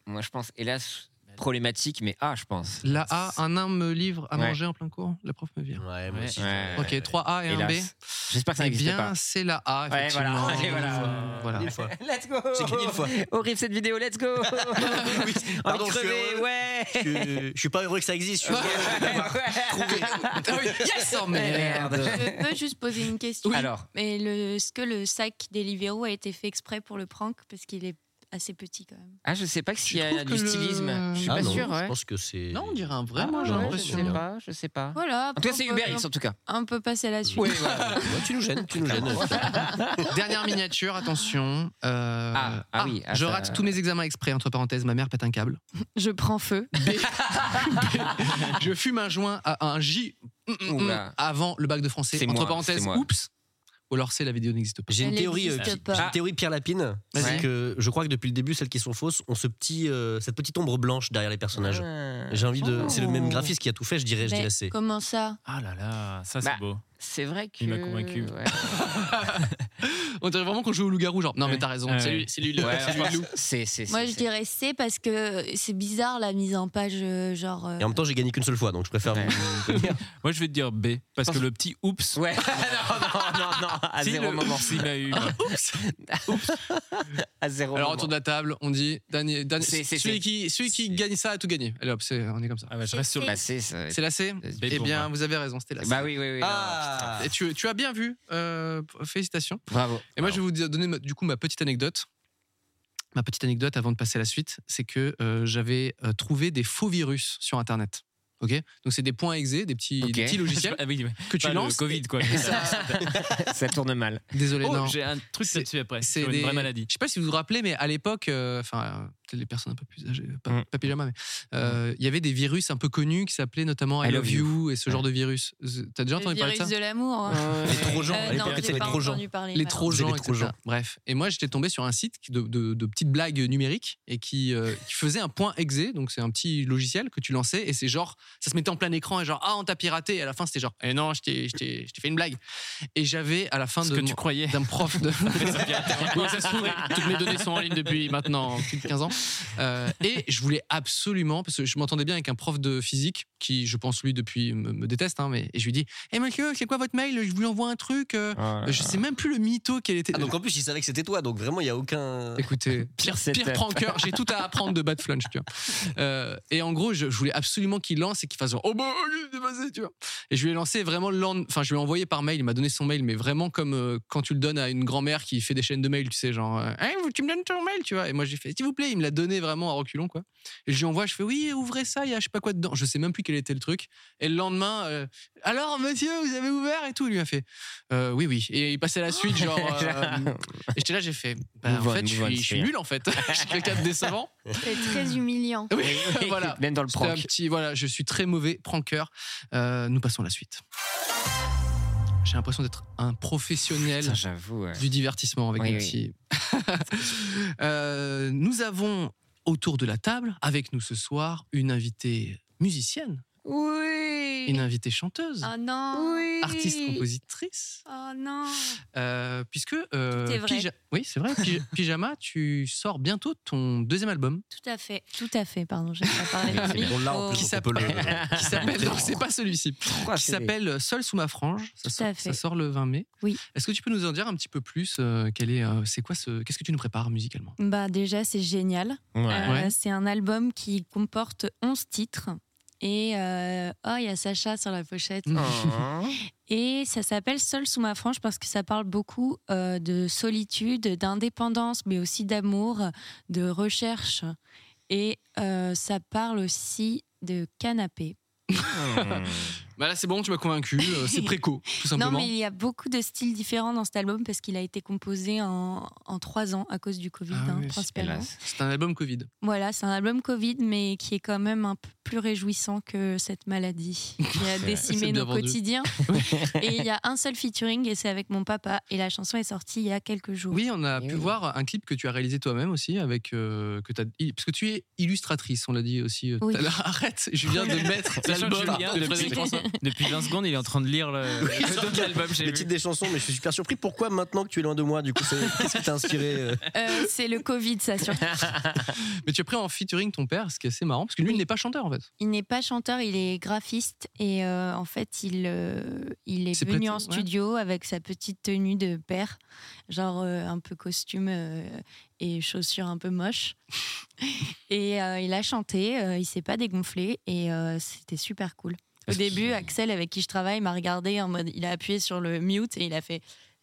Moi, je pense, hélas, problématique, mais A, je pense.
La A. Un nain me livre à
Ouais.
manger en plein cours. La prof me vire.
Ouais, moi aussi.
Ouais.
Ok, 3A et 1B.
Hélas. J'espère que ça
Eh
n'existe
bien,
pas.
c'est la A,
Ouais,
effectivement.
voilà. Et voilà.
Voilà.
Mille fois.
Let's go
J'ai gagné une fois.
Horrible cette vidéo, let's go
Oui,
Pardon,
pardon, je suis heureux.
ouais
Je suis- je suis pas heureux que ça existe. je suis heureux d'avoir trouvé.
Ah oui, yes, oh, merde.
Euh, Je peux juste poser une question.
Alors,
Mais le, est-ce que le sac Deliveroo a été fait exprès pour le prank Parce qu'il est assez petit quand même.
ah, je sais pas s'il y
trouve
a
que
du
le-
stylisme. Je suis
Ah
pas
non,
sûr,
Je
ouais.
pense que c'est.
Non, on dirait un vrai, moi,
Ah,
j'ai
ouais,
l'impression.
Je sais pas, je sais pas.
Voilà.
Hein? En tout cas, c'est
on peut-
Uber Eats, en tout cas.
On peut passer à la suite.
Oui, voilà.
Ouais, tu nous gênes, tu nous gênes.
Dernière miniature, attention. Euh,
Ah, ah oui, ah,
je
ça-
rate tous mes examens exprès, entre parenthèses, ma mère pète un câble.
Je prends feu.
Je fume un joint à un J mm, mm, mm,
Oula.
avant le bac de français,
C'est
entre
moi, c'est
parenthèses,
moi.
oups. Ou alors c'est la vidéo n'existe pas.
J'ai une
Elle
théorie, euh,
n'existe
Pi-
pas.
j'ai une théorie Pierre Lapine,
Vas-y.
c'est
Ouais.
que je crois que depuis le début, celles qui sont fausses ont ce petit, euh, cette petite ombre blanche derrière les personnages.
Ah.
J'ai envie de, c'est le même
Oh.
graphiste qui a tout fait, je dirais, je
Mais
dirais c'est.
Comment ça
Ah là là, ça
Bah,
c'est beau.
C'est vrai que.
Il m'a convaincu.
ouais.
On dirait vraiment qu'on joue au loup-garou, genre. Non, mais t'as raison,
Ouais.
c'est lui, c'est lui, le-
Ouais,
c'est lui le loup.
C'est, c'est,
Moi,
c'est-
je dirais C parce que c'est bizarre la mise en page, euh, genre. euh,
Et en même temps, j'ai gagné qu'une seule fois, donc je préfère.
Ouais.
vous- vous dire.
Moi, je vais te dire B, parce que le petit oups.
Ouais, Ah non, non, non, non, à
si,
zéro
le
moment.
oups, il a eu.
À zéro
Alors,
moment.
autour de la table, on dit dernier, dernier-
C'est- c'est-
celui,
c'est-
qui, celui qui gagne ça a tout gagné. Allez hop, c'est- on est comme ça.
Ah bah, je reste sur le.
Bah, c'est, ça-
C'est la C
B
Eh
pour
bien,
moi.
vous avez raison, c'était la C.
Bah oui, oui, oui. non,
Ah
Et tu, tu as bien vu, euh, félicitations.
putain. Bravo.
Et moi, je vais vous dire- donner ma- du coup ma petite anecdote. Ma petite anecdote avant de passer à la suite, c'est que euh, j'avais euh, trouvé des faux virus sur Internet. Ok Donc, c'est des points exés, des petits,
Ok.
des petits logiciels
Ah oui, ouais.
que tu
Pas
lances.
le Covid, quoi.
Ça tourne mal.
Désolé,
Oh,
non.
j'ai un truc
C'est-
là-dessus après.
C'est
C'est une
des-
vraie maladie.
Je sais pas si vous vous rappelez, mais à l'époque, euh, enfin, euh, peut-être les personnes un peu plus âgées, pas,
Mm.
pas pyjama, mais euh, il y y avait des virus un peu connus qui s'appelaient notamment I, love you, et ce genre de virus. T'as déjà
le
entendu parler de ça
virus de l'amour. hein.
Les trop gens,
Euh,
à
non,
l'époque,
j'ai
c'était
pas
trop gens.
entendu parler.
les
pardon.
trop gens,
les trop
etc.
gens.
Bref. Et moi, j'étais tombé sur un site qui- de, de- de petites blagues numériques et qui, euh, qui faisait un point exé. Donc, c'est un petit logiciel que tu lançais et c'est genre, ça se mettait en plein écran et genre, ah, on t'a piraté. Et à la fin, c'était genre, eh non, je t'ai, je t'ai- je t'ai fait une blague. Et j'avais à la fin
Ce
de
que
mon-
tu croyais.
d'un prof de. Oui, ça se trouve, toutes mes données sont en ligne depuis maintenant plus de 15 ans. Euh, et je voulais absolument, parce que je m'entendais bien avec un prof de physique qui, je pense, lui, depuis me, me déteste, hein, mais, et je lui dis Eh monsieur, c'est quoi votre mail Je vous envoie un truc. euh, je sais même plus le mytho qu'elle était.
Ah, donc en plus, il savait que c'était toi, donc vraiment, il n'y a aucun.
Écoutez,
Pire
pire, pire,
setup.
pranker, j'ai tout à apprendre de Bad Flunch, tu vois. Euh, et en gros, je, je voulais absolument qu'il lance et qu'il fasse genre, oh bah, ok, c'est passé, tu vois. Et je lui ai lancé vraiment le lendemain, enfin, je lui ai envoyé par mail, il m'a donné son mail, mais vraiment comme euh, quand tu le donnes à une grand-mère qui fait des chaînes de mail, tu sais, genre, euh, Hein, vous- tu me donnes ton mail, tu vois. Et moi, j'ai fait, s'il vous plaît, il me l'a donné vraiment à reculons, quoi. Et je lui envoie, je fais, oui, ouvrez ça, il y a je sais pas quoi dedans. Je sais même plus quel était le truc. Et le lendemain, euh, alors, monsieur, vous avez ouvert et tout. Il lui a fait, Euh, oui, oui. Et il passait à la suite, genre, euh, et j'étais là, j'ai fait. bah,
Move
en
on,
fait, je
move on,
suis, je suis
c'est
nul en fait. je suis quelqu'un de décevant.
C'est très humiliant.
Oui, voilà.
Même dans le
C'était un
prank.
petit, voilà, je suis très mauvais pranker. Euh, nous passons à la suite. J'ai l'impression d'être un professionnel
Putain, J'avoue. ouais.
du divertissement avec
Oui,
mes
oui.
petits. Euh, nous avons autour de la table, avec nous ce soir, une invitée musicienne,
Oui.
une invitée chanteuse,
Oh non. Oui.
artiste-compositrice.
Oh non.
Euh, puisque euh,
Tout est vrai.
Pija- oui c'est vrai Pij- pyjama tu sors bientôt ton deuxième album
Tout à fait. Tout à fait. Pardon, j'ai pas parlé.
Oui,
dans le
c'est bien.
micro.
Bon, là, en plus,
Qui
on peut le.
qui s'appelle non c'est pas celui-ci
Trois
qui
séries.
s'appelle Seul sous ma frange ça
Tout
sort,
à fait.
ça sort le 20 mai
Oui.
est-ce que tu peux nous en dire un petit peu plus euh, quel est euh, c'est quoi ce qu'est-ce que tu nous prépares musicalement
Bah déjà, c'est génial.
Ouais.
Euh,
Ouais.
C'est un album qui comporte 11 titres. Et euh, oh, il y a Sacha sur la pochette.
Oh.
Et ça s'appelle Seul sous ma frange parce que ça parle beaucoup euh, de solitude, d'indépendance, mais aussi d'amour, de recherche. Et euh, ça parle aussi de canapé.
Oh. bah là c'est bon tu m'as convaincu euh, c'est préco tout simplement
Non, mais il y a beaucoup de styles différents dans cet album parce qu'il a été composé en, en trois ans à cause du Covid,
Ah
hein,
oui,
principalement.
hélas.
c'est un album Covid
Voilà, c'est un album Covid, mais qui est quand même un peu plus réjouissant que cette maladie qui a
C'est
décimé
bien
nos
vendu.
quotidiens. et il y a un seul featuring, et c'est avec mon papa. Et la chanson est sortie il y a quelques jours.
oui on a
Eh
pu
oui.
voir un clip que tu as réalisé toi-même aussi avec euh, que t'as il- parce que tu es illustratrice on l'a dit aussi euh, tout
Oui.
à l'heure. arrête je viens de mettre
Sachant que
l'album
Julien,
de
depuis-
Frédéric François
Depuis 20 secondes, il est en train de lire le, le de euh, l'album. j'ai
Les
vu.
titres des chansons, mais je suis super surpris. Pourquoi maintenant que tu es loin de moi, du coup, c'est- qu'est-ce qui t'a inspiré euh
Euh, c'est le Covid, ça surtout.
Mais tu as pris en featuring ton père, ce qui est assez marrant, parce que lui, il n'est pas chanteur en fait.
Il n'est pas chanteur, il est graphiste. Et euh, en fait, il, euh, il est,
C'est
venu
prêté,
en
ouais.
studio avec sa petite tenue de père, genre euh, un peu costume euh, et chaussures un peu moches. et euh, il a chanté, euh, il s'est pas dégonflé et euh, c'était super cool. Au
Est-ce
début,
qu'il-
Axel, avec qui je travaille, m'a regardé en mode. Il a appuyé sur le mute et il a fait.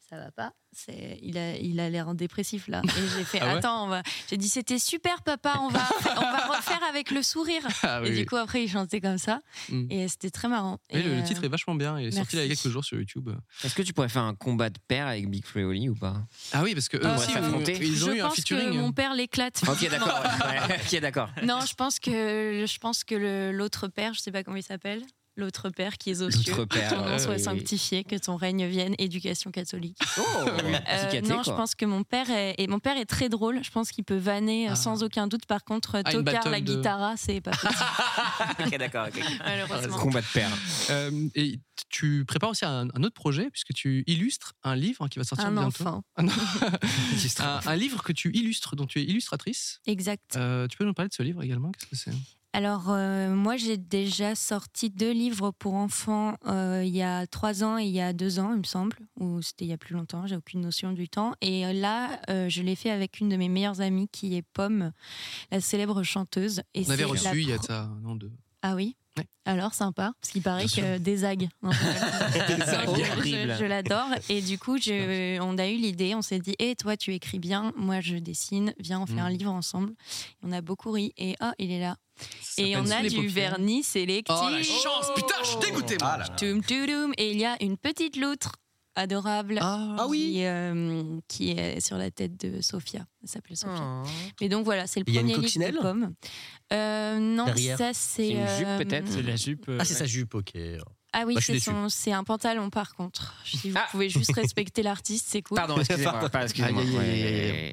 Ça va pas. C'est, il a, il a l'air en dépressif là. Et j'ai fait.
Ah ouais
Attends, on va. J'ai dit c'était super, papa. On va, on va refaire avec le sourire.
Ah
Et du coup, après, il chantait comme ça.
Mm.
Et c'était très marrant. Et,
le,
euh,
le titre est vachement bien, il est sorti il y a
merci.
quelques jours sur YouTube.
Est-ce que tu pourrais faire un combat de pair avec Big Freoli ou pas
Ah oui, parce que eux
Ah,
aussi,
ouais.
ils ont-
S'affronter.
ils ont
je
eu un
pense que
featuring.
mon père l'éclate.
Ok, d'accord. ouais, ouais, ok, d'accord.
Non, je pense que je pense que le- l'autre père, je sais pas comment il s'appelle, l'autre père qui est aux cieux,
L'autre
que
pair.
ton nom
ouais,
soit
oui, oui.
sanctifié, que ton règne vienne, éducation catholique.
Oh,
Euh,
petit caté,
non, je
quoi.
pense que mon père est, et mon père est très drôle. Je pense qu'il peut vanner euh,
Ah.
sans aucun doute. Par contre,
Ah, une
tocard
battle
la
de-
guitare, c'est pas possible,
Ok, d'accord. ok.
malheureusement.
Combat de pair.
Euh, et tu tu prépares aussi un, un autre projet, puisque tu illustres un livre qui va sortir
Un
bientôt.
enfant.
Ah non. un, un livre que tu illustres, dont tu es illustratrice.
Exact.
Euh, tu peux nous parler de ce livre également Qu'est-ce que c'est
Alors, euh, moi, j'ai déjà sorti deux livres pour enfants euh, il y a trois ans et il y a deux ans, il me semble, ou c'était il y a plus longtemps, j'ai aucune notion du temps. Et euh, là, euh, je l'ai fait avec une de mes meilleures amies qui est Pomme, la célèbre chanteuse. Et
On avait
c'est
reçu
la
il y a
pre-
ça, un an, deux.
Ah oui Alors, sympa, parce qu'il paraît
Bien
que
sûr.
des agues. Non,
Des
c'est
agues.
horrible.
Horrible.
je je l'adore. Et du coup, je- on a eu l'idée, on s'est dit, et toi, tu écris bien, moi, je dessine, viens, on fait
Mm.
un livre ensemble. On a beaucoup ri, et ah, il est là. Et
s'appelle
on
Sous
a
les
du
paupières.
vernis sélectif.
Oh, la chance Putain, je suis dégoûté, moi. Ah là là.
Toum, toudoum. Et il y a une petite loutre adorable
Ah.
Ah
qui, euh, qui est sur la tête de Sophia. Elle s'appelle
Ah.
Sophia. Mais donc voilà, c'est le
Il y a une
premier livre
coccinelle
de Pomme. Euh, non,
Derrière.
ça c'est. euh,
C'est la jupe. euh,
Ah, c'est
ouais.
sa jupe, ok.
Ah oui,
Bah, je suis
c'est
déçu.
son- c'est un pantalon par contre. Si
Ah.
vous pouvez juste respecter l'artiste, c'est cool.
Pardon, excusez-moi. pas- excusez-moi.
Aïe, aïe, aïe, aïe,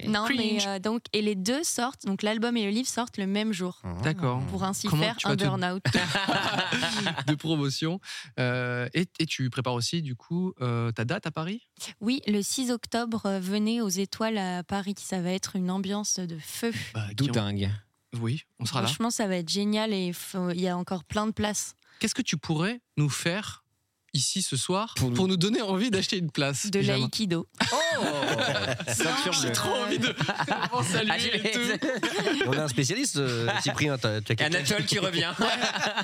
aïe.
Ouais.
Non, mais euh, donc, et les deux sortent, donc l'album et le livre sortent le même jour.
Ah. D'accord.
Pour ainsi
Comment
faire
tu vas
un
te-
burn-out.
de promotion. Euh, et, et tu prépares aussi, du coup, euh, ta date à Paris
Oui, le 6 octobre, euh, venez aux Étoiles à Paris. Ça va être une ambiance de feu.
D'où dingue.
Bah, Oui, on sera là.
Franchement, ça va être génial et faut- il y a encore plein de places.
Qu'est-ce que tu pourrais nous faire ici ce soir pour nous, donner envie d'acheter une place
De
pyjama
l'aïkido.
Ceinture
J'ai
bleue.
trop envie de vraiment saluer
Ah,
et tout.
On a un spécialiste, euh, Cyprien. t'as- Tu as quelqu'un
Anatole qui revient.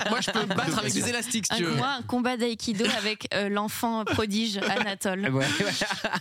Moi, je peux me battre avec des élastiques si
Un,
tu veux.
moi, un combat d'aïkido avec euh, l'enfant prodige
Eh
Anatole.
ben,
Ouais, ouais.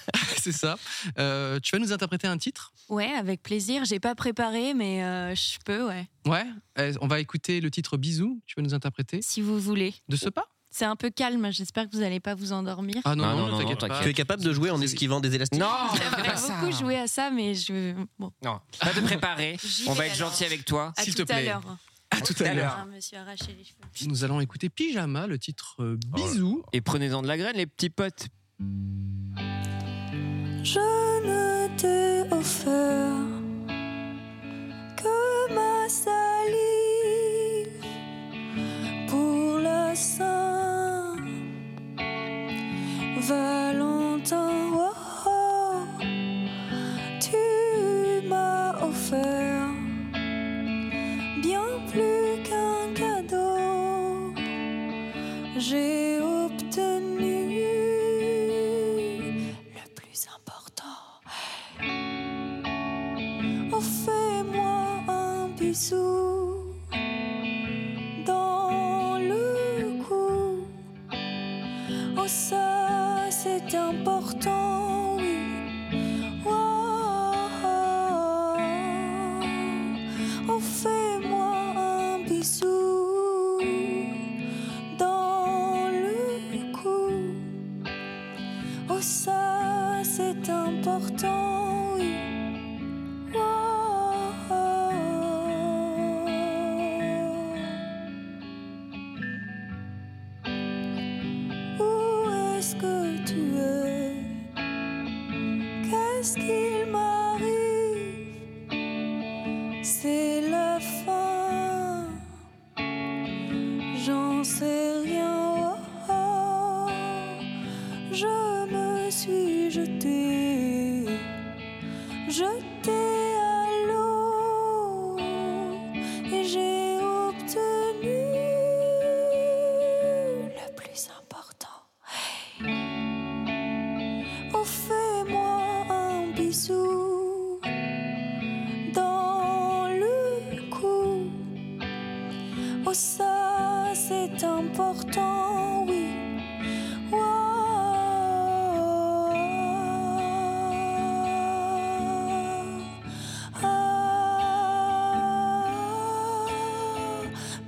C'est ça. Euh, tu vas nous interpréter un titre
Ouais, avec plaisir. J'ai pas préparé, mais euh, je peux, ouais.
Ouais. Euh, on va écouter le titre Bisous. Tu vas nous interpréter
Si vous voulez.
de ce pas
C'est un peu calme. J'espère que vous n'allez pas vous endormir.
Ah non,
Ah
non,
non,
ne
non,
t'inquiète
non,
pas.
Tu es capable de jouer en esquivant des élastiques
Non,
J'aimerais
pas ça.
beaucoup jouer à ça, mais je. Bon.
Non, pas de préparer.
J'y
On
vais
va être
alors.
gentil avec toi.
À
Ah, S'il
tout
te
à
plaît.
l'heure.
À tout à l'heure.
Ah, monsieur, arrachez les cheveux.
Nous allons écouter Pyjama, le titre euh, Bisous.
Oh Et prenez-en de la graine, les petits potes.
Je ne t'ai offert que ma salive pour la Saint Valentin. Oh, oh, tu m'as offert bien plus qu'un cadeau. J'ai obtenu le plus important. Oh, fais-moi un bisou dans le cou. Oh, ça, c'est important, oui. Oh, oh, oh. Oh, fais-moi un bisou dans le cou. Oh ça c'est important oui. Oh, oh, oh. Où est-ce que tu es Qu'est-ce qu'il m'arrive C'est la fin J'en sais rien Oh, oh. Je me suis jetée, jetée à l'eau, et j'ai obtenu le plus important. Oh, fais-moi un bisou dans le cou. Oh, ça, c'est important, oui. Wow. Ah.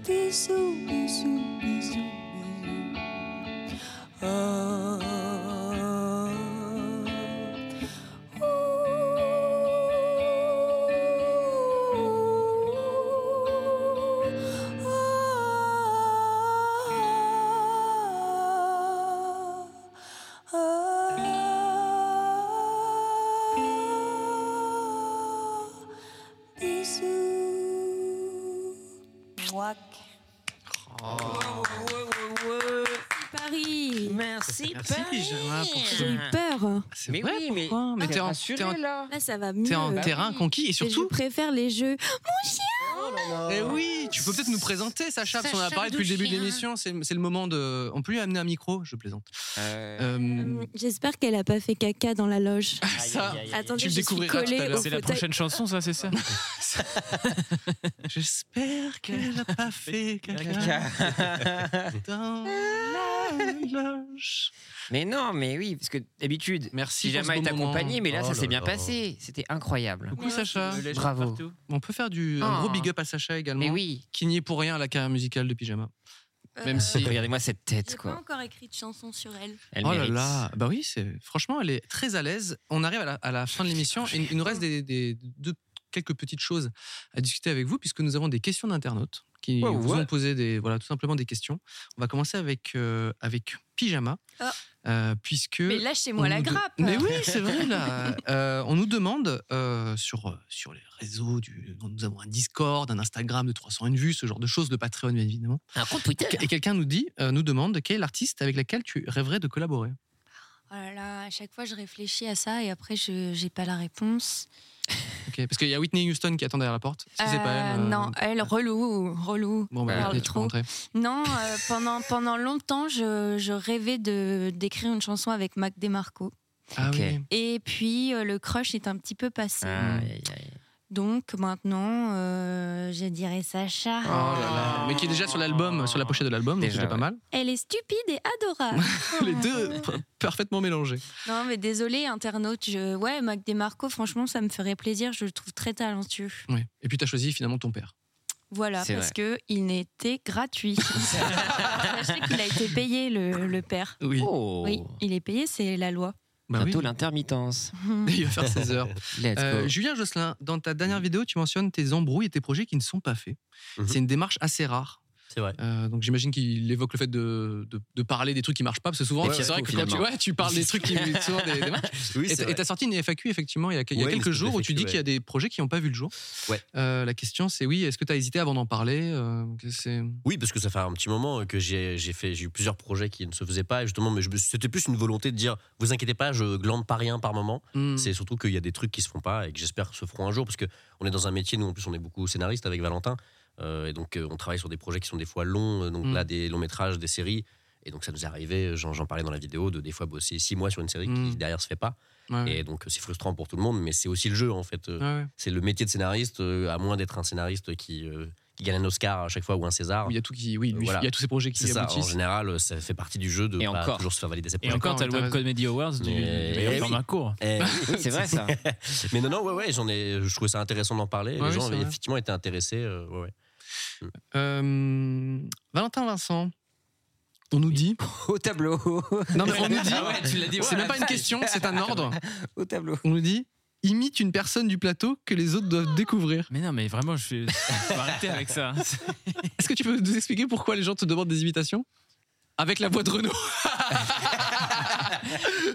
Bisous, bisous, bisous, bisous. Ah.
Paris.
C'est
Merci, Benjamin, pour ce-
J'ai eu peur.
C'est Mais vrai, oui, mais- pourquoi Mais t'es t'es en- rassurée, t'es en-
là.
ça va mieux.
T'es en terrain conquis et surtout-
je préfère les jeux. Mon chien
Eh oui, tu peux peut-être nous présenter Sacha, parce qu'on a
Sacha
parlé depuis le début de
Douchien.
l'émission. C'est c'est le moment de. On peut lui amener un micro, je plaisante. Euh,
J'espère qu'elle a pas fait caca dans la loge.
Ah, ça,
Attendez,
tu le
je suis
découvriras tout
collée
à l'heure.
au fauteuil.
chanson, ça, c'est ça
J'espère qu'elle a pas fait caca. dans la loge.
Mais non, mais oui, parce que d'habitude,
Merci pour
jamais
ce
est
beau moment.
accompagné, mais là,
Oh là
ça s'est bien
là.
passé. C'était incroyable.
Coucou Sacha.
Bravo.
On peut faire du un
Ah.
gros big up à Sacha également.
oui.
Qui n'y est pour rien à la carrière musicale de Pyjama. Même
Euh,
si.
Regardez-moi cette tête,
J'ai pas encore écrit de chanson sur elle.
oh là là, bah oui, c'est franchement, elle est très à l'aise. On arrive à la, à la fin de l'émission et il nous reste des, des- deux- quelques petites choses à discuter avec vous puisque nous avons des questions d'internautes qui
Oh,
vous
ouais.
ont posé des, voilà, tout simplement des questions. On va commencer avec euh, avec pyjama.
Oh.
euh, puisque
Mais lâchez-moi
on
la
nous de-
grappe.
Mais oui, c'est vrai là. Euh, on nous demande euh, sur sur les réseaux du, nous avons un Discord, un Instagram de 301 vues, ce genre de choses, le Patreon bien évidemment.
Un compte Twitter.
Et quelqu'un nous dit, euh, nous demande quel est l'artiste avec laquelle tu rêverais de collaborer.
Oh là là, à chaque fois je réfléchis à ça et après je j'ai pas la réponse.
Ok, parce qu'il y a Whitney Houston qui attend derrière la porte. Si c'est pas elle.
Euh,
euh,
Non, elle relou, relou.
Bon, bah,
Parle
Whitney, tu peux
trop.
rentrer.
Non, euh, pendant pendant longtemps je, je rêvais de d'écrire une chanson avec Mac DeMarco.
Ah oui.
Et puis euh, le crush est un petit peu passé.
Ah, Hmm.
Donc maintenant, euh, je dirais Sacha.
Oh là là. Mais qui est déjà sur l'album, sur la pochette de l'album, donc c'est déjà pas mal.
Elle est stupide et adorable.
Les deux p- parfaitement mélangés.
non mais désolé internaute, je... ouais Mac DeMarco, franchement ça me ferait plaisir, je le trouve très talentueux.
Oui. Et puis t'as choisi finalement ton père.
Voilà,
C'est
parce que il n'était gratuit. Sachez qu'il a été payé le, le père.
Oui.
Oh.
Oui, il est payé, c'est la loi.
Bientôt l'intermittence.
Bah Il va faire 16 heures.
Let's
Euh,
go.
Julien Josselin, dans ta
Mm.
dernière vidéo, tu mentionnes tes embrouilles et tes projets qui ne sont pas faits.
Mm-hmm.
C'est une démarche assez rare. Euh,
C'est vrai.
donc j'imagine qu'il évoque le fait de, de- de parler des trucs qui marchent pas parce que souvent
Des
c'est vrai
fiascos,
que quand tu,
finalement.
ouais, tu parles des trucs qui souvent des, des marches.
Oui,
Et
c'est
t'as-
vrai.
et t'as sorti une FAQ effectivement il y a, il y a
Ouais, une
quelques
espèce
jours où
de
tu dis
FAQ,
qu'il y a des projets qui n'ont pas vu le jour.
Ouais.
Euh, la question c'est oui est-ce que tu as hésité avant d'en parler euh, que c'est-
Oui, parce que ça fait un petit moment euh, que j'ai j'ai fait j'ai eu plusieurs projets qui ne se faisaient pas et justement, mais je me- c'était plus une volonté de dire vous inquiétez pas, je glande pas rien par moment.
Hmm.
Mm.
C'est surtout qu'il y a des trucs qui se font pas et que j'espère se feront un jour parce que on est dans un métier nous en plus on est beaucoup scénariste avec Valentin euh, et donc euh, on travaille sur des projets qui sont des fois longs, euh,
Hmm.
donc
Mm.
là des longs métrages, des séries et donc ça nous est arrivé, j'en j'en parlais dans la vidéo, de des fois bosser six mois sur une série
Mm.
Hmm.
qui derrière se fait pas.
Ouais.
Et donc c'est frustrant pour tout le monde, mais c'est aussi le jeu en fait. Euh,
Ouais, ouais.
C'est le métier de scénariste, euh, à moins d'être un scénariste qui, euh, qui gagne un Oscar à chaque fois ou un César.
Oui, il y a tout qui, oui,
Euh,
lui,
voilà.
il y a tous ces projets qui
C'est ça,
aboutissent.
en général, euh, ça fait partie du jeu de
Et
pas
encore.
toujours se faire valider ses
Et
projets.
encore, t'as le Web Comedy Awards du
Mais-
meilleur
Eh
format
oui.
court.
Eh oui,
c'est vrai, ça.
mais non, non, ouais, ouais, j'en ai, je trouvais ça intéressant d'en parler.
Ouais,
les gens
c'est
avaient
vrai.
effectivement été intéressés. euh, ouais, Mm. ouais.
Euh, Valentin Vincent, on nous dit.
Au tableau.
Non, mais on nous dit.
Ah ouais, tu l'as dit,
c'est
voilà,
même pas une
ça.
question, c'est un ordre.
Au tableau.
On nous dit imite une personne du plateau que les autres doivent découvrir.
Mais non, mais vraiment, je suis. Faut arrêter avec ça.
Est-ce que tu peux nous expliquer pourquoi les gens te demandent des imitations Avec la voix de Renaud.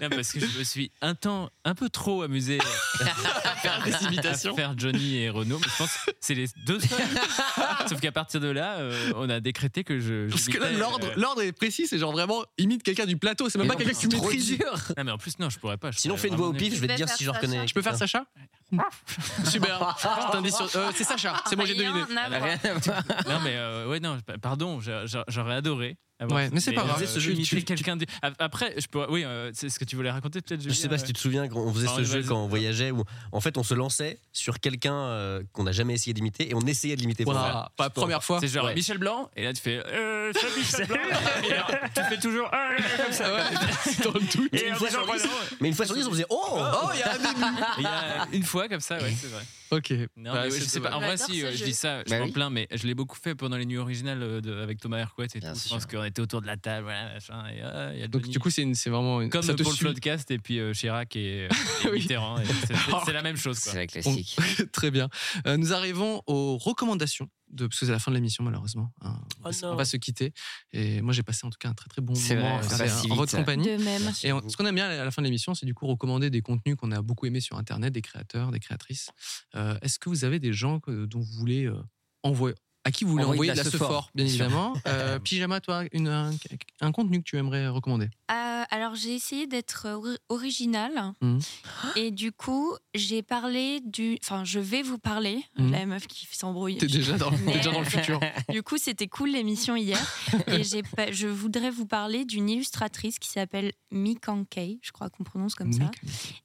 Non, parce que je me suis un temps un peu trop amusé à faire
des imitations.
à faire Johnny et Renaud. Mais je pense que c'est les deux seuls. Sauf qu'à partir de là, euh, on a décrété que je.
Parce que là,
j'imitais,
l'ordre,
euh,
l'ordre est précis, c'est genre vraiment imite quelqu'un du plateau, c'est même pas
Mais non,
quelqu'un que tu
c'est trop
maîtrises.
Non, mais en plus, non, je pourrais pas. je
Sinon,
pourrais
fais une voix au
vraiment
pif, je vais te dire si je reconnais.
Je peux faire Sacha Super. C'est un indice sur- euh, c'est Sacha, c'est moi
Bah,
j'ai deviné.
non mais euh, ouais non je- pardon j'a- j'a- j'aurais adoré avoir-
Ouais, mais c'est pas grave.
euh,
Tu-
imiter
tu-
quelqu'un de- A- après je pourrais oui euh, c'est ce que tu voulais raconter peut-être
Je sais pas si tu te souviens, quand on faisait
Ah,
ce
ouais,
jeu
vas-y.
quand on voyageait où en fait on se lançait sur quelqu'un euh, qu'on n'a jamais essayé d'imiter et on essayait de l'imiter. pour
Waouh,
voir.
pas la première fois.
c'est genre
Ouais.
Michel Blanc et là tu fais euh, c'est Michel Blanc Et alors, tu fais toujours euh, comme ça
dans le doute.
Et une fois sur dix- Mais une fois sur dix, on faisait Oh
Oh,
il y a un début
Il y a une fois comme ça, ouais, c'est vrai.
Ok. Bah,
Non, mais ouais,
c'est-
je sais pas. En vrai,
J'adore
si
ce
euh, je
jeu.
dis ça, je
Bah
m'en
oui.
plains, mais je l'ai beaucoup fait pendant les nuits originales euh, de- avec Thomas Hercouet et tout. Je pense qu'on était autour de la table, voilà, machin. Et, ah, il y a
Donc
Mmh.
Johnny.
du coup, c'est une- c'est vraiment une.
Comme
ça te
pour
suit.
le podcast et puis euh, Chirac et, euh, et Mitterrand. et c'est- c'est- C'est la même chose. C'est la
classique.
Très bien. Euh, nous arrivons aux recommandations. De, parce que c'est la fin de l'émission, malheureusement. hein. on, va, se- on va se quitter. Et moi, j'ai passé en tout cas un très très bon
Oh C'est
moment
vrai, ça
euh,
passe si
en
vite.
votre compagnie.
De même. Merci
Et on- ce qu'on aime bien à la fin de l'émission, c'est du coup recommander des contenus qu'on a beaucoup aimés sur Internet, des créateurs, des créatrices. Euh, Est-ce que vous avez des gens que- dont vous voulez euh, envoyer à qui vous voulez
Envoyer
envoyer,
de la
de la
sephore,
sephore, bien
bien sûr.
évidemment. Euh, pyjama, toi, une- un, un contenu que tu aimerais recommander
Euh, Euh, alors j'ai essayé d'être euh, originale
Hmm.
et du coup j'ai parlé du, enfin je vais vous parler
Mhm.
la meuf qui s'embrouille.
T'es déjà dans-
Mais,
déjà dans le
euh,
futur.
Du coup c'était cool l'émission hier et j'ai pas- je voudrais vous parler d'une illustratrice qui s'appelle Mi Kankei, je crois qu'on prononce comme ça.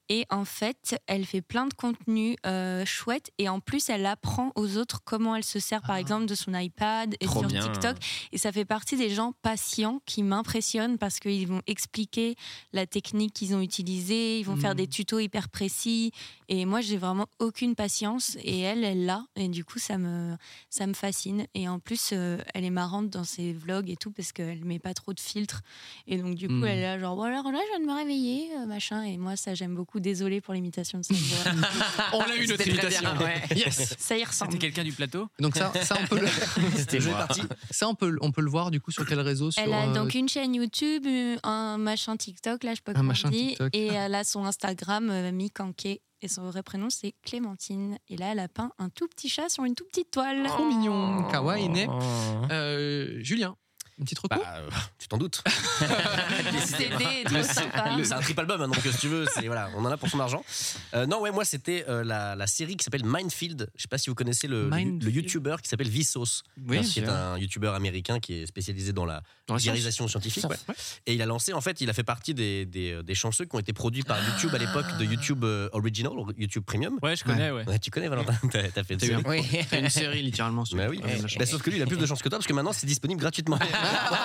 Et en fait elle fait plein de contenus euh, chouettes et en plus elle apprend aux autres comment elle se sert par
Ah.
exemple de son iPad et
Trop
sur
bien.
TikTok et ça fait partie des gens patients qui m'impressionnent parce qu'ils vont expliquer la technique qu'ils ont utilisée, ils vont faire
Mm.
des tutos hyper précis. Et moi, j'ai vraiment aucune patience. Et elle, elle l'a. Et du coup, ça me, ça me fascine. Et en plus, euh, elle est marrante dans ses vlogs et tout parce qu'elle met pas trop de filtres. Et donc, du coup,
Mm.
elle est là, genre, Bon, alors là, je viens de me réveiller, euh, machin. Et moi, ça, j'aime beaucoup. Désolée pour l'imitation de sa voix.
On l'a eu notre
C'était très
imitation.
bien, ouais.
Yes.
ça y
C'était
ressemble.
quelqu'un du plateau
Donc ça, ça on peut le.
C'était
Je vais
moi.
partir. Ça on peut, on peut le voir du coup sur quel réseau sur,
Elle a
euh,
donc une chaîne YouTube, euh, un machin TikTok, là je sais pas
Un
comment
machin
on dit,
TikTok.
et elle a son Instagram euh, Mi Kanké et son vrai prénom c'est Clémentine. Et là elle a peint un tout petit chat sur une tout petite toile.
Trop mignon, kawaii né.
Oh.
Euh, Julien, une petite reco
Bah, euh, tu t'en doutes.
CD,
Le-
trop sympa.
le- C'est un triple album, hein, donc si tu veux, c'est- voilà, on en a pour son argent. Euh, non, ouais, moi c'était euh, la, la série qui s'appelle Mindfield. Je sais pas si vous connaissez le, le,
Mindfield.
le youtubeur qui s'appelle Vsauce,
Oui,
qui est un youtubeur américain qui est spécialisé dans la
Dans la
vulgarisation scientifique. ouais. Et il a lancé, en fait, il a fait partie des, des, des chanceux qui ont été produits par YouTube à l'époque de YouTube euh, Original, YouTube Premium.
Ouais, je connais, ouais.
Ouais, tu connais Valentin, t'as t'as fait une
T'as eu
série.
un- t'as une série littéralement sur
Bah oui.
euh, la chaîne.
Bah, sauf que lui, il a plus de chance que toi parce que maintenant c'est disponible gratuitement.
Ouais,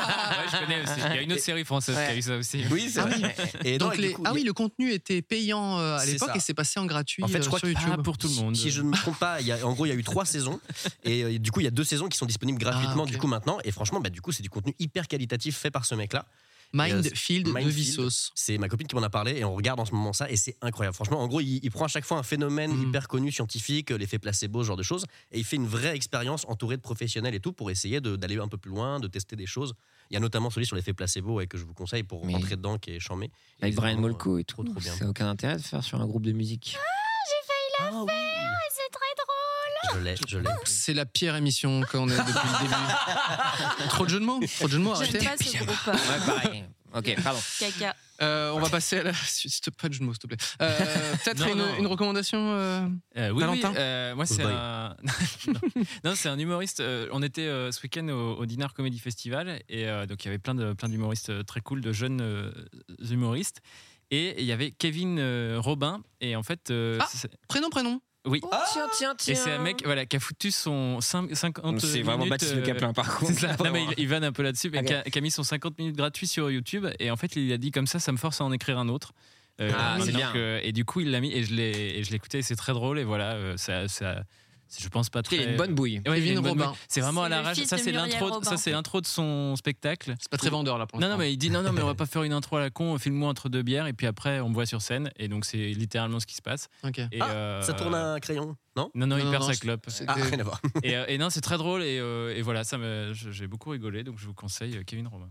je connais aussi. Il y a une autre série française qui a eu ça aussi.
oui, c'est vrai. Et non,
Ah Donc
et du
les-
coup,
ah
il-
oui, le contenu était payant euh, à
C'est
l'époque
ça.
et c'est passé en gratuit
En fait, je
euh,
crois
sur
qu'il-
YouTube.
Ah, pour tout le monde.
Si je ne me trompe pas, il y a- en gros, il y a eu trois saisons. Et euh, du coup, il y a deux saisons qui sont disponibles gratuitement
Ah, ok.
du coup maintenant. Et franchement, bah, du coup, c'est du contenu hyper qualitatif fait par ce mec-là.
Mind
Et, euh,
Field de
Mindfield.
Vissos.
C'est ma copine qui m'en a parlé et on regarde en ce moment ça et c'est incroyable. Franchement, en gros, il, il prend à chaque fois un phénomène
Mhm.
hyper connu scientifique, euh, l'effet placebo, ce genre de choses, et il fait une vraie expérience entourée de professionnels et tout pour essayer de- d'aller un peu plus loin, de tester des choses. Il y a notamment celui sur l'effet placebo et que je vous conseille pour
Mais-
rentrer dedans qui est chambé. Et
Avec Brian
vraiment, euh,
Molko et
trop,
tout.
trop bien.
Ça n'a aucun intérêt de faire sur un groupe de musique.
Ah oui,
C'est très drôle.
je l'ai, je l'ai.
C'est la pire émission qu'on a depuis le début. trop de jeux de mots, trop de jeux de mots, arrêtez.
J'aime pas ce groupe.
Ouais, pareil. Ok, pardon.
Caca.
Euh, on va passer à la suite. Pas de jeu de mots, s'il te plaît. Euh, Peut-être
Non,
une,
non.
une recommandation euh,
Euh, oui, oui,
Valentin
euh, moi c'est
Ousbaï.
un... non, non, c'est un humoriste. euh, on était euh, ce week-end au, au Dinard Comedy Festival et euh, donc il y avait plein de plein d'humoristes euh, très cool, de jeunes euh, humoristes. Et il y avait Kevin euh, Robin et en fait, euh,
Ah
c'est-
Prénom, prénom.
oui.
Oh,
Ah
tiens, tiens, tiens.
Et c'est un mec voilà, qui a foutu son cin- 50
C'est vraiment
minutes,
Baptiste Le
euh,
Caplin, par
c'est
contre. Ah
ça. Non, mais il, il vanne un peu là-dessus, mais
Ok.
qui, a, qui a mis son 50 minutes gratuit sur YouTube. Et en fait, il a dit comme ça, ça me force à en écrire un autre. Euh,
Ah, c'est
maintenant
bien.
que- et du coup, il l'a mis et je l'ai et je l'ai écouté. et C'est très drôle. Et voilà, euh, ça, ça, c'est- je pense pas très.
Il a une bonne bouille.
Ouais, il a
Kevin
une bonne
Robin.
bouille. C'est vraiment
C'est
à la
le
rage.
fils
Ça,
de
c'est
Muriel
l'intro. de- Ça,
Robin.
c'est l'intro de son spectacle.
C'est pas très vendeur là pour
Non, non,
l'instant.
mais il dit non, non, mais on va pas faire une intro à la con. Filme-moi entre deux bières et puis après, on me voit sur scène. Et donc, c'est littéralement ce qui se passe.
Ok.
Et,
Ah,
euh,
Ça tourne un crayon, non
Non, non,
Non,
il
non,
perd
non,
sa
c'est-
clope.
c'est-
Ah, rien à voir.
Et, euh, et non, c'est très drôle. Et, euh, et voilà, ça me- je- j'ai beaucoup rigolé. Donc, je vous conseille euh, Kevin Robin.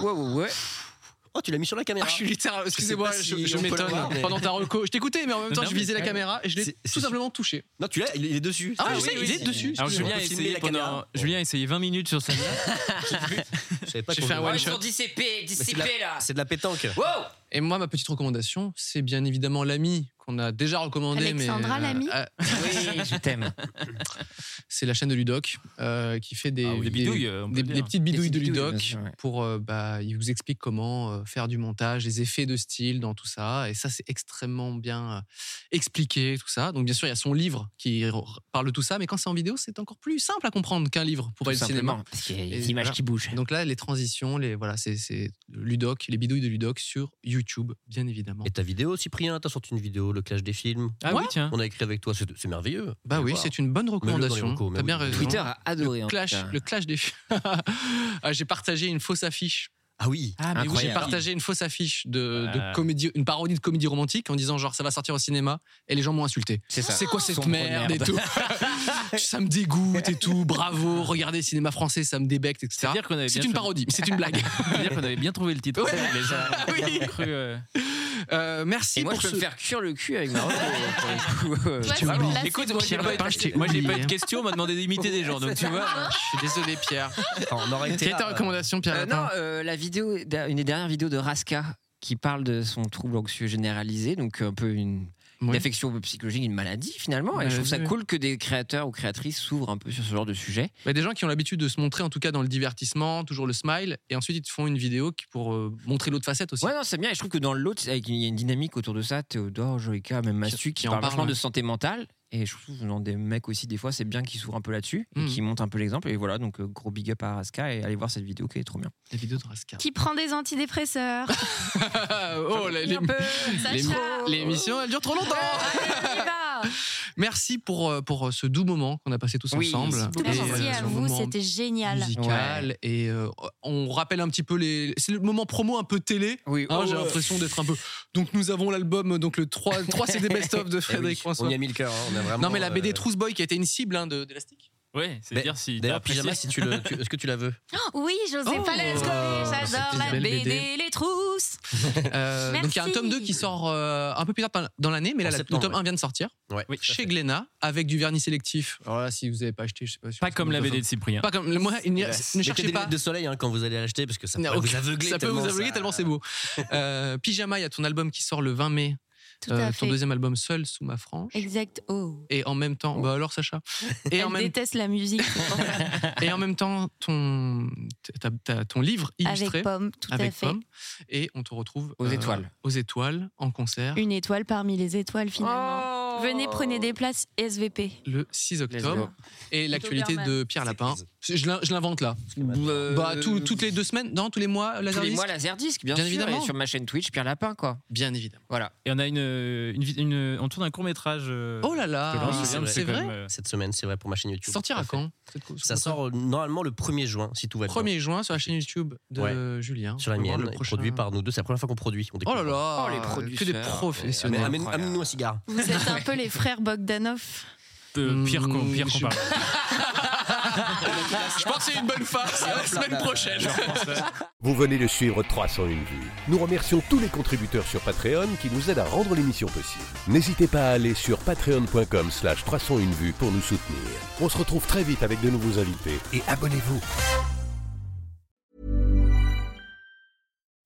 Ouais, ouais, ouais.
Oh, tu l'as mis sur la caméra.
Ah, je suis littéral, excusez-moi,
pas
je,
si
je
on peut
m'étonne.
l'avoir, mais-
Pendant ta reco, je t'écoutais, mais en même temps,
Non,
je
mais-
visais la
ouais.
caméra et je l'ai
euh, C'est-
tout
c'est-
simplement touché.
Non, tu l'as, il il est dessus.
Ah,
oui,
je sais,
oui,
il est
si.
dessus.
Alors, Julien
On
a,
peut filmer
essayé
la
pendant-
caméra.
Julien a essayé 20 minutes sur scène.
Je savais pas
J'ai
qu'on
fait un
jouait.
one shot.
dissipés,
Mais c'est de la- Ah, C'est de la pétanque.
Wow
Et moi, ma petite recommandation, c'est bien évidemment l'ami qu'on a déjà recommandé.
Alexandra,
mais, euh,
l'ami
ah,
Oui, je t'aime.
c'est la chaîne de Ludoc euh, qui fait des,
Ah oui,
des-
bidouilles, euh, on peut
des-
le dire.
des petites bidouilles
petites
de
bidouilles,
Ludoc.
bien sûr, ouais.
Pour, euh, bah, il vous explique comment euh, faire du montage, les effets de style dans tout ça. Et ça, c'est extrêmement bien euh, expliqué, tout ça. Donc, bien sûr, il y a son livre qui r- parle de tout ça. Mais quand c'est en vidéo, c'est encore plus simple à comprendre qu'un livre pour aller au cinéma.
Parce qu'il y a
Et
des images
voilà.
qui bougent.
Donc là, les transitions, les, voilà, c'est- c'est Ludoc, les bidouilles de Ludoc sur YouTube, bien évidemment.
Et ta vidéo, Cyprien, t'as sorti une vidéo, le clash des films.
Ah oui, tiens.
On a écrit avec toi, c'est c'est merveilleux.
Bah oui, c'est une bonne
dans les
recommandation.
recos,
T'as
mets-le
bien
dans les
raison.
Twitter a adoré.
hein,
en
Le clash,
tout cas.
le clash des. Ah, j'ai partagé une fausse affiche.
Ah oui.
Ah,
mais oui,
J'ai
Incroyable.
partagé une fausse affiche de, de
Ah.
comédie, une parodie de comédie romantique en disant genre ça va sortir au cinéma et les gens m'ont insulté.
C'est ça.
C'est quoi cette
Sombre
merde, et
merde.
tout Ça me dégoûte et tout. Bravo, regardez cinéma français, ça me débecte, etc.
C'est-à-dire qu'on avait bien
C'est une
fait-
parodie, c'est une blague.
C'est-à-dire qu'on avait bien trouvé le titre.
Ouais.
Les gens
Ah
Oui.
ont cru, euh,
Euh, merci
Et moi,
pour
je peux
ce.
me faire cuire le cul avec ma robe. pour le coup, euh,
Toi,
tu
c'est-
oublies.
là, c'est
Écoute,
bon.
moi j'ai
Pierre
pas,
Lapin, je t'ai
moi, j'ai pas eu
oublié.
de questions, on m'a demandé d'imiter des gens. Donc tu vois,
Je suis désolé Pierre.
Enfin, on aurait été
Quelle est ta
là, euh,
recommandation Pierre
Euh,
Lapin
non, euh, la vidéo, une des dernières vidéos de Raska
qui parle de son trouble anxieux généralisé, donc un peu une, une
Oui.
affection psychologique, une maladie finalement. Et je
Maladie,
trouve ça
oui.
cool que des créateurs ou créatrices s'ouvrent un peu sur ce genre de sujet.
Il y a des gens qui ont l'habitude de se montrer, en tout cas dans le divertissement, toujours le smile, et ensuite ils te font une vidéo qui pour euh, montrer l'autre facette aussi.
Ouais, non, c'est bien. Et je trouve que dans l'autre, c'est- avec- il y a une dynamique autour de ça. Théodore, Joïka, même Mastu, qui,
qui en
parle
parle,
vachement
ouais.
de santé mentale. Et je trouve dans des mecs aussi, des fois, c'est bien qu'ils s'ouvrent un peu là-dessus et
Mhm.
qui montrent un peu l'exemple. Et voilà, donc euh, gros big up à Raska et allez voir cette vidéo qui est trop bien.
La vidéo de Raska.
Qui prend des antidépresseurs
oh, la- l'ém- l'ém-
Sacha.
l'émission, elle dure trop longtemps. Merci pour, euh, pour ce doux moment qu'on a passé tous
Oui,
ensemble.
c'était
Et,
Merci
euh,
à
ce
vous,
moment
c'était génial.
musical et euh, on rappelle un petit peu les c'est le moment promo un peu télé
oui
hein,
oh,
j'ai
ouais.
l'impression d'être un peu donc nous avons l'album donc le 3 3 CD best of de
Eh
Frédéric
oui,
François
on y a mis le cœur, hein, on a vraiment,
non mais la BD
euh,
Trousse Boy qui a été une cible hein, de d'Elastic
ouais c'est dire si
D'ailleurs, pyjama, si tu le, tu- est-ce que tu la veux
Oui, José
Oh.
Palais, j'adore
Cette
la
belle
BD,
BD.
les trousses.
Euh, donc il y a un
Merci.
tome 2 qui sort euh, un peu plus tard dans- dans l'année, mais là
En
la-
septembre,
le tome
ouais.
1 vient de sortir
Ouais.
Oui.
chez Glénat avec du vernis sélectif. Alors là, si vous n'avez pas acheté, je sais pas.
Pas comme la BD de Cyprien.
Pas comme moi, il n'y a- ne
Eh ben, Mettez des
cherchez pas.
lunettes de soleil hein, quand vous allez l'acheter parce que ça
Non,
peut vous
aucun-
aveugler.
ça peut vous aveugler
ça-
tellement c'est beau. Euh, Pyjama, il y a ton album qui sort le 20 mai. Euh,
Tout à
ton
fait.
deuxième album Seul sous ma frange.
Exact. Oh.
Et en même temps, bah alors Sacha. Et
Elle
en même
déteste la musique
et en même temps ton t'as- t'as ton livre illustré
avec pomme, tout à
avec
fait.
Pomme. et on te retrouve euh,
Aux étoiles.
aux étoiles en concert
Une étoile parmi les étoiles
Oh.
finalement. Venez, prenez des places SVP.
le 6
go.
octobre. Et l'actualité
Doberman.
de Pierre Lapin. Je l'in- je l'invente là. Bah, tout- toutes les deux semaines Non, tous les mois,
Tous
laser
les
disc
mois, Laserdisc, bien,
Bien
sûr.
évidemment.
Et sur ma chaîne Twitch, Pierre Lapin, quoi.
Bien évidemment.
Voilà.
Et on a une, euh, une, vi- une- on tourne un court métrage. euh,
Oh là là,
Ah,
oui,
c'est vrai.
c'est
quand
vrai.
même, euh,
Cette semaine, c'est vrai pour ma chaîne YouTube.
Sortir
Tout
à
fait.
quand cette co- ce
Ça
concert
sort euh, normalement le 1er juin, si tout va bien.
1er juin sur la chaîne YouTube de
Ouais.
Julien.
Sur la
On peut voir
mienne,
le
et
prochain.
produit par nous deux. C'est la première fois qu'on produit. On
Oh
découvre.
là là, Ah,
Oh,
Ah,
les
que des
producteurs.
Mais
professionnels.
amène- Amène-nous un cigare.
Vous êtes un peu les frères Bogdanov.
euh, pire qu'on
Mmh,
pire
Mm,
qu'on
je-
parle.
Ah,
Je pense que c'est une bonne farce. À la semaine prochaine.
euh,
Vous venez de suivre 301 vues. Nous remercions tous les contributeurs sur Patreon qui nous aident à rendre l'émission possible. N'hésitez pas à aller sur patreon.com slash 301 vues pour nous soutenir. On se retrouve très vite avec de nouveaux invités et abonnez-vous.